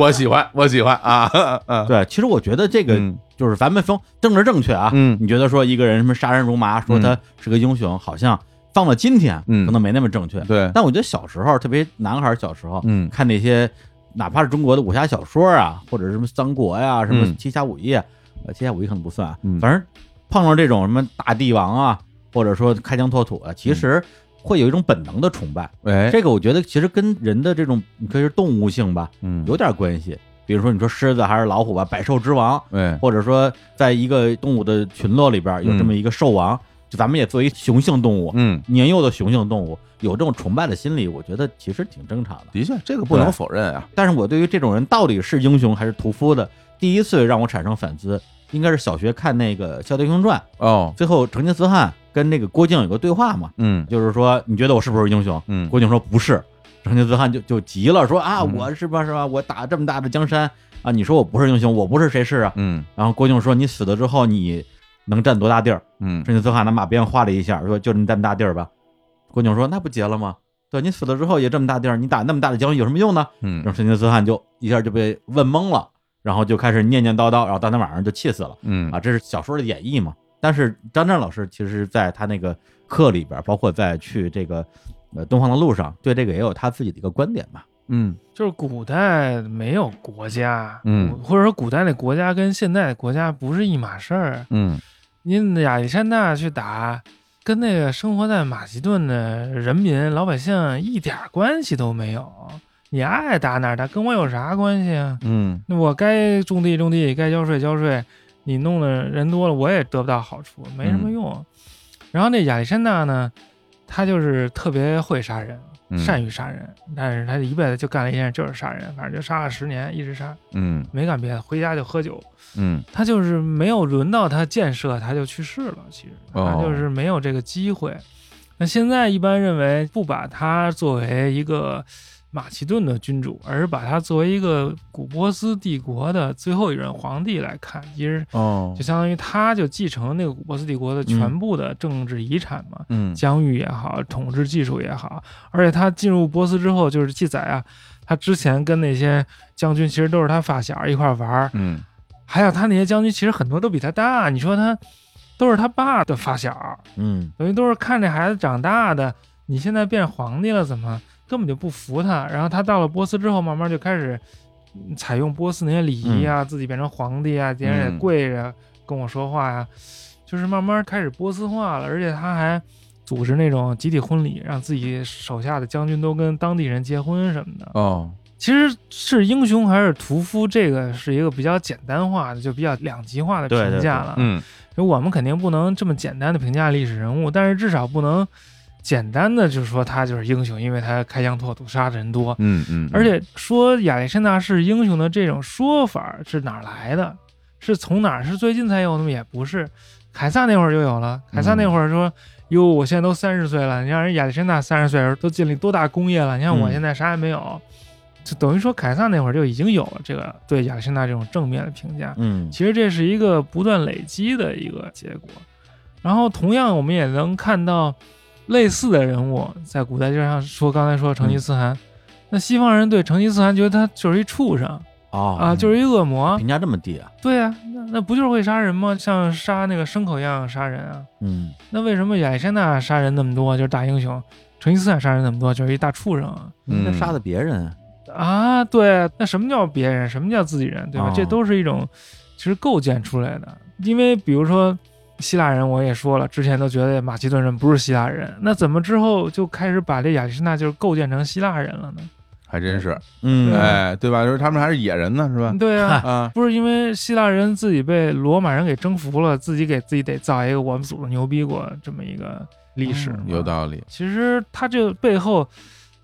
S2: 我喜欢，我喜欢啊，嗯
S1: 对，其实我觉得这个
S2: 嗯
S1: 就是咱们从政治正确啊，
S2: 嗯
S1: 你觉得说一个人什么杀人如麻，说他是个英雄，好像放到今天
S2: 嗯
S1: 可能没那么正确。
S2: 对，
S1: 但我觉得小时候，特别男孩儿小时候，
S2: 嗯
S1: 看那些哪怕是中国的武侠小说啊，或者是什么三国呀、什么
S2: 嗯
S1: 七侠五义啊，呃，七侠五义可能不算啊，
S2: 嗯
S1: 反正碰上这种什么大帝王啊，或者说开疆拓土啊，其实会有一种本能的崇拜。
S2: 哎，
S1: 这个我觉得其实跟人的这种你可以说动物性吧，
S2: 嗯，
S1: 有点关系。比如说你说狮子还是老虎吧，百兽之王，
S2: 哎，
S1: 或者说在一个动物的群落里边儿有这么一个兽王，就咱们也作为雄性动物，
S2: 嗯。
S1: 年幼的雄性动物有这种崇拜的心理，我觉得其实挺正常的。
S2: 的确，这个不
S1: 对
S2: 能否认啊。
S1: 但是我对于这种人到底是英雄还是屠夫的，第一次让我产生反思，应该是小学看那个《笑傲英雄传
S2: 哦》，，
S1: 最后成吉思汗跟那个郭靖有个对话嘛，
S2: 嗯
S1: 就是说你觉得我是不是英雄？
S2: 嗯
S1: 郭靖说不是，成吉思汗就就急了，说啊
S2: 嗯
S1: 我是吧是吧，我打这么大的江山啊，你说我不是英雄，我不是谁是啊？
S2: 嗯
S1: 然后郭靖说你死了之后你能占多大地儿？
S2: 嗯
S1: 成吉思汗拿马鞭划了一下，说：“就这么这么大地儿吧。”郭靖说：“那不结了吗？对你死了之后也这么大地儿，你打那么大的疆域有什么用呢？”然后
S2: 嗯
S1: 成吉思汗就一下就被问懵了，然后就开始念念叨叨，然后当天晚上就气死了
S2: 嗯
S1: 啊！这是小说的演绎嘛。但是张震老师其实在他那个课里边，包括在去这个呃东方的路上，对这个也有他自己的一个观点嘛。
S2: 嗯
S3: 就是古代没有国家，
S2: 嗯
S3: 古，或者说古代的国家跟现代的国家不是一码事儿。
S2: 嗯
S3: 您亚历山大去打，跟那个生活在马其顿的人民老百姓一点儿关系都没有。你爱打哪儿打，跟我有啥关系啊？
S2: 嗯
S3: 那我该种地种地，该交税交税，你弄的人多了，我也得不到好处，没什么用。然后那亚历山大呢，他就是特别会杀人，
S2: 嗯
S3: 善于杀人，但是他一辈子就干了一件事，就是杀人，反正就杀了十年，一直杀，
S2: 嗯
S3: 没干别的，回家就喝酒。
S2: 嗯
S3: 他就是没有轮到他建设，他就去世了。其实
S2: 哦
S3: 他就是没有这个机会。那现在一般认为不把他作为一个马其顿的君主，而是把他作为一个古波斯帝国的最后一任皇帝来看，其实
S2: 哦
S3: 就相当于他就继承了那个古波斯帝国的全部的政治遗产嘛。
S2: 嗯
S3: 疆域也好，统治技术也好，而且他进入波斯之后，就是记载啊，他之前跟那些将军其实都是他发小一块儿玩儿，
S2: 嗯
S3: 还有他那些将军其实很多都比他大，你说他都是他爸的发小，
S1: 嗯
S3: 等于都是看这孩子长大的。你现在变皇帝了，怎么根本就不服他？然后他到了波斯之后，慢慢就开始嗯采用波斯那些礼仪
S1: 嗯
S3: 啊，自己变成皇帝啊，别人也
S2: 嗯
S3: 跪着跟我说话呀、就是慢慢开始波斯化了，而且他还组织那种集体婚礼，让自己手下的将军都跟当地人结婚什么的。
S2: 哦，
S3: 其实是英雄还是屠夫，这个是一个比较简单化的，就比较两极化的
S1: 对对
S3: 评价了。
S2: 嗯
S3: 就我们肯定不能这么简单的评价历史人物，但是至少不能简单的就说他就是英雄，因为他开疆拓土，杀的人多。
S2: 嗯嗯，
S3: 而且说亚历山大是英雄的这种说法是哪儿来的？是从哪儿？是最近才有的吗？也不是，凯撒那会儿就有了。凯撒那会儿说：“哟，我现在都三十岁了，你让人亚历山大三十岁的时候都建立多大工业了？你看我
S1: 嗯
S3: 现在啥也没有。就等于说凯撒那会儿就已经有了这个对亚历山大这种正面的评价。
S1: 嗯
S3: 其实这是一个不断累积的一个结果。然后同样，我们也能看到类似的人物在古代，就像说刚才说成吉思汗，那西方人对成吉思汗觉得他就是一畜生
S1: 哦
S3: 啊，就是一恶魔。
S1: 评价这么低啊，
S3: 对啊，那那不就是会杀人吗？像杀那个牲口一样杀人啊。
S1: 嗯
S3: 那为什么亚历山大杀人那么多，就是大英雄？成吉思汗杀人那么多，就是一大畜生啊！
S1: 应该
S2: 嗯
S1: 杀的别人，
S3: 啊，对，那什么叫别人，什么叫自己人，对吧？
S1: 哦
S3: 这都是一种其实构建出来的。因为比如说希腊人，我也说了，之前都觉得马其顿人不是希腊人，那怎么之后就开始把这亚历山大就是构建成希腊人了呢？
S2: 还真是，
S1: 嗯
S2: 哎，对吧？就是他们还是野人呢，是吧？
S3: 对啊，
S2: 啊，
S3: 不是因为希腊人自己被罗马人给征服了，自己给自己得造一个我们祖宗牛逼过这么一个历史吗
S1: 嗯
S2: 有道理，
S3: 其实它这个背后，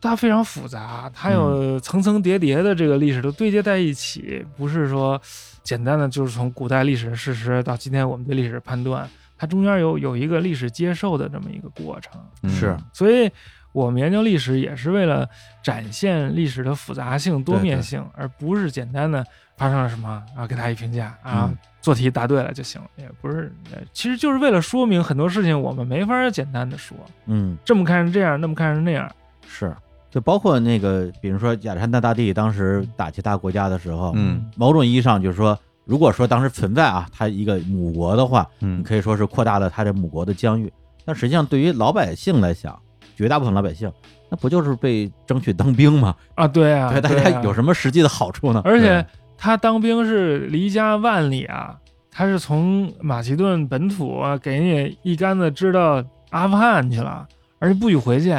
S3: 它非常复杂，它有层层叠叠的这个历史都堆叠在一起，不是说简单的就是从古代历史事实到今天我们对历史判断，它中间有有一个历史接受的这么一个过程。
S2: 嗯
S1: 是
S3: 所以我们研究历史也是为了展现历史的复杂性、多面性，而不是简单的发生了什么啊，给他一评价啊，
S1: 嗯
S3: 做题答对了就行了，也不是，呃其实就是为了说明很多事情我们没法简单的说。
S1: 嗯
S3: 这么看成这样，那么看成那样。
S1: 是，就包括那个，比如说亚历山大大帝当时打其他国家的时候，
S2: 嗯
S1: 某种意义上就是说，如果说当时存在啊，他一个母国的话，你
S2: 嗯
S1: 可以说是扩大了他这母国的疆域，但实际上对于老百姓来讲，绝大部分老百姓。那不就是被争取当兵吗？
S3: 啊， 对啊，
S1: 对大
S3: 啊
S1: 家有什么实际的好处呢？
S3: 而且他当兵是离家万里啊，他是从马其顿本土啊给人家一竿子支到阿富汗去了，而且不许回去，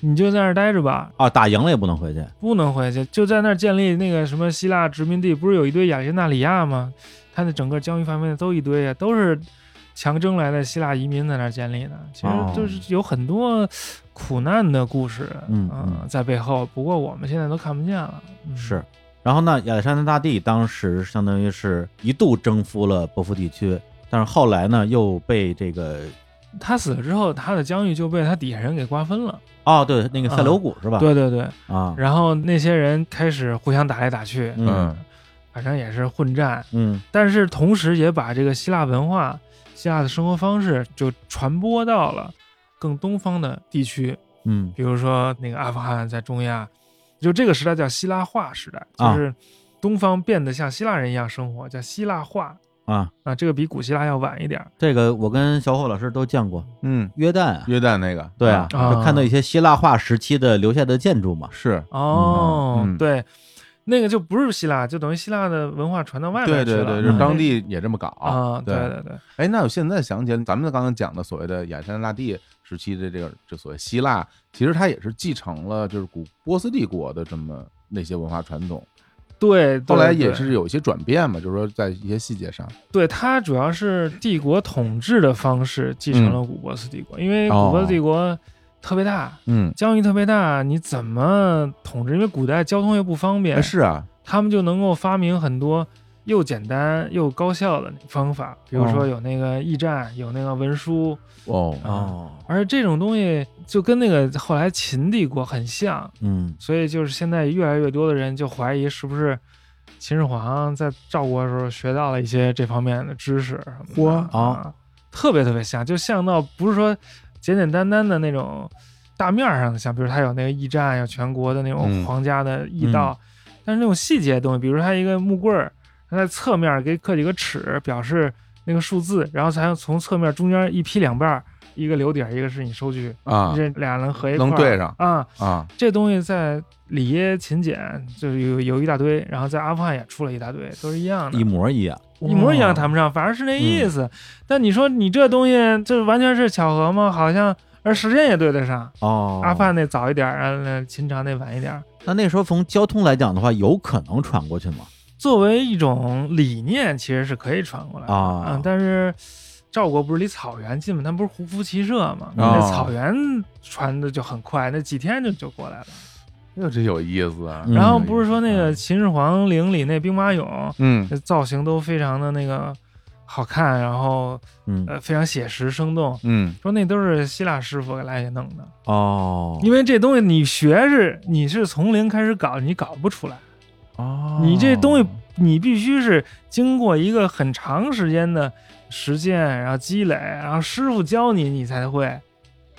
S3: 你就在那儿待着吧，
S1: 啊，打赢了也不能回去。
S3: 不能回去，就在那儿建立那个什么希腊殖民地，不是有一堆亚历山大里亚吗？它的整个疆域范围内都一堆啊，都是强征来的希腊移民在那儿建立的。其实
S1: 哦
S3: 就是有很多苦难的故事，
S1: 嗯
S3: 啊
S1: 嗯
S3: 在背后。不过我们现在都看不见了。嗯、
S1: 是，然后呢，亚历山大大帝当时相当于是一度征服了波夫地区，但是后来呢又被这个
S3: 他死了之后，他的疆域就被他底下人给瓜分了。
S1: 哦，对，那个塞琉古是吧？
S3: 对对对，
S1: 啊，
S3: 然后那些人开始互相打来打去，
S1: 嗯
S3: 反正也是混战。
S1: 嗯
S3: 但是同时也把这个希腊文化、希腊的生活方式就传播到了更东方的地区，
S1: 嗯
S3: 比如说那个阿富汗在中亚，就这个时代叫希腊化时代，就
S1: 啊
S3: 是东方变得像希腊人一样生活，叫希腊化
S1: 啊，
S3: 啊，这个比古希腊要晚一点儿。
S1: 这个我跟小伙老师都见过，
S2: 嗯，
S1: 约旦啊，
S2: 约旦那个，
S1: 对啊，
S3: 啊
S1: 就看到一些希腊化时期的留下的建筑嘛。
S2: 是，
S3: 哦，
S2: 嗯嗯
S3: 对，那个就不是希腊，就等于希腊的文化传到外
S2: 对
S3: 面去
S2: 对
S3: 了，嗯
S2: 对，
S1: 就
S2: 就是是
S1: 当
S2: 当地也这么搞。
S3: 啊，对对对，
S2: 哎，那我现在想起来，咱们刚刚讲的所谓的亚历山大帝时期的这个，就所谓希腊，其实它也是继承了就是古波斯帝国的这么那些文化传统，
S3: 对，
S2: 后来
S3: 对
S2: 也
S3: 对
S2: 是有一些转变嘛，就是说在一些细节上，
S3: 对，它主要是帝国统治的方式继
S2: 嗯
S3: 承了古波斯帝国，因为
S2: 哦
S3: 古波斯帝国特别大，
S2: 嗯，
S3: 疆域特别大，你怎么统治？因为古代交通又不方便，
S2: 哎是啊，
S3: 他们就能够发明很多又简单又高效的方法，比如说
S2: 哦
S3: 有那个驿站，有那个文书，
S2: 哦，
S1: 哦，
S3: 而这种东西就跟那个后来秦帝国很像，
S1: 嗯
S3: 所以就是现在越来越多的人就怀疑是不是秦始皇在赵国的时候学到了一些这方面的知识什么的
S1: 嚯
S2: 哦
S3: 啊，特别特别像，就像到不是说简简单单的那种大面儿上的像，比如他有那个驿站，有全国的那种
S2: 嗯
S3: 皇家的驿道，但是那种细节的东西，比如他一个木棍儿，他在侧面给刻几个尺，表示那个数字，然后才从侧面中间一劈两半儿。一个留底儿，一个是你收据，
S2: 啊
S3: 这俩能合一块
S2: 能
S3: 儿
S2: 对上
S3: 啊。
S2: 啊，
S3: 这东西在里耶秦简就是有有一大堆，然后在阿富汗也出了一大堆，都是一样的
S1: 一，模嗯一样，
S3: 一模一样谈不上，反正是那意思。但你说你这东西这完全是巧合吗？好像而时间也对得上，
S1: 哦。
S3: 阿富汗那早一点儿，然后那秦朝那晚一点儿。
S1: 那那时候从交通来讲的话，有可能传过去吗？
S3: 作为一种理念，其实是可以传过来的
S1: 啊
S3: 嗯但是赵国不是离草原近吗？他们不是胡服骑射吗？
S1: 啊
S3: 那草原传的就很快，那几天就就过来了。
S2: 哟，这有意思啊。
S1: 嗯
S3: 然后不是说那个
S2: 嗯
S3: 秦始皇陵里那兵马俑，
S2: 嗯
S3: 那造型都非常的那个好看，然后
S1: 嗯，
S3: 呃非常写实生动。
S2: 嗯
S3: 说那都是希腊师傅来给弄的，
S1: 哦，
S3: 因为这东西你学是你是从零开始搞，你搞不出来。
S2: 哦
S3: 你这东西你必须是经过一个很长时间的实践，然后积累，然后师傅教你，你才会。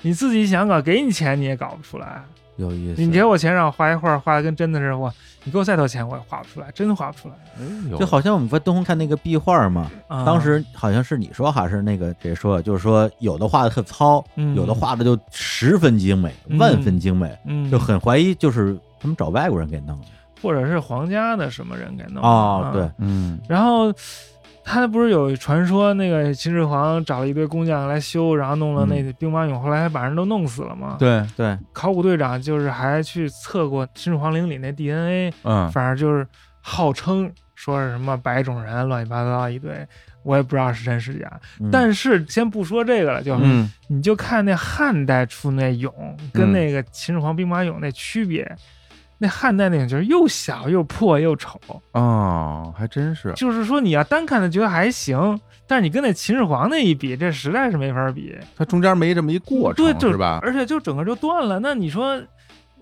S3: 你自己想搞，给你钱你也搞不出来。
S1: 有意思。
S3: 你给我钱让我画一画，画的跟真的似的，我你给我再多钱我也画不出来，真画不出来。嗯
S2: 哎呦
S1: 就好像我们在东红看那个壁画嘛，
S3: 啊、
S1: 当时好像是你说还是那个谁说，就是说有的画的特糙，
S3: 嗯
S1: 有的画的就十分精美，
S3: 嗯
S1: 万分精美，
S3: 嗯，
S1: 就很怀疑就是他们找外国人给弄的。
S3: 或者是皇家的什么人给弄的
S1: 哦，。对
S3: 啊，
S2: 嗯
S3: 然后他不是有传说，那个秦始皇找了一堆工匠来修，然后弄了那兵马俑，后来还把人都弄死了嘛？
S2: 对
S1: 对，
S3: 考古队长就是还去测过秦始皇陵里那 DNA，
S2: 嗯
S3: 反正就是号称说是什么白种人乱七八糟一堆，我也不知道是真是假。
S1: 嗯
S3: 但是先不说这个了，就、
S2: 嗯
S3: 你就看那汉代出那俑跟
S2: 嗯
S3: 那个秦始皇兵马俑那区别。那汉代那种就是又小又破又丑，
S2: 哦，还真是
S3: 就是说你要单看的觉得还行，但是你跟那秦始皇那一比，这实在是没法比。
S2: 它中间没这么一过程
S3: 对，就是
S2: 吧？
S3: 而且就整个就断了。那你说，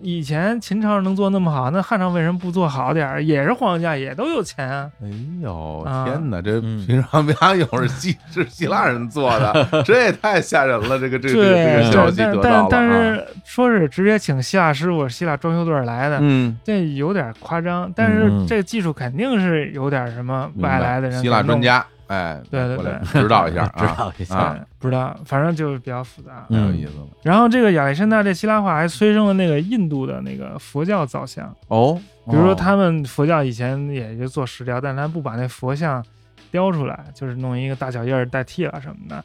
S3: 以前秦朝能做那么好，那汉朝为什么不做好点儿？也是皇家，也都有钱啊。
S2: 哎呦
S3: 啊
S2: 天哪，这
S1: 嗯
S2: 平常别还有是希是希腊人做 的，这也太吓人了！这个这个这个这个
S3: 对，
S2: 消
S3: 但
S2: 息得
S3: 但
S2: 到了
S3: 但
S2: 啊，
S3: 但是说是直接请希腊师傅、希腊装修队儿来的，
S2: 嗯，
S3: 这有点夸张。但是
S1: 嗯
S3: 这技术肯定是有点什么
S2: 明白
S3: 外来的人
S2: 希腊
S3: 给弄
S2: 专家，哎，
S3: 对对
S2: 过来
S3: 对
S2: 指导 一下
S1: 知
S2: 啊，
S1: 道一
S3: 的。
S1: 下，
S2: 啊
S3: 对不知道，反正就是比较复杂。
S2: 太
S1: 嗯
S2: 有意思了
S3: 然后这个亚历山大这希腊化还催生了那个印度的那个佛教造像，
S2: 哦。
S3: 比如说
S2: 哦
S3: 他们佛教以前也就做石雕，但是他不把那佛像雕出来，就是弄一个大脚印儿代替了什么的。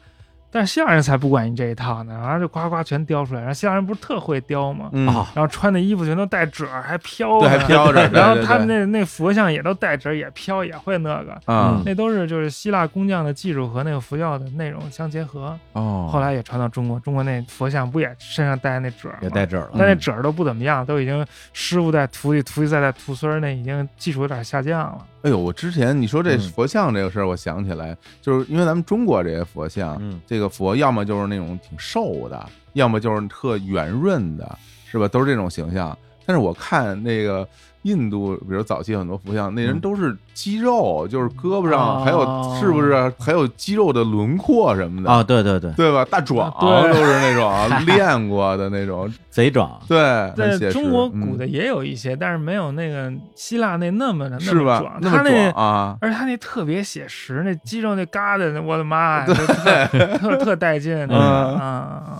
S3: 但是希腊人才不管你这一套呢，然后就呱呱全雕出来。然后希腊人不是特会雕吗？
S2: 嗯
S1: 啊，
S3: 然后穿的衣服全都带褶儿，还飘
S2: 对，
S3: 呢
S2: 还飘 着，对
S3: 然后
S2: 对
S3: 他们
S2: 对
S3: 那那佛像也都带褶儿，也飘，也会那个。
S2: 啊
S1: 嗯
S3: 那都是就是希腊工匠的技术和那个佛教的内容相结合，
S2: 哦，
S3: 后来也传到中国。中国那佛像不也身上带那褶儿吗？
S1: 也带这儿了。
S3: 嗯但
S2: 嗯
S3: 那褶儿都不怎么样，都已经师傅带徒弟，徒弟再带徒孙儿，那已经技术有点下降了。
S2: 哎呦，我之前你说这
S1: 嗯
S2: 佛像这个事儿，我想起来，就是因为咱们中国这些佛像，
S1: 嗯
S2: 这个佛要么就是那种挺瘦的，要么就是特圆润的，是吧？都是这种形象。但是我看那个印度，比如早期很多佛像，那人
S1: 嗯
S2: 都是肌肉，就是胳膊上
S3: 哦
S2: 还有、是不是还有肌肉的轮廓什么的，
S1: 啊，对对对，
S2: 对吧？大壮
S3: 啊对
S2: 都是 那种啊练过的那种，
S1: 贼壮，
S2: 对，很写
S3: 在
S2: 实
S3: 中国古
S2: 嗯
S3: 的也有一些，但是没有那个希腊那那么的那
S2: 是
S3: 么
S2: 吧
S3: 壮？
S2: 那
S3: 他
S2: 么壮
S3: 那。
S2: 啊，
S3: 而且他那特别写实，那肌肉那疙瘩，我的妈呀，就特特特带劲，那个
S2: 嗯
S3: 啊，嗯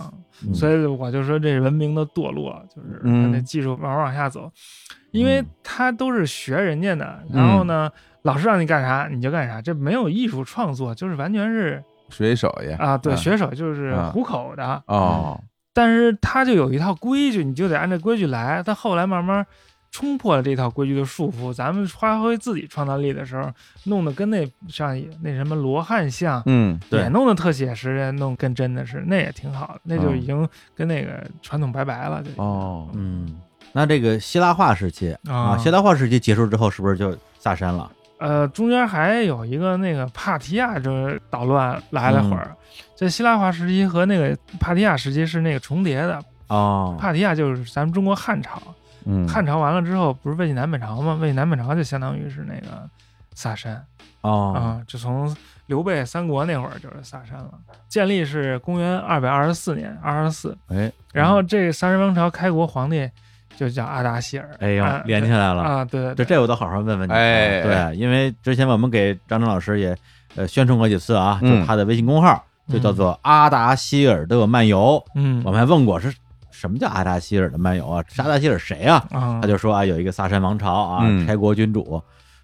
S1: 嗯
S3: 嗯所以我就说这文明的堕落，就是他
S2: 嗯
S3: 那技术慢慢往下走，因为
S1: 嗯
S3: 他都是学人家的，
S2: 嗯
S3: 然后呢，老师让你干啥你就干啥，这没有艺术创作，就是完全是
S2: 学一手艺
S3: 啊，对，
S2: 嗯
S3: 选手就是
S2: 啊
S3: 糊口的，嗯
S2: 哦。
S3: 但是他就有一套规矩，你就得按照规矩来。但后来慢慢冲破了这套规矩的束缚，咱们发挥自己创造力的时候，弄得跟那像那什么罗汉像。
S2: 嗯，
S1: 对
S3: 也弄得特写实，弄跟真的是，那也挺好的，那就已经跟那个传统拜拜了。就已经
S2: 哦
S1: 嗯，那这个希腊化时期啊，
S3: 啊
S1: 希腊化时期结束之后，是不是就下山了？
S3: 呃，中间还有一个那个帕提亚就是捣乱来了会儿，这希腊化时期和那个帕提亚时期是那个重叠的。
S1: 哦，
S3: 帕提亚就是咱们中国汉朝，
S2: 嗯
S3: 汉朝完了之后，不是魏晋南北朝吗？魏晋南北朝就相当于是那个萨珊啊、
S1: 哦，
S3: 就从刘备三国那会儿就是萨珊了。建立是公元二百二十四年，二十四。
S2: 哎，
S3: 然后这萨珊王朝开国皇帝就叫阿达希尔。
S1: 哎呦
S3: 啊，
S1: 连起来了。
S3: 啊，对
S1: 这
S3: 对对，
S1: 这我得好好问问你啊。
S2: 哎
S1: 对，因为之前我们给张张老师也呃宣传过几次啊，
S2: 嗯
S1: 就他的微信公号就叫做阿达希尔的漫游。
S3: 嗯
S1: 我们还问过是什么叫阿达希尔的漫游啊？是阿达希尔谁啊？
S3: 啊，
S1: 他就说啊，有一个萨珊王朝啊，
S2: 嗯
S1: 开国君主，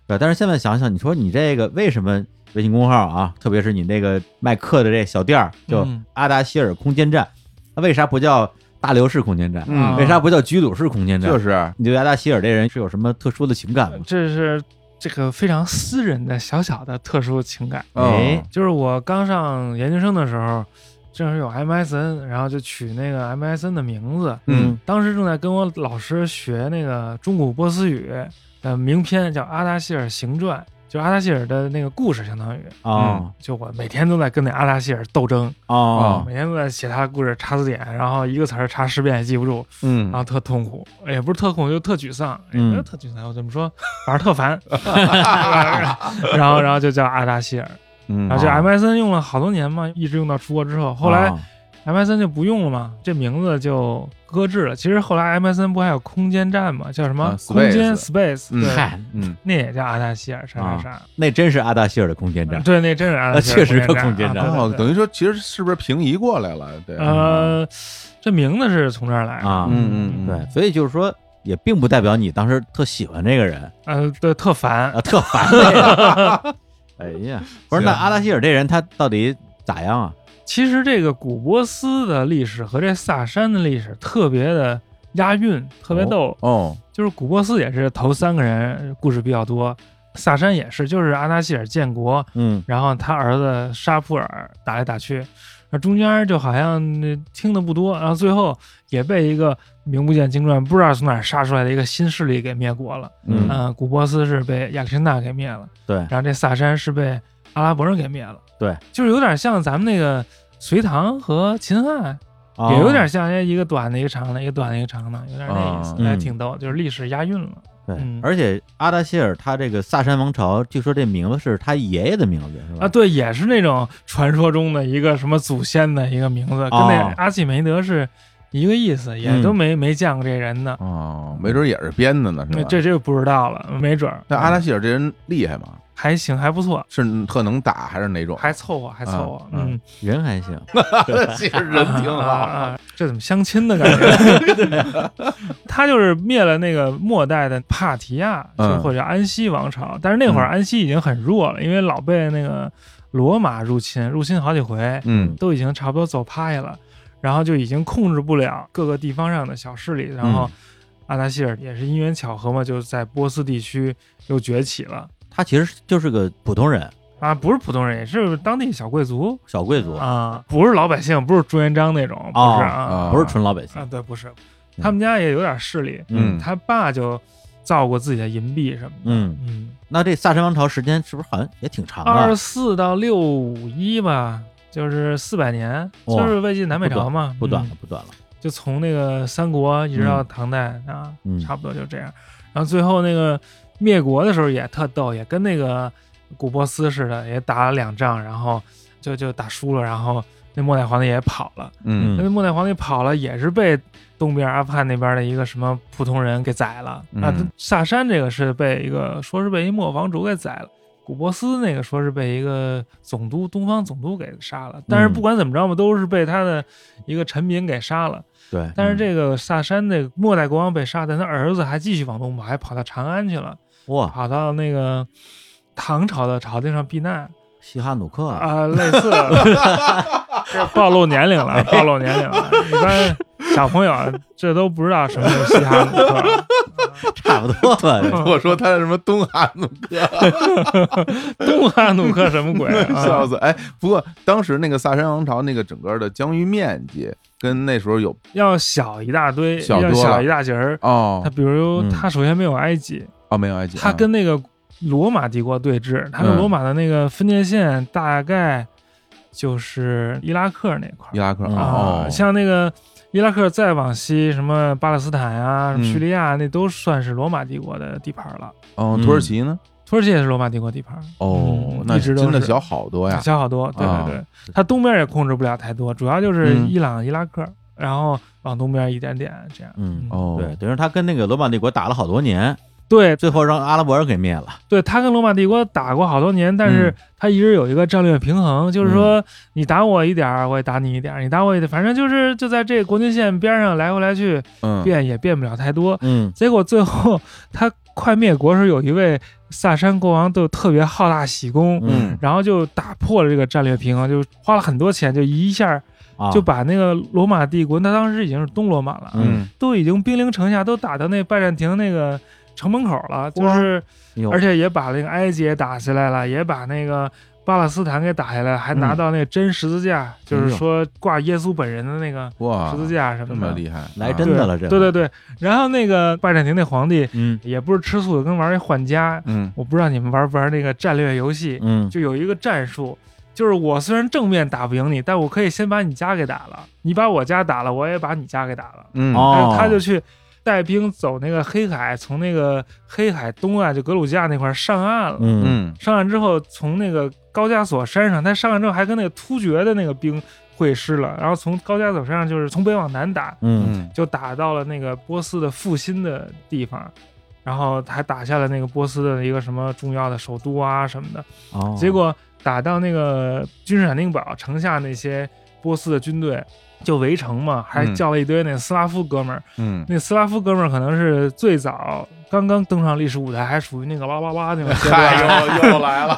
S1: 对。但是现在想想，你说你这个为什么微信公号啊，特别是你那个卖课的这小店儿，就
S3: 嗯
S1: 阿达希尔空间站，它为啥不叫大流士空间站？
S2: 嗯
S1: 为啥不叫居鲁士空间站？
S2: 就是
S1: 你对阿达希尔这人是有什么特殊的情感吗？
S3: 这是这个非常私人的小小的特殊情感，
S1: 哎
S2: 哦，
S3: 就是我刚上研究生的时候，正是有 MSN，然后就取那个 MSN 的名字，
S2: 嗯
S3: 当时正在跟我老师学那个中古波斯语的名篇，叫《阿达希尔行传》，就是阿达希尔的那个故事，相当于
S1: 哦
S3: 就我每天都在跟那阿达希尔斗争，
S1: 哦
S3: 啊每天都在写他的故事，查字典，然后一个词儿查十遍也记不住，
S2: 嗯
S3: 然后特痛苦，也不是特痛苦，就特沮丧，也
S1: 嗯
S3: 不是特沮丧，我怎么说，反正特烦。 然后，然后就叫阿达希尔，
S2: 嗯
S3: 然后就 MSN 用了好多年嘛，一直用到出国之后，后
S1: 啊
S3: 来
S1: 哦
S3: MSN 就不用了嘛，这名字就搁置了。其实后来 MSN 不还有空间站嘛，叫什么
S2: 啊，Space
S3: 空间 Space，
S2: 嗯
S3: 对，
S1: 嗨，
S2: 嗯
S3: 那也叫阿达希尔啥啥啥，
S1: 那真是阿达希尔的空间站。
S3: 对，那真是阿达希尔，
S1: 那确实叫空间站
S3: 啊对
S2: 哦，
S3: 对对
S2: 等于说其实是不是平移过来了？对，
S3: 呃，这名字是从这儿来的，
S1: 啊
S2: 嗯嗯嗯
S1: 对，所以就是说，也并不代表你当时特喜欢这个人
S3: 呃，对，特烦
S1: 啊，，特烦这个哎呀，不是，那
S2: 行
S1: 阿达希尔这人他到底咋样啊？
S3: 其实这个古波斯的历史和这萨珊的历史特别的押韵，特别逗。
S2: 哦，
S3: 就是古波斯也是头三个人故事比较多，萨珊也是，就是阿达希尔建国，
S1: 嗯
S3: 然后他儿子沙普尔打来打去，那中间就好像呃听的不多，然后最后也被一个名不见经传、不知道从哪儿杀出来的一个新势力给灭国了。
S1: 嗯
S3: 嗯、古波斯是被亚历山大给灭了，
S1: 对
S3: 然后这萨珊是被阿拉伯人给灭了。
S1: 对，
S3: 就是有点像咱们那个隋唐和秦汉，
S1: 哦
S3: 也有点像哎一个短的一个长的，一个短的一个长的，有点那意思
S2: 哦，
S1: 嗯
S3: 还挺逗，就是历史押韵了。
S1: 对
S3: 嗯，
S1: 而且阿达希尔他这个萨珊王朝，据说这名字是他爷爷的名字，是吧？
S3: 啊，对，也是那种传说中的一个什么祖先的一个名字，跟那
S1: 哦
S3: 阿契梅德是一个意思，也
S1: 嗯
S3: 都没没见过这人呢，
S2: 哦，没准也是编的呢，是
S3: 那
S2: 吧？
S3: 这这就不知道了，没准儿
S2: 那阿拉希尔这人厉害吗？
S3: 还行，还不错，
S2: 是特能打还是哪种？
S3: 还凑合，还凑合，
S1: 啊
S3: 嗯，
S1: 人还行，
S2: 其实人 挺
S3: 啊啊
S2: 好，
S3: 啊这怎么相亲的感觉？ 他就是灭了那个末代的帕提亚，就
S2: 嗯
S3: 或者安息王朝，但是那会儿安息已经很弱了，因为老被那个罗马入侵，入侵好几回，
S2: 嗯
S3: 都已经差不多走趴下了，然后就已经控制不了各个地方上的小势力，然后阿达希尔也是因缘巧合嘛，就在波斯地区又崛起了
S1: 他其实就是个普通人，
S3: 啊，不是普通人，也是当地小贵族
S1: 小贵族，
S3: 啊，不是老百姓，不是朱元璋那种，不
S1: 哦
S3: 是啊、
S2: 啊
S1: 不是纯老百
S3: 啊，
S1: 姓。
S3: 对，不是，
S1: 嗯
S3: 他们家也有点势力，
S2: 嗯
S3: 他爸就造过自己的银币什么的，
S1: 嗯，
S3: 嗯，
S1: 那这萨珊王朝时间是不是好像也挺长啊的？
S3: 二四到六五一吧。就是四百年，
S1: 哇
S3: 就是魏晋南北朝嘛，
S1: 不短
S3: 嗯
S1: 了，不短了。
S3: 就从那个三国一直到唐代、啊
S1: 嗯，
S3: 差不多就这样。然后最后那个灭国的时候也特逗，也跟那个古波斯似的，也打了两仗，然后就就打输了，然后那末代皇帝也跑了。
S2: 嗯
S1: 嗯
S3: 那末代皇帝跑了，也是被东边阿富汗那边的一个什么普通人给宰了。
S2: 嗯
S3: 那萨珊这个是被一个说是被一末王主给宰了。古波斯那个说是被一个总督东方总督给杀了，但是
S1: 嗯
S3: 不管怎么着嘛，都是被他的一个臣民给杀了。
S1: 对，
S2: 嗯
S1: 嗯
S3: 但是这个萨珊那个末代国王被杀，但他儿子还继续往东跑，还跑到长安去了，
S1: 哇，
S3: 跑到那个唐朝的朝廷上避难
S1: 西哈努克啊，
S3: 啊、类似这 暴露年龄了，暴露年龄了。一般小朋友啊这都不知道什么是西哈努克，
S1: 差不 多吧。
S2: 嗯我说他是什么东汉奴
S3: 东哈努克什么鬼？
S2: 笑
S3: 啊、
S2: 死！哎，不过当时那个萨珊王朝那个整个的疆域面积跟那时候有
S3: 要小一大堆，
S2: 小
S3: 要
S2: 多了
S3: 小一大截儿。
S2: 哦
S3: 他比如
S1: 嗯
S3: 他首先没有埃及，
S2: 哦没有埃及，
S3: 他跟那个罗马帝国对峙，他跟
S2: 嗯
S3: 罗马的那个分界线大概就是伊拉克那块
S2: 伊
S3: 儿
S2: 拉克
S1: 嗯
S2: 哦
S3: 啊，，像那个伊拉克再往西，什么巴勒斯坦啊、什么
S2: 嗯
S3: 叙利亚，那都算是罗马帝国的地盘了。
S2: 哦土耳其呢
S3: 土耳其也是罗马帝国地盘，
S2: 哦
S3: 嗯，
S2: 那
S3: 一直都
S2: 真的
S3: 是
S2: 小好多呀，
S3: 小好多。对
S2: 啊
S3: 对对，它东边也控制不了太多，主要就是
S2: 嗯
S3: 伊朗、伊拉克，然后往东边一点点这样。
S1: 嗯
S3: 嗯
S2: 哦
S1: 对，等于说他跟那个罗马帝国打了好多年，
S3: 对
S1: 最后让阿拉伯人给灭了。
S3: 对，他跟罗马帝国打过好多年，但是
S1: 嗯
S3: 他一直有一个战略平衡，就是
S2: 嗯
S3: 说你打我一点儿，我也打你一点儿，你打我一点儿，反正就是就在这个国境线边上来回来去
S2: 嗯，
S3: 变，也变不了太多。
S1: 嗯
S3: 结果最后他快灭国时，有一位萨珊国王都特别好大喜功，
S1: 嗯
S3: 然后就打破了这个战略平衡，就花了很多钱，就一下
S1: 啊，
S3: 嗯就把那个罗马帝国，他当时已经是东罗马了，
S1: 嗯
S2: 嗯，
S3: 都已经兵临城下，都打到那拜占庭那个城门口了，就
S1: 哇
S3: 是
S1: 有
S3: 而且也把那个埃及也打下来了，也把那个巴勒斯坦给打下来，还拿
S1: 嗯
S3: 到那个真十字架，
S2: 嗯
S3: 就是说挂耶稣本人的那个
S2: 哇，
S3: 十字架什
S2: 哎这
S3: 么
S2: 么
S3: 的。
S2: 厉害，
S1: 来
S2: 啊
S1: 真
S3: 对
S1: 的了，这
S3: 对
S1: 个
S3: 对对，然后那个拜占庭那皇帝
S1: 嗯
S3: 也不是吃素的，跟玩儿一换家。
S2: 嗯
S3: 我不知道你们玩不玩那个战略游戏，
S1: 嗯
S3: 就有一个战术，就是我虽然正面打不赢你，但我可以先把你家给打了，你把我家打了，我也把你家给打了。
S2: 嗯
S1: 哦
S3: 但是他就去带兵走那个黑海，从那个黑海东啊岸就格鲁吉亚那块儿上岸了。
S1: 嗯
S2: 嗯
S3: 上岸之后，从那个高加索山上，他上岸之后还跟那个突厥的那个兵会师了，然后从高加索山上就是从北往南打，
S1: 嗯
S2: 嗯
S3: 就打到了那个波斯的复兴的地方。然后还打下了那个波斯的一个什么重要的首都啊什么的，
S1: 哦，
S3: 结果打到那个君士坦丁堡城下那些波斯的军队就围城嘛，还
S2: 嗯
S3: 叫了一堆那斯拉夫哥们儿，
S2: 嗯，
S3: 那斯拉夫哥们儿可能是最早刚刚登上历史舞台，还属于那个哇哇哇那 种阶段。
S2: 嗨，又又来了，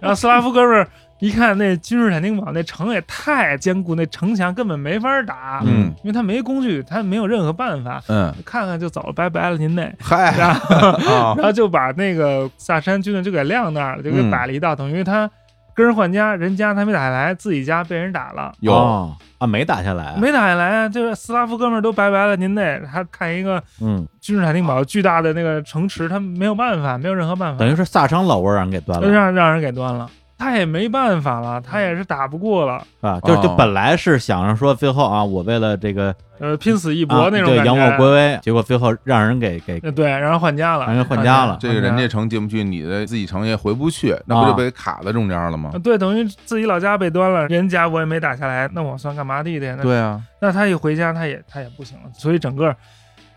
S3: 然后斯拉夫哥们儿一看那君士坦丁堡那城也太坚固，那城墙根本没法打，
S2: 嗯
S3: 因为他没工具，他没有任何办法，
S2: 嗯，
S3: 看看就走了，拜拜了您嘞。
S2: 嗨
S3: 然后，
S2: 啊，
S3: 然后就把那个萨珊军队就给晾那儿了，就给
S2: 嗯
S3: 摆了一道，等于他跟人换家，人家他没打下来，自己家被人打了。
S2: 有
S1: 哦啊，没打下来啊，
S3: 没打下来啊，就是斯拉夫哥们儿都拜拜了您嘞，他看一个
S1: 嗯，
S3: 君士坦丁堡巨大的那个城池，他没有办法，没有任何办法，
S1: 等于是萨商老窝让人给端
S3: 就
S1: 了，
S3: 让让人给端了。他也没办法了，他也是打不过了，
S1: 啊，就就
S2: 哦
S1: 本来是想着说最后啊，我为了这个
S3: 呃，拼死一搏
S1: 啊，
S3: 那种
S1: 对
S3: 感觉。
S1: 扬我国威，结果最后让人给给
S3: 呃对，然后换家了，
S1: 让人换家了
S2: 这个人家城进不去，你的自己城也回不去，那不
S1: 啊
S2: 就被卡在中间了吗
S3: 呃，？对，等于自己老家被端了，人家我也没打下来，那我算干嘛地的呀？那
S2: 对啊，
S3: 那他一回家，他也他也不行了，所以整个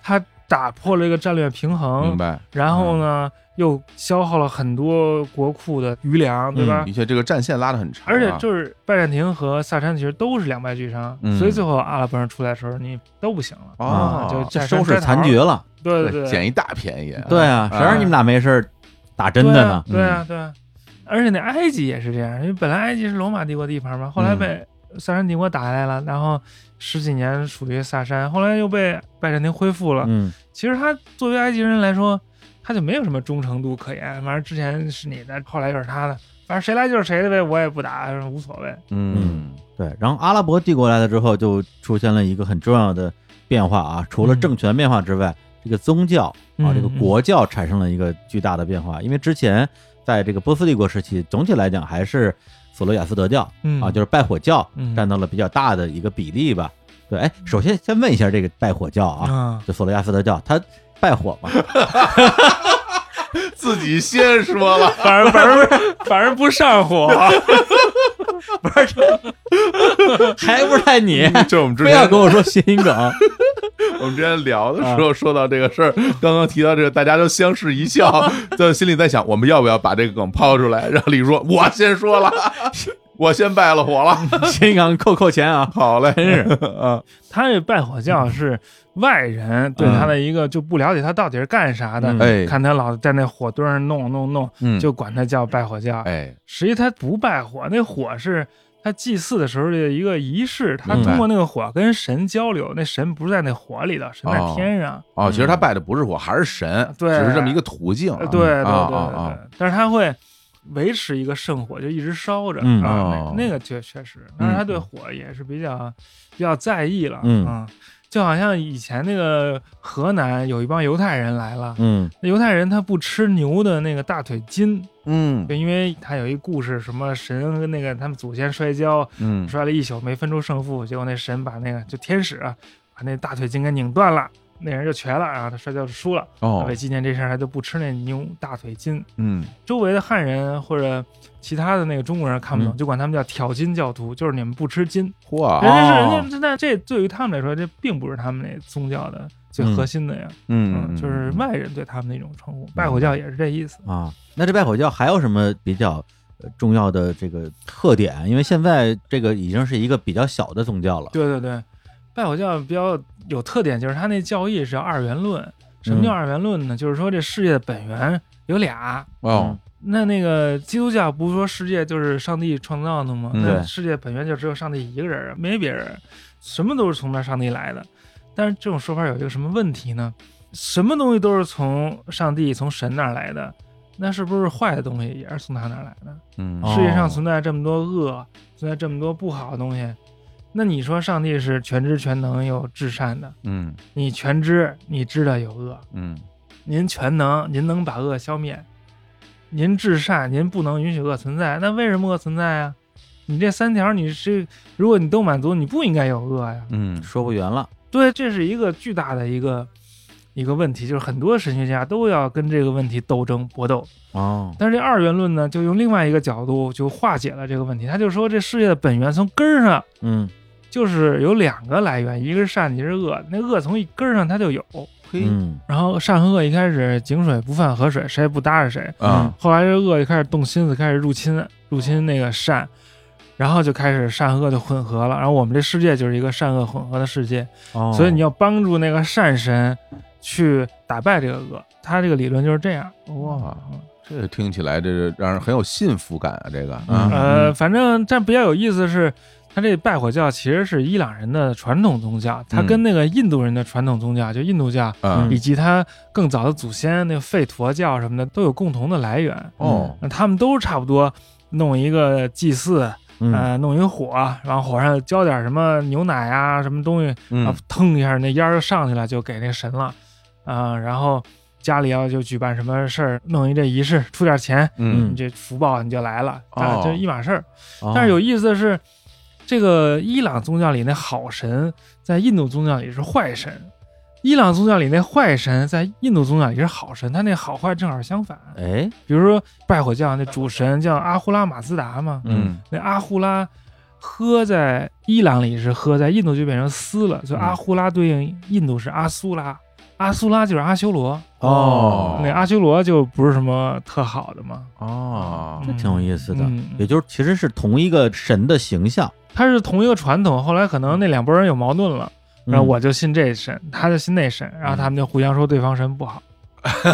S3: 他打破了一个战略平
S2: 明
S3: 衡，
S2: 白。
S3: 然后呢，又消耗了很多国库的余粮，对吧？
S2: 的确，这个战线拉得很长啊，
S3: 而且就是拜占庭和萨珊其实都是两败俱伤，
S2: 嗯
S3: 所以最后阿拉伯人出来的时候，你都不行了。
S2: 啊
S3: 啊，就
S1: 这
S3: 占
S1: 收
S3: 山
S1: 拾
S3: 摘
S1: 残
S3: 桃
S1: 局了，
S3: 对对对，
S2: 捡一大便宜。
S1: 对啊，谁让你们俩没事儿打真的呢？
S3: 对啊对啊对啊，而且那埃及也是这样，因为本来埃及是罗马帝国地盘嘛，后来被萨珊帝国打下来了，然后十几年属于萨珊，后来又被拜占庭恢复了。
S1: 嗯
S3: 其实他作为埃及人来说，他就没有什么忠诚度可言，反正之前是你的，后来又是他的，反正谁来就是谁的呗，我也不打，无所谓。
S2: 嗯，
S1: 对，然后阿拉伯帝国来了之后，就出现了一个很重要的变化啊，除了
S3: 嗯
S1: 政权变化之外，这个宗教啊，
S3: 嗯
S1: 这个国教产生了一个巨大的变化。因为之前在这个波斯帝国时期，总体来讲还是索罗亚斯德教
S3: 嗯
S1: 啊，就是拜火教
S3: 嗯
S1: 占到了比较大的一个比例吧。对，哎，首先先问一下这个拜火教啊，
S3: 啊，
S1: 就索罗亚斯德教，它拜火嘛？
S2: 自己先说 了，
S3: 反正反正反正不上火，
S1: 不是，还不是赖你，
S2: 就我们 之
S1: 非要
S2: 前
S1: 跟我说谐音梗。
S2: 我们之前聊的时候
S3: 啊
S2: 说到这个事儿，刚刚提到这个，大家都相视一笑，在心里在想，我们要不要把这个梗抛出来？然后李叔说，我先说了，我先拜了火
S3: 嗯
S2: 了，
S1: 新港扣扣钱啊！
S2: 好嘞，
S1: 真是
S2: 啊，
S3: 他这拜火教是外人对他的一个就不了解他到底是干啥的，
S1: 嗯
S2: 哎，
S3: 看他老在那火堆上弄弄弄，
S2: 嗯
S3: 就管他叫拜火教。
S2: 哎，
S3: 实际他不拜火，那火是他祭祀的时候的一个仪式，他
S1: 明白
S3: 通过那个火跟神交流，那神不是在那火里头，神在天上。
S2: 哦，其实他拜的不是火，还是神，
S3: 嗯对
S2: 只是这么一个途径
S1: 哦
S2: 啊，
S3: 呃对对对对
S2: 啊
S3: 对，
S2: 啊啊
S3: 但是他会。维持一个圣火就一直烧着、
S1: 嗯
S3: 啊
S2: 哦，
S3: 那那个确确实，但是他对火也是比较、比较在意了，啊
S1: 嗯
S3: 就好像以前那个河南有一帮犹太人来了，
S1: 嗯
S3: 那犹太人他不吃牛的那个大腿筋，
S2: 嗯
S3: 就因为他有一故事，什么神跟那个他们祖先摔跤，
S2: 嗯
S3: 摔了一宿没分出胜负，结果那神把那个就天使啊，把那大腿筋给拧断了，那人就瘸了，然后他摔跤就输了。
S2: 哦
S3: 为纪念这事儿，他就不吃那牛大腿筋。
S2: 嗯
S3: 周围的汉人或者其他的那个中国人看不懂，
S1: 嗯
S3: 就管他们叫挑筋教徒，就是你们不吃筋。
S2: 嚯啊
S3: 人家是
S1: 哦
S3: 人家，那这对于他们来说，这并不是他们那宗教的最核心的呀，
S2: 嗯，
S3: 就是外人对他们的一种称呼，拜火教也是这意思。
S1: 啊。那这拜火教还有什么比较呃重要的这个特点？因为现在这个已经是一个比较小的宗教了。
S3: 对对对，拜火教比较有特点就是他那教义是二元论。什么叫
S1: 嗯
S3: 二元论呢？就是说这世界的本源有俩。
S2: 哦，
S3: 那那个基督教不是说世界就是上帝创造的吗？
S2: 嗯
S3: 那
S1: 对
S3: 世界本源就只有上帝一个人，没别人，什么都是从那上帝来的。但是这种说法有一个什么问题呢？什么东西都是从上帝、从神那儿来的，那是不是坏的东西也是从他那儿来的？
S2: 嗯
S1: 哦
S3: 世界上存在这么多恶，存在这么多不好的东西，那你说上帝是全知全能又至善的？
S2: 嗯
S3: 你全知，你知道有恶，
S2: 嗯
S3: 您全能，您能把恶消灭，您至善，您不能允许恶存在。那为什么恶存在啊？你这三条，你是如果你都满足，你不应该有恶呀。
S2: 嗯
S1: 说不圆了，
S3: 对，这是一个巨大的一个一个问题，就是很多神学家都要跟这个问题斗争搏斗。
S1: 哦，
S3: 但是这二元论呢，就用另外一个角度就化解了这个问题。他就说，这世界的本源从根儿上
S1: 嗯，
S3: 就是有两个来源，一个是善，一个是恶。那恶从一根儿上它就有。
S1: 嗯，
S3: 然后善和恶一开始井水不犯河水，谁也不搭着谁。
S2: 啊
S3: 后来这恶就开始动心思，开始入侵入侵那个善，然后就开始善和恶就混合了。然后我们这世界就是一个善恶混合的世界，
S1: 哦，
S3: 所以你要帮助那个善神去打败这个恶。他这个理论就是这样。
S2: 哇，这听起来这是让人很有幸福感啊，这个啊
S3: 呃，反正但比较有意思的是，他这拜火教其实是伊朗人的传统宗教，它
S2: 嗯
S3: 跟那个印度人的传统宗教，就印度教
S2: 啊
S3: 以及他更早的祖先那个吠陀教什么的都有共同的来源。
S2: 哦
S3: 那他们都差不多弄一个祭祀，
S1: 嗯，
S3: 呃，弄一火，然后火上浇点什么牛奶啊，什么东西，
S2: 嗯
S3: 啊，腾一下那烟儿就上去了，就给那神了，啊、然后家里要就举办什么事儿，弄一这仪式，出点钱，
S2: 嗯
S3: 你这福报你就来了，啊
S2: 哦，
S3: 这一码事儿。
S1: 哦
S3: 但是有意思的是，这个伊朗宗教里那好神，在印度宗教里是坏神；伊朗宗教里那坏神，在印度宗教里是好神。他那好坏正好相反。
S1: 哎，
S3: 比如说拜火教那主神叫阿胡拉马自达嘛，
S1: 嗯
S2: 嗯
S3: 那阿胡拉喝在伊朗里是喝，在印度就变成斯了，所以
S2: 嗯
S3: 阿胡拉对应印度是阿苏拉，阿苏拉就是阿修罗，
S1: 哦
S3: 那阿修罗就不是什么特好的嘛。
S2: 哦
S1: 这挺有意思的，
S3: 嗯
S1: 也就是其实是同一个神的形象。
S3: 他是同一个传统，后来可能那两拨人有矛盾了，然后
S1: 嗯
S3: 我就信这神，他就信那神，然后他们就互相说对方神不好。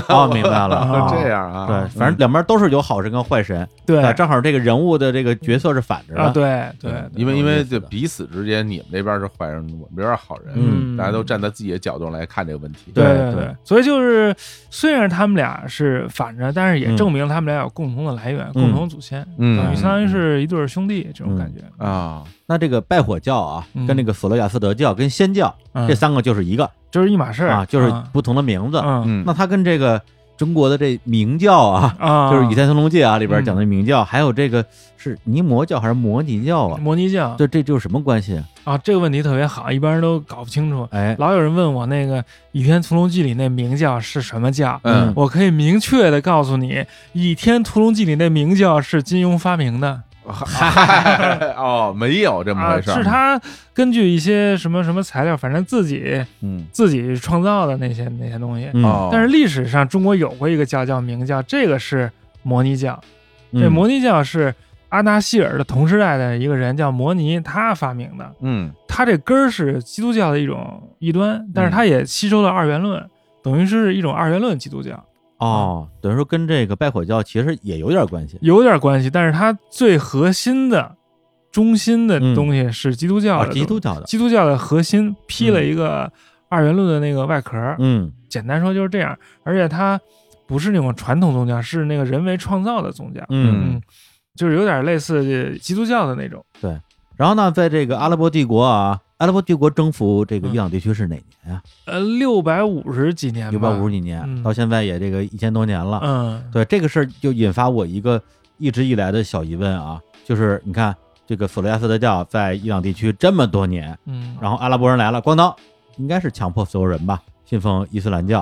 S1: 哦，明白了，
S3: 啊嗯
S1: 哦
S2: 这样啊，
S1: 对，反正两边都是有好神跟坏神，
S3: 对
S1: 啊正好这个人物的这个角色是反着
S3: 啊，
S1: 的，
S3: 对对，
S1: 嗯
S2: 因为因为这彼此之间，你们这边是坏人，我们这边是好人，
S1: 嗯
S2: 大家都站在自己的角度来看这个问题。
S1: 对
S3: 对
S1: 对，
S3: 所以就是虽然他们俩是反着，但是也
S1: 嗯
S3: 证明他们俩有共同的来源、共同祖先，
S2: 嗯
S3: 等于
S1: 嗯
S3: 相当于是一对儿兄弟这种
S1: 嗯
S3: 感觉。
S2: 啊，
S1: 那这个拜火教啊，
S3: 嗯
S1: 跟那个索罗亚斯德教跟仙教
S3: 嗯
S1: 这三个就是一个
S3: 就是一码事儿
S1: 啊，就是不同的名字。
S3: 嗯
S2: 嗯
S1: 那它跟这个中国的这明教啊，
S3: 啊，
S1: 就是《倚天屠龙记》啊里边
S3: 嗯
S1: 讲的明教，还有这个是尼摩教还是摩尼教啊？
S3: 摩尼教
S1: 这这就是什么关系啊？
S3: 啊，这个问题特别好，一般人都搞不清楚。
S1: 哎，
S3: 老有人问我那个《倚天屠龙记》里那明教是什么教，
S2: 嗯
S3: 我可以明确的告诉你，《倚天屠龙记》里那明教是金庸发明的
S2: 嗨 哦，没有这么
S3: 啊，
S2: 回事儿，
S3: 是他根据一些什么什么材料，反正自己
S2: 嗯
S3: 自己创造的那些那些东西。
S1: 嗯
S2: 哦，
S3: 但是历史上中国有过一个教叫明教，这个是摩尼教，这
S1: 嗯
S3: 摩尼教是阿纳希尔的同时代的一个人叫摩尼，他发明的。
S2: 嗯
S3: 他这根儿是基督教的一种异端，但是他也吸收了二元论，等于是一种二元论基督教，
S1: 哦，等于说跟这个拜火教其实也有点关系。
S3: 有点关系。但是它最核心的、中心的
S1: 嗯
S3: 东西是基督教的
S1: 啊，
S3: 东西、
S1: 基督教的，
S3: 基督教的核心披了一个二元论的那个外壳，
S1: 嗯
S3: 简单说就是这样。而且它不是那种传统宗教，是那个人为创造的宗教，
S1: 嗯。
S3: 嗯，就是有点类似基督教的那种。
S1: 然后呢，在这个阿拉伯帝国啊，阿拉伯帝国征服这个
S3: 嗯
S1: 伊朗地区是哪年啊？
S3: 呃，六百五十几年吧，
S1: 六百五十几年，
S3: 嗯
S1: 到现在也这个一千多年啊了。
S3: 嗯，
S1: 对这个事儿，就引发我一个一直以来的小疑问啊，就是你看这个索罗亚斯德教在伊朗地区这么多年，
S3: 嗯，
S1: 然后阿拉伯人来了，咣当，应该是强迫所有人吧信奉伊斯兰教，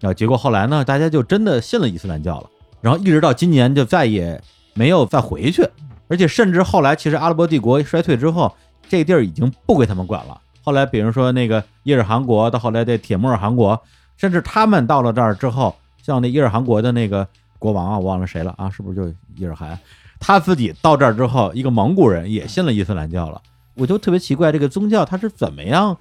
S1: 啊，结果后来呢，大家就真的信了伊斯兰教了，然后一直到今年就再也没有再回去，而且甚至后来其实阿拉伯帝国衰退之后，这地儿已经不归他们管了，后来比如说那个伊尔汗国，到后来的铁木尔汗国，甚至他们到了这儿之后，像那伊尔汗国的那个国王啊，我忘了谁了啊，是不是就伊尔汗？他自己到这儿之后，一个蒙古人也信了伊斯兰教了。我就特别奇怪，这个宗教它是怎么样，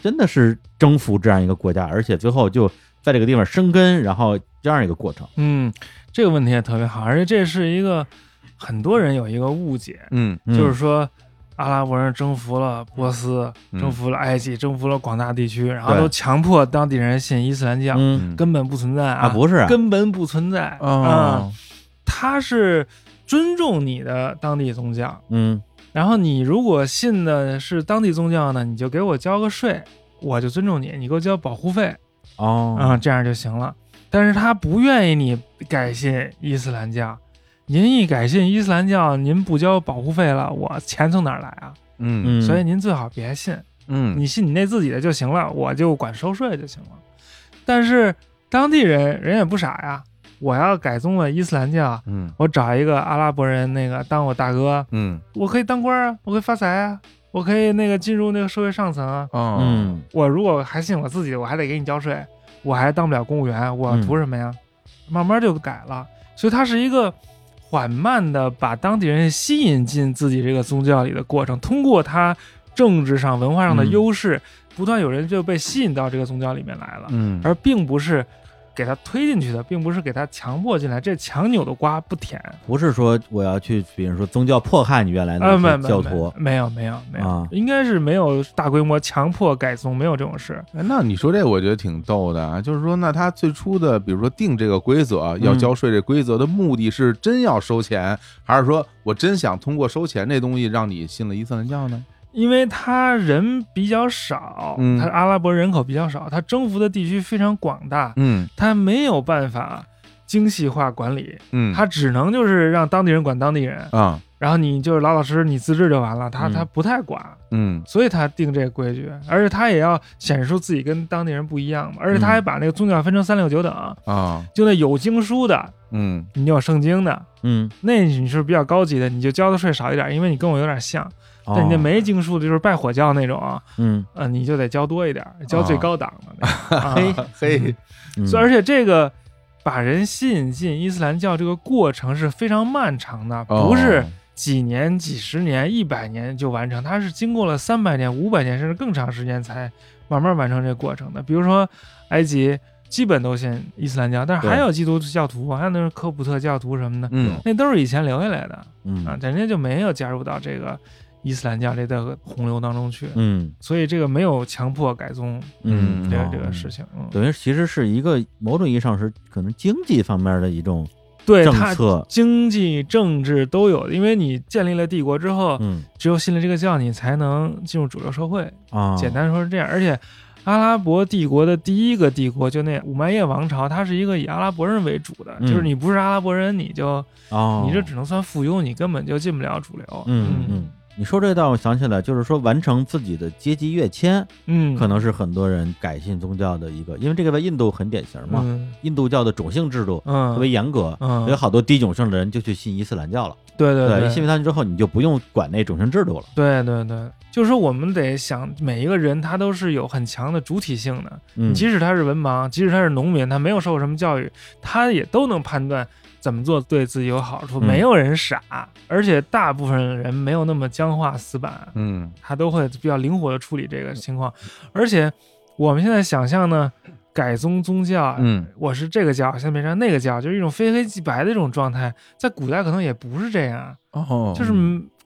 S1: 真的是征服这样一个国家，而且最后就在这个地方生根，然后这样一个过程。
S3: 嗯，这个问题也特别好，而且这是一个很多人有一个误解，
S2: 嗯
S1: 嗯
S3: 就是说阿拉伯人征服了波斯，
S2: 嗯
S3: 征服了埃及，征服了广大地区，然后
S2: 对
S3: 都强迫当地人信伊斯兰教，
S1: 嗯
S2: 嗯
S3: 根本不存在
S1: 啊，不是啊，
S3: 根本不存在啊、
S2: 哦
S3: 他是尊重你的当地宗教，
S1: 嗯
S3: 然后你如果信的是当地宗教呢，你就给我交个税，我就尊重你，你给我交保护费
S1: 哦
S3: 啊、这样就行了。但是他不愿意你改信伊斯兰教，您一改信伊斯兰教，您不交保护费了，我钱从哪儿来啊？
S2: 嗯
S1: 嗯，
S3: 所以您最好别信，
S2: 嗯
S3: 你信你那自己的就行了，我就管收税就行了。但是当地人人也不傻呀，我要改宗了伊斯兰教，
S2: 嗯
S3: 我找一个阿拉伯人那个当我大哥，
S2: 嗯
S3: 我可以当官啊，我可以发财啊，我可以那个进入那个社会上层啊。
S2: 哦
S1: 嗯
S3: 我如果还信我自己，我还得给你交税，我还当不了公务员，我图
S1: 嗯
S3: 什么呀？慢慢就改了，所以它是一个缓慢的把当地人吸引进自己这个宗教里的过程，通过他政治上、文化上的
S1: 嗯
S3: 优势，不断有人就被吸引到这个宗教里面来了，
S2: 嗯
S3: 而并不是。给他推进去的，并不是给他强迫进来，这强扭的瓜不甜。
S1: 不是说我要去，比如说宗教迫害你原来
S3: 啊，
S1: 的
S3: 没
S1: 那些
S3: 没
S1: 教徒，
S3: 没有没有没有，
S1: 啊
S3: 应该是没有大规模强迫改宗，没有这种事。
S2: 哎，那你说这我觉得挺逗的啊，就是说，那他最初的，比如说定这个规则啊要
S1: 嗯
S2: 交税这规则的目的是真要收钱，还是说我真想通过收钱这东西让你信了伊斯兰教呢？
S3: 因为他人比较少，
S2: 嗯
S3: 他阿拉伯人口比较少，他征服的地区非常广大，
S2: 嗯
S3: 他没有办法精细化管理，
S2: 嗯，
S3: 他只能就是让当地人管当地人，
S2: 啊
S3: 然后你就是老老实实你自治就完了，他
S1: 嗯
S3: 他不太管，
S2: 嗯
S3: 所以他定这个规矩，而且他也要显示出自己跟当地人不一样嘛，而且他还把那个宗教分成三六九等，
S2: 啊
S3: 就那有经书的，
S2: 嗯
S3: 你有圣经的。
S1: 嗯，
S3: 那你是比较高级的，你就交的税少一点，因为你跟我有点像。
S1: 哦
S3: 但你那没经书的，就是拜火教那种，
S1: 嗯
S3: 呃，你就得交多一点儿，交最高档的 那个。啊
S2: 嘿
S1: 啊嗯
S3: 所以而且这个把人吸引进伊斯兰教这个过程是非常漫长的，
S2: 哦
S3: 不是几年、几十年、一百年就完成，它是经过了三百年、五百年甚至更长时间才慢慢完成这个过程的。比如说埃及基本都信伊斯兰教，但是还
S1: 对
S3: 有基督教徒，还有那种科普特教徒什么的，
S2: 嗯
S3: 那都是以前留下来的啊，
S1: 嗯
S3: 人家就没有加入到这个伊斯兰教这个洪流当中去。
S1: 嗯
S3: 所以这个没有强迫改宗
S1: 嗯，
S3: 这个、
S1: 哦
S3: 这个事情，嗯，
S1: 等于其实是一个某种意义上是可能经济方面的一种
S3: 对
S1: 政
S3: 它哦
S1: 策，
S3: 经济、政治都有，因为你建立了帝国之后，
S1: 嗯
S3: 只有信了这个教，你才能进入主流社会。
S1: 啊，
S3: 简单说是这样，而且。阿拉伯帝国的第一个帝国就那五麦叶王朝，它是一个以阿拉伯人为主的，
S1: 嗯
S3: 就是你不是阿拉伯人，你就
S1: 哦，
S3: 你这只能算附庸，你根本就进不了主流。
S1: 嗯嗯，你说这倒我想起来，就是说完成自己的阶级跃迁，
S3: 嗯，
S1: 可能是很多人改信宗教的一个，因为这个在印度很典型嘛，
S3: 嗯
S1: 印度教的种姓制度
S3: 嗯
S1: 特别严格，
S3: 嗯，
S1: 有好多低种姓的人就去信伊斯兰教了。
S3: 对对
S1: 对，信为他之后，你就不用管那种姓制度了。
S3: 对对对，就是说我们得想每一个人他都是有很强的主体性的，
S1: 嗯，
S3: 即使他是文盲，即使他是农民，他没有受过什么教育，他也都能判断怎么做对自己有好处。
S1: 嗯
S3: 没有人傻，而且大部分人没有那么僵化死板，
S2: 嗯
S3: 他都会比较灵活的处理
S1: 嗯
S3: 这个情况。而且我们现在想象呢，改宗宗教啊，
S2: 嗯
S3: 我是这个教，现在变成那个教，就是一种非黑即白的一种状态，在古代可能也不是这样。
S2: 哦
S3: 就是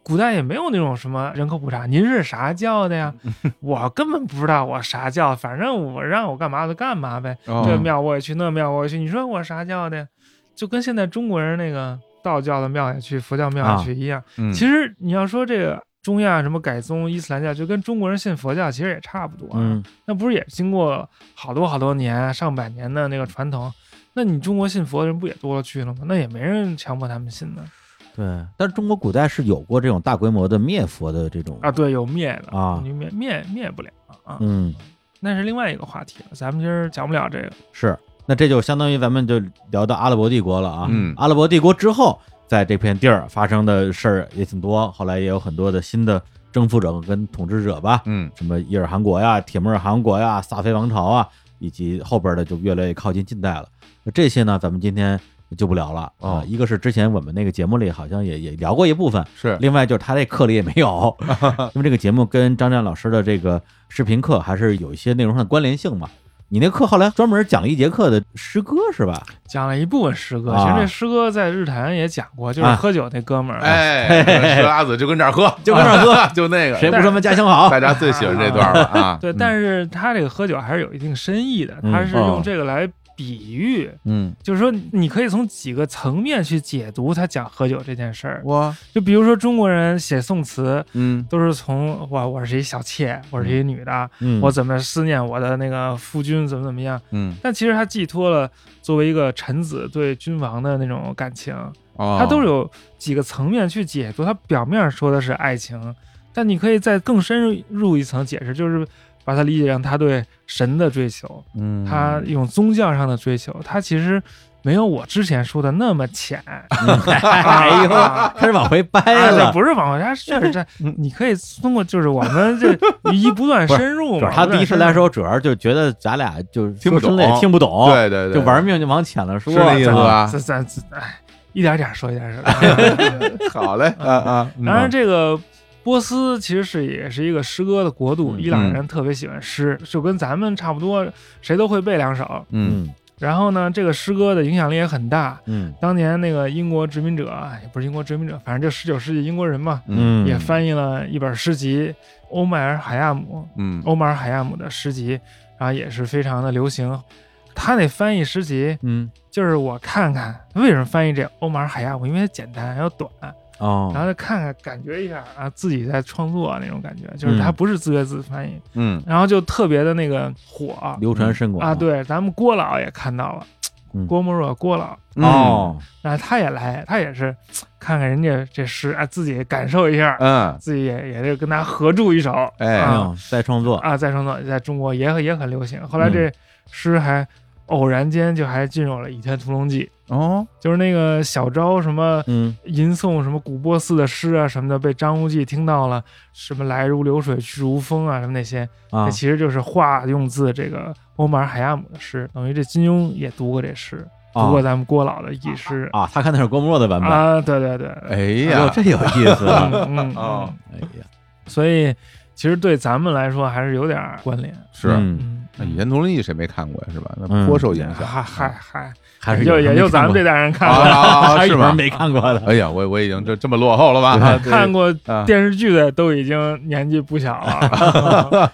S3: 古代也没有那种什么人口普查，您是啥教的呀？ 我根本不知道我啥教，反正我让我干嘛我就干嘛呗。这
S2: 哦
S3: 庙我也去，那庙我也去，你说我啥教的呀？就跟现在中国人那个道教的庙也去，佛教庙也去一样。
S2: 嗯
S3: 其实你要说这个中亚什么改宗伊斯兰教，就跟中国人信佛教其实也差不多、啊。
S1: 嗯
S3: 那不是也经过好多好多年、上百年的那个传统？那你中国信佛的人不也多了去了吗？那也没人强迫他们信呢。
S1: 对，但是中国古代是有过这种大规模的灭佛的这种
S3: 啊，，对，有灭的
S1: 啊
S3: 你灭灭灭不了啊，
S1: 嗯，
S3: 那是另外一个话题了，咱们今儿讲不了这个。
S1: 是。那这就相当于咱们就聊到阿拉伯帝国了啊。
S2: 嗯
S1: 阿拉伯帝国之后，在这片地儿发生的事儿也挺多，后来也有很多的新的征服者跟统治者吧，
S2: 嗯
S1: 什么伊尔汗国呀、铁木尔汗国呀、萨菲王朝啊，以及后边的就越来越靠近近代了。那这些呢，咱们今天就不聊了啊、
S2: 哦
S1: 一个是之前我们那个节目里好像也也聊过一部分，
S2: 是
S1: 另外就是他这课里也没 有，因为这个节目跟张亮老师的这个视频课还是有一些内容上的关联性嘛。你那课后来专门讲了一节课的诗歌是吧？
S3: 讲了一部分诗歌，
S1: 啊
S3: 其实这诗歌在日坛也讲过，就是
S1: 啊
S3: 喝酒那哥们儿，
S2: 哎，石阿紫就跟这儿喝，
S1: 就跟这儿喝
S2: 就那个，
S1: 谁不是我们家乡好？
S2: 大家最喜欢这段了 啊。
S3: 对，但是他这个喝酒还是有一定深意的，
S1: 嗯
S3: 他是
S1: 哦
S3: 用这个来比喻，
S2: 嗯，
S3: 就是说你可以从几个层面去解读他讲喝酒这件事儿。
S2: 我
S3: 就比如说中国人写宋词，
S2: 嗯
S3: 都是从哇，我是一小妾，我是一女的，啊
S1: 嗯，
S3: 我怎么思念我的那个夫君，怎么怎么样。
S2: 嗯，
S3: 但其实他寄托了作为一个臣子对君王的那种感情，
S2: 哦
S3: 它都是有几个层面去解读。它表面说的是爱情，但你可以再更深入一层解释，就是把它理解成他对神的追求，
S2: 嗯
S3: 他一种宗教上的追求。他其实没有我之前说的那么浅，
S1: 哎呦，开始往回掰
S3: 哎，这
S2: 啊
S1: 了。
S3: 不是往回它就是这， 你可以通过就是我们这一不 断深入
S1: 主
S3: 嘛。
S1: 要他
S3: 不断
S1: 第一次
S3: 深入
S1: 来，说，主要就觉得咱俩就是
S2: 听不懂
S1: 说真的也听不懂，
S2: 对对对，
S1: 就玩命就往浅了说，
S2: 是那意思
S1: 啊
S2: 吧？
S3: 咱咱咱哎，一点点说，一点点 说。
S2: 好嘞，啊啊，嗯
S3: 当然，这个波斯其实是也是一个诗歌的国度，
S1: 嗯
S3: 伊朗人特别喜欢诗，就跟咱们差不多，谁都会背两首。
S2: 嗯
S1: 嗯
S3: 然后呢，这个诗歌的影响力也很大。
S1: 嗯
S3: 当年那个英国殖民者，哎也不是英国殖民者，反正就十九世纪英国人嘛，
S2: 嗯
S1: 嗯，
S3: 也翻译了一本诗集，欧迈尔海亚姆，
S2: 嗯
S3: 欧迈尔海亚姆的诗集，然后也是非常的流行。他那翻译诗集，
S1: 嗯
S3: 就是我看看为什么翻译这欧迈尔海亚姆，因为它简单又短，然
S1: 哦，
S3: 后再看看感觉一下啊，自己在创作啊那种感觉，就是他
S1: 嗯
S3: 不是自乐自翻译，
S1: 哦
S2: 嗯
S3: 然后就特别的那个火
S1: 流传甚广
S3: 啊。，对，咱们郭老也看到了，
S1: 嗯
S3: 郭沫若郭老，
S2: 嗯
S1: 哦，
S3: 那他也来，他也是看看人家这诗啊，自己感受一
S1: 呃
S3: 下，
S2: 嗯，
S3: 自己也也是跟他合著一首
S2: 哎
S1: 哎
S3: 啊
S1: 呦，在创作，
S3: 啊，在创作，在中国也很也很流行。后
S1: 嗯
S3: 来这诗还偶然间就还进入了《倚天屠龙记》。
S2: 哦，
S3: 就是那个小昭什么
S1: 嗯
S3: 吟诵什么古波斯的诗啊什么的，被张无忌听到了，什么来如流水去如风啊什么那些，
S1: 啊
S3: 那，其实就是化用自这个欧马尔海亚姆的诗，等于这金庸也读过这诗，读过
S1: 哦
S3: 咱们郭老的译诗
S1: 啊，他看的是郭沫若的版本，
S3: 啊，对对对，
S2: 哎
S1: 呦
S2: 呀，
S1: 这有意思
S3: 嗯
S1: 啊，
S3: 嗯
S2: 哦
S3: 嗯，
S1: 哎呀，
S3: 所以其实对咱们来说还是有点儿关联，
S2: 是哎
S1: 嗯，
S3: 嗯，
S2: 那《倚天屠龙记》谁没看过呀？是吧？
S1: 嗯
S2: 那颇受影 响。
S3: 嗨嗨嗨，
S1: 还是
S3: 就也就咱们这
S1: 这
S3: 代人看过，
S2: 啊，
S1: 还
S2: 是
S1: 有
S2: 吗
S1: 人？没看过的，
S2: 哎呀，我我已经这这么落后了吧？啊
S3: 看过
S2: 啊，
S3: 电视剧的都已经年纪不小了。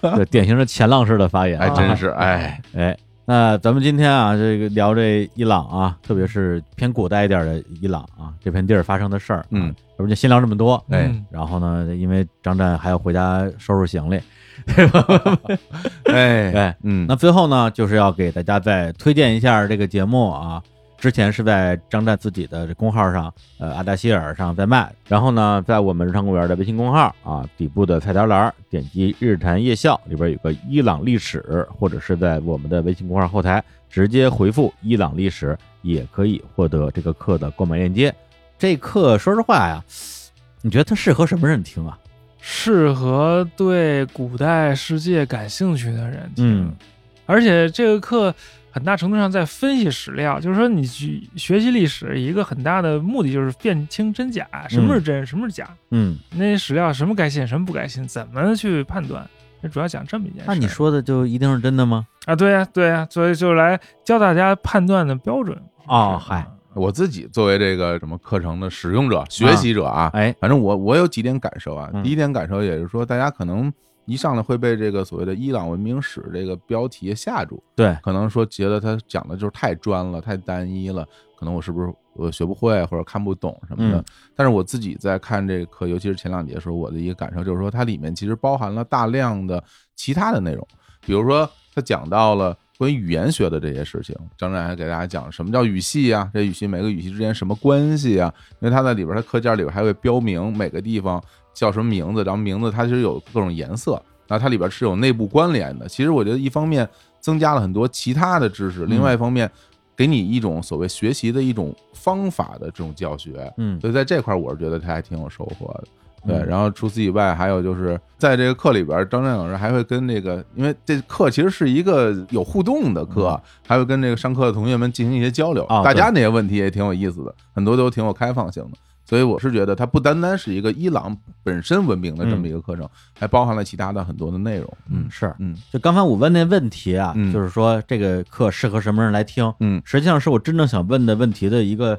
S1: 哎对，典型的前浪式的发言，
S2: 还真
S1: 啊
S2: 是哎，
S1: 哎，那咱们今天啊，这个聊这伊朗啊，特别是偏古代一点的伊朗啊，这片地儿发生的事儿、啊，
S2: 嗯
S1: 要不然就先聊这么多。
S2: 哎
S3: 嗯
S1: 然后呢，因为张湛还要回家收拾行李，
S2: 哎
S1: 对，
S2: 嗯，
S1: 那最后呢，就是要给大家再推荐一下这个节目啊。之前是在张湛自己的这公号上，呃，阿达希尔上在卖，然后呢，在我们日常公园的微信公号啊底部的菜单栏儿点击“日坛夜校”，里边有个伊朗历史，或者是在我们的微信公号后台直接回复“伊朗历史”，也可以获得这个课的购买链接。这课说实话呀，你觉得它适合什么人听啊？
S3: 适合对古代世界感兴趣的人听。
S1: 嗯
S3: 而且这个课很大程度上在分析史料，就是说你去学习历史，一个很大的目的就是辨清真假，什么是真，什么是假，
S1: 嗯，
S3: 那些史料什么该信，什么不该信，怎么去判断。这主要讲这么一件事。
S1: 那你说的就一定是真的吗？
S3: 啊，对呀、对呀、所以就来教大家判断的标准。
S1: 哦，嗨，
S2: 我自己作为这个什么课程的使用者、学习者啊，
S1: 哎，
S2: 反正我我有几点感受啊
S1: 嗯。
S2: 第一点感受也是说，大家可能一上来会被这个所谓的伊朗文明史这个标题吓住，
S1: 对，
S2: 可能说觉得他讲的就是太专了、太单一了，可能我是不是我学不会或者看不懂什么的。
S1: 嗯
S2: 但是我自己在看这个课，尤其是前两节的时候，我的一个感受就是说，它里面其实包含了大量的其他的内容，比如说它讲到了。关于语言学的这些事情，张湛还给大家讲什么叫语系啊？这语系每个语系之间什么关系啊？因为它在里边，它课件里边还会标明每个地方叫什么名字，然后名字它其实有各种颜色，然后它里边是有内部关联的。其实我觉得一方面增加了很多其他的知识，另外一方面给你一种所谓学习的一种方法的这种教学，
S1: 嗯
S2: 所以在这块儿我是觉得它还挺有收获的。对，
S1: 嗯
S2: 然后除此以外，还有就是在这个课里边儿，张震老师还会跟这个，因为这课其实是一个有互动的课，还会跟这个上课的同学们进行一些交流，
S1: 嗯啊
S2: 大家那些问题也挺有意思的，很多都挺有开放性的。所以我是觉得它不单单是一个伊朗本身文明的
S1: 嗯
S2: 这么一个课程，还包含了其他的很多的内容。嗯
S1: 是，
S2: 嗯
S1: 就刚才我问那问题啊，
S2: 嗯
S1: 就是说这个课适合什么人来听，
S2: 嗯，
S1: 实际上是我真正想问的问题的一个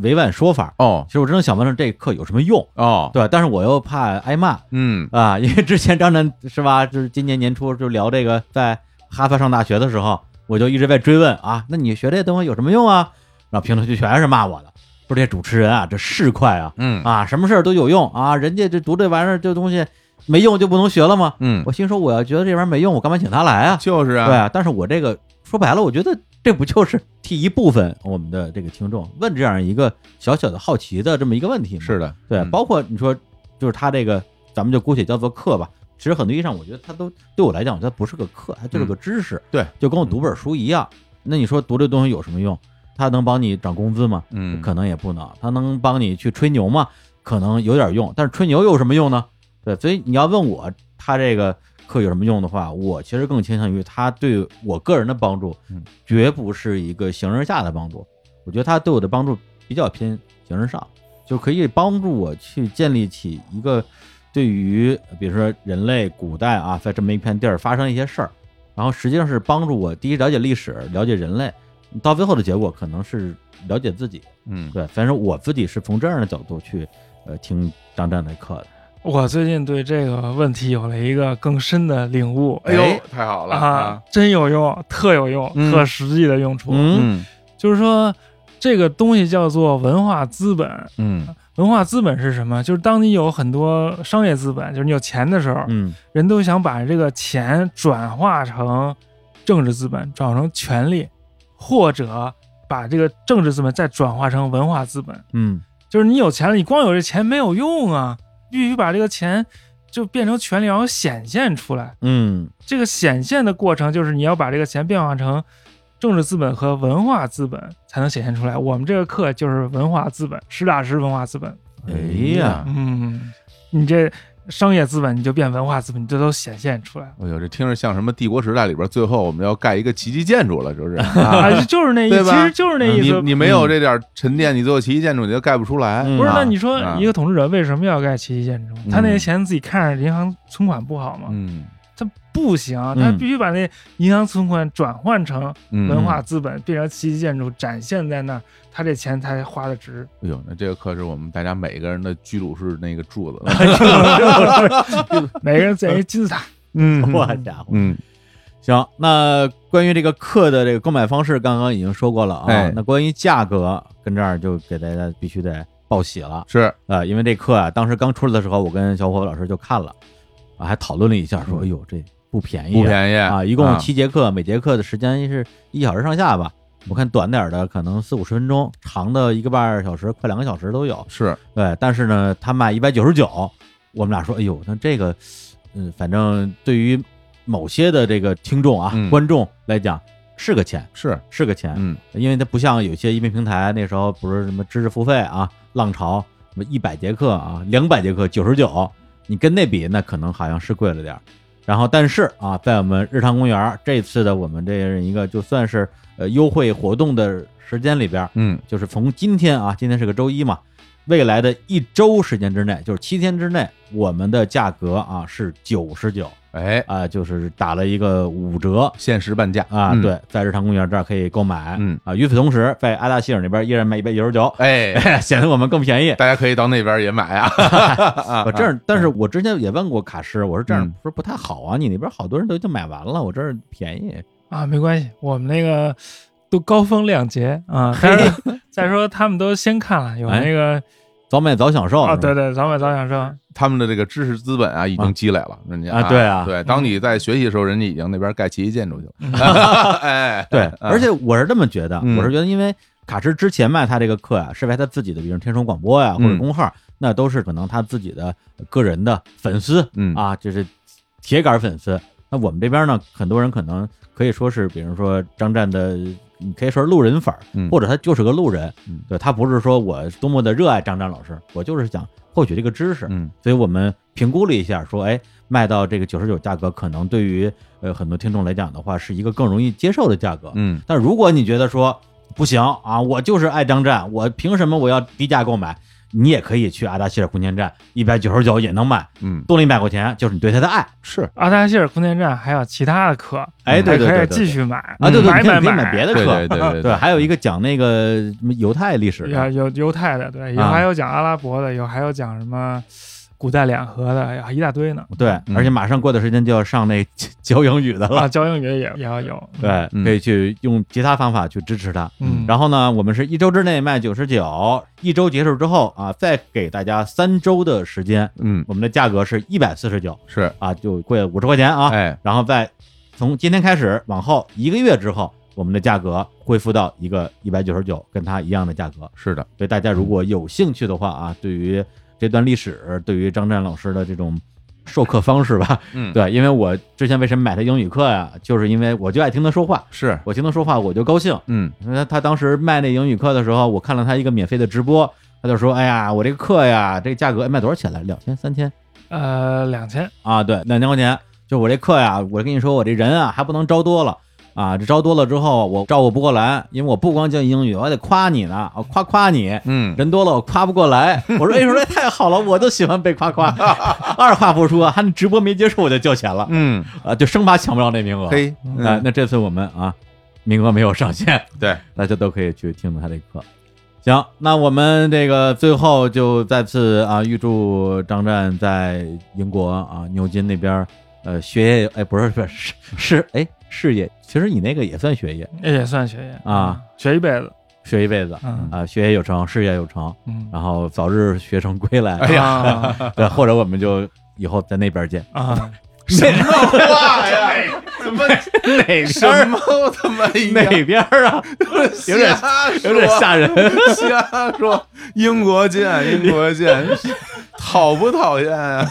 S1: 委婉说法。
S2: 哦
S1: 其实我真正想问的是这课有什么用，
S2: 哦，
S1: 对，但是我又怕挨骂
S2: 嗯
S1: 啊，因为之前张楠是吧，就是今年年初就聊这个，在哈佛上大学的时候，我就一直在追问啊，那你学这东西有什么用啊？然后评论区全是骂我的，说这主持人啊，这市侩啊，
S2: 嗯
S1: 啊，什么事儿都有用啊，人家这读这玩意儿这东西没用就不能学了吗？
S2: 嗯，
S1: 我心说，我要觉得这玩意儿没用，我干嘛请他来啊？
S2: 就是
S1: 对
S2: 啊，
S1: 啊，但是我这个说白了，我觉得这不就是替一部分我们的这个听众问这样一个小小的好奇的这么一个问题吗？
S2: 是的，
S1: 对，
S2: 嗯
S1: 包括你说就是他这个，咱们就姑且叫做课吧。其实很多意义上，我觉得它都对我来讲，它不是个课，它就是个知识。
S2: 嗯对，
S1: 就跟我读本书一样。那你说读这东西有什么用？它能帮你涨工资吗？
S2: 嗯，
S1: 可能也不能。它能帮你去吹牛吗？可能有点用，但是吹牛有什么用呢？对，所以你要问我它这个课有什么用的话，我其实更倾向于它对我个人的帮助
S2: 嗯，
S1: 绝不是一个形而下的帮助。我觉得它对我的帮助比较偏形而上，就可以帮助我去建立起一个对于比如说人类古代啊，在这么一片地儿发生一些事儿，然后实际上是帮助我第一了解历史，了解人类，到最后的结果可能是了解自己。
S2: 嗯
S1: 对，反正我自己是从这样的角度去呃听张湛的课的。
S3: 我最近对这个问题有了一个更深的领悟，
S2: 哎呦，太好了
S3: 啊，！真有用，特有用，
S2: 嗯
S3: 特实际的用处。
S1: 嗯
S2: 嗯
S3: 就是说，这个东西叫做文化资本。
S2: 嗯
S3: 文化资本是什么？就是当你有很多商业资本，就是你有钱的时候，
S1: 嗯
S3: 人都想把这个钱转化成政治资本，转化成权力，或者把这个政治资本再转化成文化资本。
S1: 嗯
S3: 就是你有钱了，你光有这钱没有用啊，必须把这个钱就变成权力，然后显现出来。
S1: 嗯
S3: 这个显现的过程就是你要把这个钱变化成政治资本和文化资本才能显现出来。我们这个课就是文化资本，实打实文化资本。
S1: 哎呀，
S3: 嗯，你这商业资本你就变文化资本，你这都显现出来了。
S2: 哎呦，这听着像什么帝国时代里边，最后我们要盖一个奇迹建筑了， 就是
S3: 啊，
S2: 啊，
S3: 就就是那意
S2: 对
S3: 思，
S2: 吧嗯
S3: 其实就是那意
S2: 你
S3: 思。嗯
S2: 你没有这点沉淀，你最后奇迹建筑你就盖不出来。
S1: 嗯
S3: 不是，
S2: 啊
S3: 那你说
S2: 啊
S3: 一个统治者为什么要盖奇迹建筑？他那些钱自己看着银行存款不好吗？
S2: 嗯
S3: 他不行，啊他必须把那银行存款转换成
S2: 嗯
S3: 文化资本，变成奇迹建筑展现在那儿，他这钱才花的值。
S2: 哎呦，那这个课是我们大家每个人的居鲁士那个柱
S1: 哎
S3: 哦
S2: 子，
S3: 每个人在一金字塔。
S2: 嗯
S1: 我家伙，
S2: 嗯
S1: 行，那关于这个课的这个购买方式，刚刚已经说过了啊。
S2: 哎
S1: 那关于价格，跟这儿就给大家必须得报喜了。
S2: 是
S1: 呃，因为这课啊，当时刚出来的时候，我跟小伙老师就看了，啊，还讨论了一下，说，哎呦，这不便宜、
S2: 不
S3: 哎
S2: 便宜
S1: 啊，一
S2: 嗯
S1: 共七节课，每节课的时间是一小时上下吧。我看短点儿的可能四五十分钟，长的一个半小时，快两个小时都有。
S2: 是
S1: 对，但是呢，他卖一百九十九，我们俩说，哎呦，那这个，嗯，反正对于某些的这个听众啊、
S2: 嗯
S1: 观众来讲，是个钱，
S2: 是，
S1: 是个
S3: 哎
S1: 钱，
S2: 嗯
S1: 因为它不像有些音频平台那时候不是什么知识付费啊、浪潮什么一百节课啊、两百节课九十九，你跟那比，那可能好像是贵了点儿。然后，但是啊，在我们日常公园儿这次的我们这样一个就算是呃优惠活动的时间里边儿，
S2: 嗯
S1: 就是从今天啊，今天是个周一嘛，未来的一周时间之内，就是七天之内，我们的价格啊是九十九
S2: 哎，
S1: 啊，就是打了一个五折。
S2: 限时半价
S1: 啊，，
S2: 嗯
S1: 对，在日常公园这儿可以购买，
S2: 嗯
S1: 啊，与此同时，在阿大希尔那边依然卖一百九十九，
S2: 哎，
S1: 显得我们更便宜。
S2: 大家可以到那边也买啊，
S1: 我这样，但是我之前也问过卡诗，我说这样
S2: 嗯
S1: 说不太好啊，你那边好多人都已经买完了，我这儿便宜。
S3: 啊，没关系，我们那个都高风亮节啊。但是再说他们都先看了，有
S1: 哎
S3: 那个
S1: 早买早享受
S3: 啊，
S1: 是吧
S3: 对对，早买早享
S1: 哎
S3: 受。
S2: 他们的这个知识资本啊已经积累了，人家
S1: 啊对啊
S2: 对，当你在学习的时候，人家已经那边盖奇迹建筑去了， 哎，
S1: 对，
S2: 嗯
S1: 而且我是这么觉得，
S2: 嗯
S1: 我是觉得，因为卡诗之前卖他这个课啊，是在他自己的，比如天窗广播呀、或者
S2: 嗯
S1: 公号，那都是可能他自己的个人的粉丝，
S2: 嗯
S1: 啊，就是铁杆粉丝。那我们这边呢，很多人可能可以说是，比如说张湛的，你可以说是路人粉儿，
S2: 嗯
S1: 或者他就是个路人，
S2: 嗯
S1: 对他不是说我多么的热爱张湛老师，我就是想获取这个知识。
S2: 嗯
S1: 所以我们评估了一下，说，哎，卖到这个九十九价格，可能对于呃很多听众来讲的话，是一个更容易接受的价格。
S2: 嗯
S1: 但如果你觉得说不行啊，我就是爱张站，我凭什么我要低价购买？你也可以去阿达希尔空间站，一百九十九也能买，
S2: 嗯，
S1: 多了一百块钱就是你对它的爱。啊
S2: 是
S3: 阿达希尔空间站还有其他的课，啊
S1: 哎，
S2: 嗯
S1: 对对
S3: 还
S1: 对
S3: 可以
S1: 对
S3: 继
S1: 对
S3: 续买
S1: 啊，对对，
S3: 买
S1: 你可以
S3: 嗯买
S1: 可以买别的
S2: 对
S1: 课
S2: 对，对
S1: 对，还有一个讲那个什么犹太历史
S3: 有
S1: 的，
S3: 有犹太的，对，有
S1: 啊
S3: 还有讲阿拉伯的，有还有讲什么古代两河的，哎呀，一大堆呢。
S1: 对，
S2: 嗯
S1: 而且马上过段时间就要上那教英语的了
S3: 啊，，教英语也也要有，
S1: 哦对，
S2: 嗯
S1: 可以去用其他方法去支持它。
S3: 嗯，
S1: 然后呢，我们是一周之内卖九十九，一周结束之后啊，再给大家三周的时间，
S2: 嗯
S1: 我们的价格是一百四十九
S2: 是，
S1: 啊，就贵五十块钱啊。
S2: 哎
S1: 然后再从今天开始往后一个月之后，我们的价格恢复到一个一百九十九，跟它一样的价格。
S2: 是的，
S1: 所以大家如果有兴趣的话啊，对于这段历史，对于张湛老师的这种授课方式吧，
S2: 嗯
S1: 对，因为我之前为什么买他英语课呀，就是因为我就爱听他说话，
S2: 是，
S1: 我听他说话我就高兴。
S2: 嗯
S1: 因为他他当时卖那英语课的时候，我看了他一个免费的直播，他就说：“哎呀，我这个课呀，这个价格哎卖多少钱来？两千、三千
S3: 呃，两千，
S1: 啊？对，两千块钱。就我这课呀，我跟你说，我这人啊还不能招多了啊，这招多了之后我照顾不过来，因为我不光教英语，我还得夸你呢，我夸夸你。”
S2: 嗯
S1: 人多了，我夸不过来。我说，哎，说这太好了，我就喜欢被夸夸。 二话不说，他那直播没结束我就叫钱了，
S2: 嗯，
S1: 啊，就生怕抢不着那名额。
S2: 嘿，
S1: 啊
S2: 嗯，
S1: 那这次我们啊，名额没有上限，
S2: 对，
S1: 大家都可以去听他这课。行，那我们这个最后就再次啊，预祝张湛在英国啊牛津那边儿呃学业哎不是不是是是哎事业，其实你那个也算学业，
S3: 也算学业嗯
S1: 啊，
S3: 学一辈子，
S1: 学一辈子
S3: 嗯
S1: 啊，学业有成，事业有成，
S3: 嗯，啊
S1: 然后早日学成归来。
S2: 哎呀
S3: 呀
S1: 对，或者我们就以后在那边见。
S3: 啊，
S2: 什么话呀？怎么
S1: 哪
S2: 什么他妈
S1: 哪边儿啊？有点
S2: 瞎说
S1: 有点吓人。
S2: 瞎说，英国见，英国见， 讨不讨厌啊？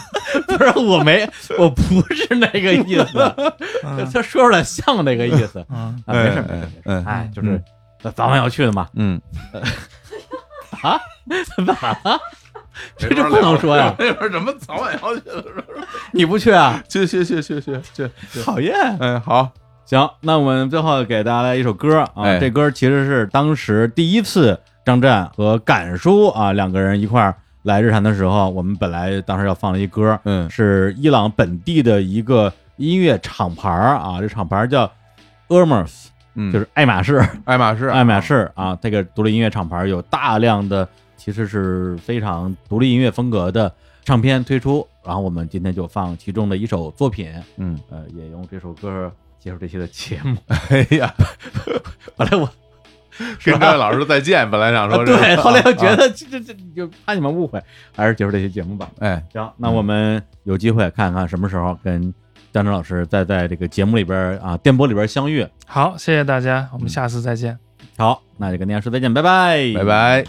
S1: 不是，我没，我不是那个意思。
S3: 嗯
S1: 他说出来像那个意思。
S3: 嗯，
S1: 啊，没事没事。
S2: 嗯嗯嗯
S1: 哎，就是咱咱们要去的嘛，
S2: 嗯，
S1: 这就不能说呀。
S2: 那边怎么早晚要去的时候？
S1: 你不去 啊？
S2: 去去去去去去去。
S1: 讨厌。
S2: 嗯，好，
S1: 行，那我们最后给大家来一首歌啊，
S2: 哎
S1: 这歌其实是当时第一次张湛和敢叔啊两个人一块儿来日坛的时候，我们本来当时要放了一歌，
S2: 嗯
S1: 是伊朗本地的一个音乐厂牌儿啊，这厂牌儿叫 Hermes，
S2: 嗯，
S1: 就是爱马仕，
S2: 爱马仕，
S1: 爱马仕啊，这个独立音乐厂牌儿有大量的其实是非常独立音乐风格的唱片推出，然后我们今天就放其中的一首作品，
S2: 嗯，
S1: 呃，也用这首歌结束这期的节目。
S2: 哎呀，
S1: 本来我是
S2: 跟
S1: 吧
S2: 张老师再见，本来想哦说这个
S1: 对，后来又觉，
S2: 啊
S1: 得这这这就怕你们误会，还是结束这期节目吧。
S2: 哎，
S1: 行，那我们有机会看看什么时候跟张哲老师再在这个节目里边儿啊电波里边儿相遇。
S3: 好，谢谢大家，我们下次再见。
S1: 好，那就跟大家说再见，拜拜，
S2: 拜。拜。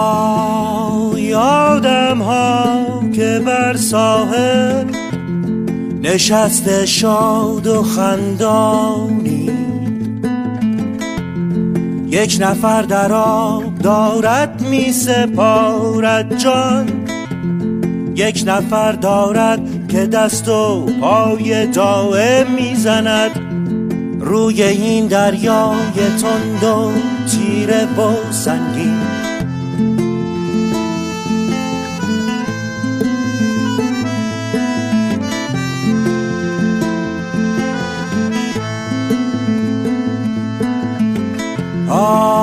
S4: آی آدم ها که بر ساحل نشسته شاد و خندانی یک نفر در آب دارد می سپارد جان یک نفر دارد که دست و پای دائم میزند روی این دریای تند و تیره و سنگین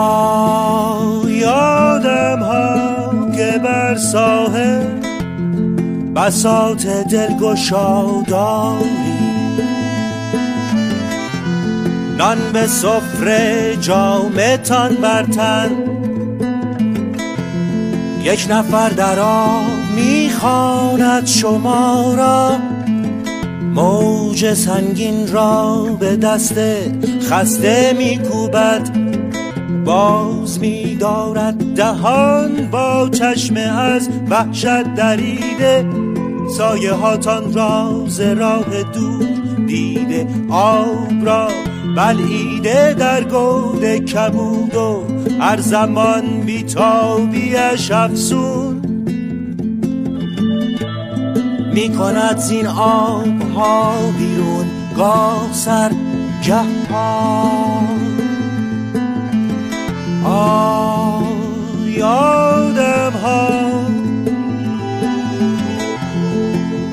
S4: آی آدم ها که بر ساحل بساط دلگشا داری نان به سفره جامتان برتن یک نفر در آب میخواند شما را موج سنگین را به دست خسته میکوبد باز میدارد دهان با چشم از وحشت دریده سایه هاتان راز راه دور دیده آب را بلعیده در گود کبود و هر زمان بیتابیش افسون می کند زین آب ها بیرون گاه سر گه پا آه یادم ها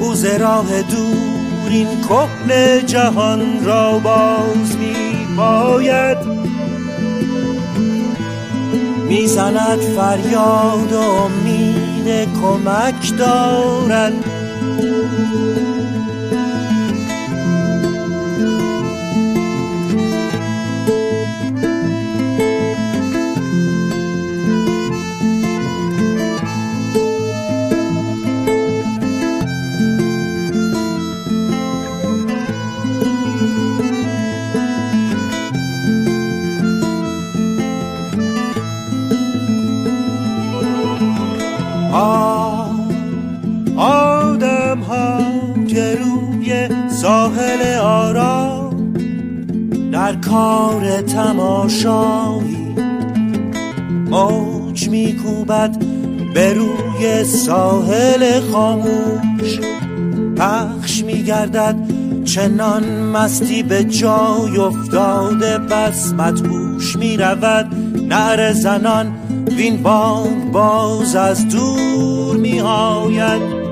S4: او ز راه دور این کهن جهان را باز می پاید میزند فریاد و امید کمک دارد آه آدم ها که روی ساحل آرام در کار تماشایی موج میکوبد به روی ساحل خاموش پخش میگردد چنان مستی به جای افتاده پس مدهوش میرود نعر زنان وین بانگ باز از دور میآید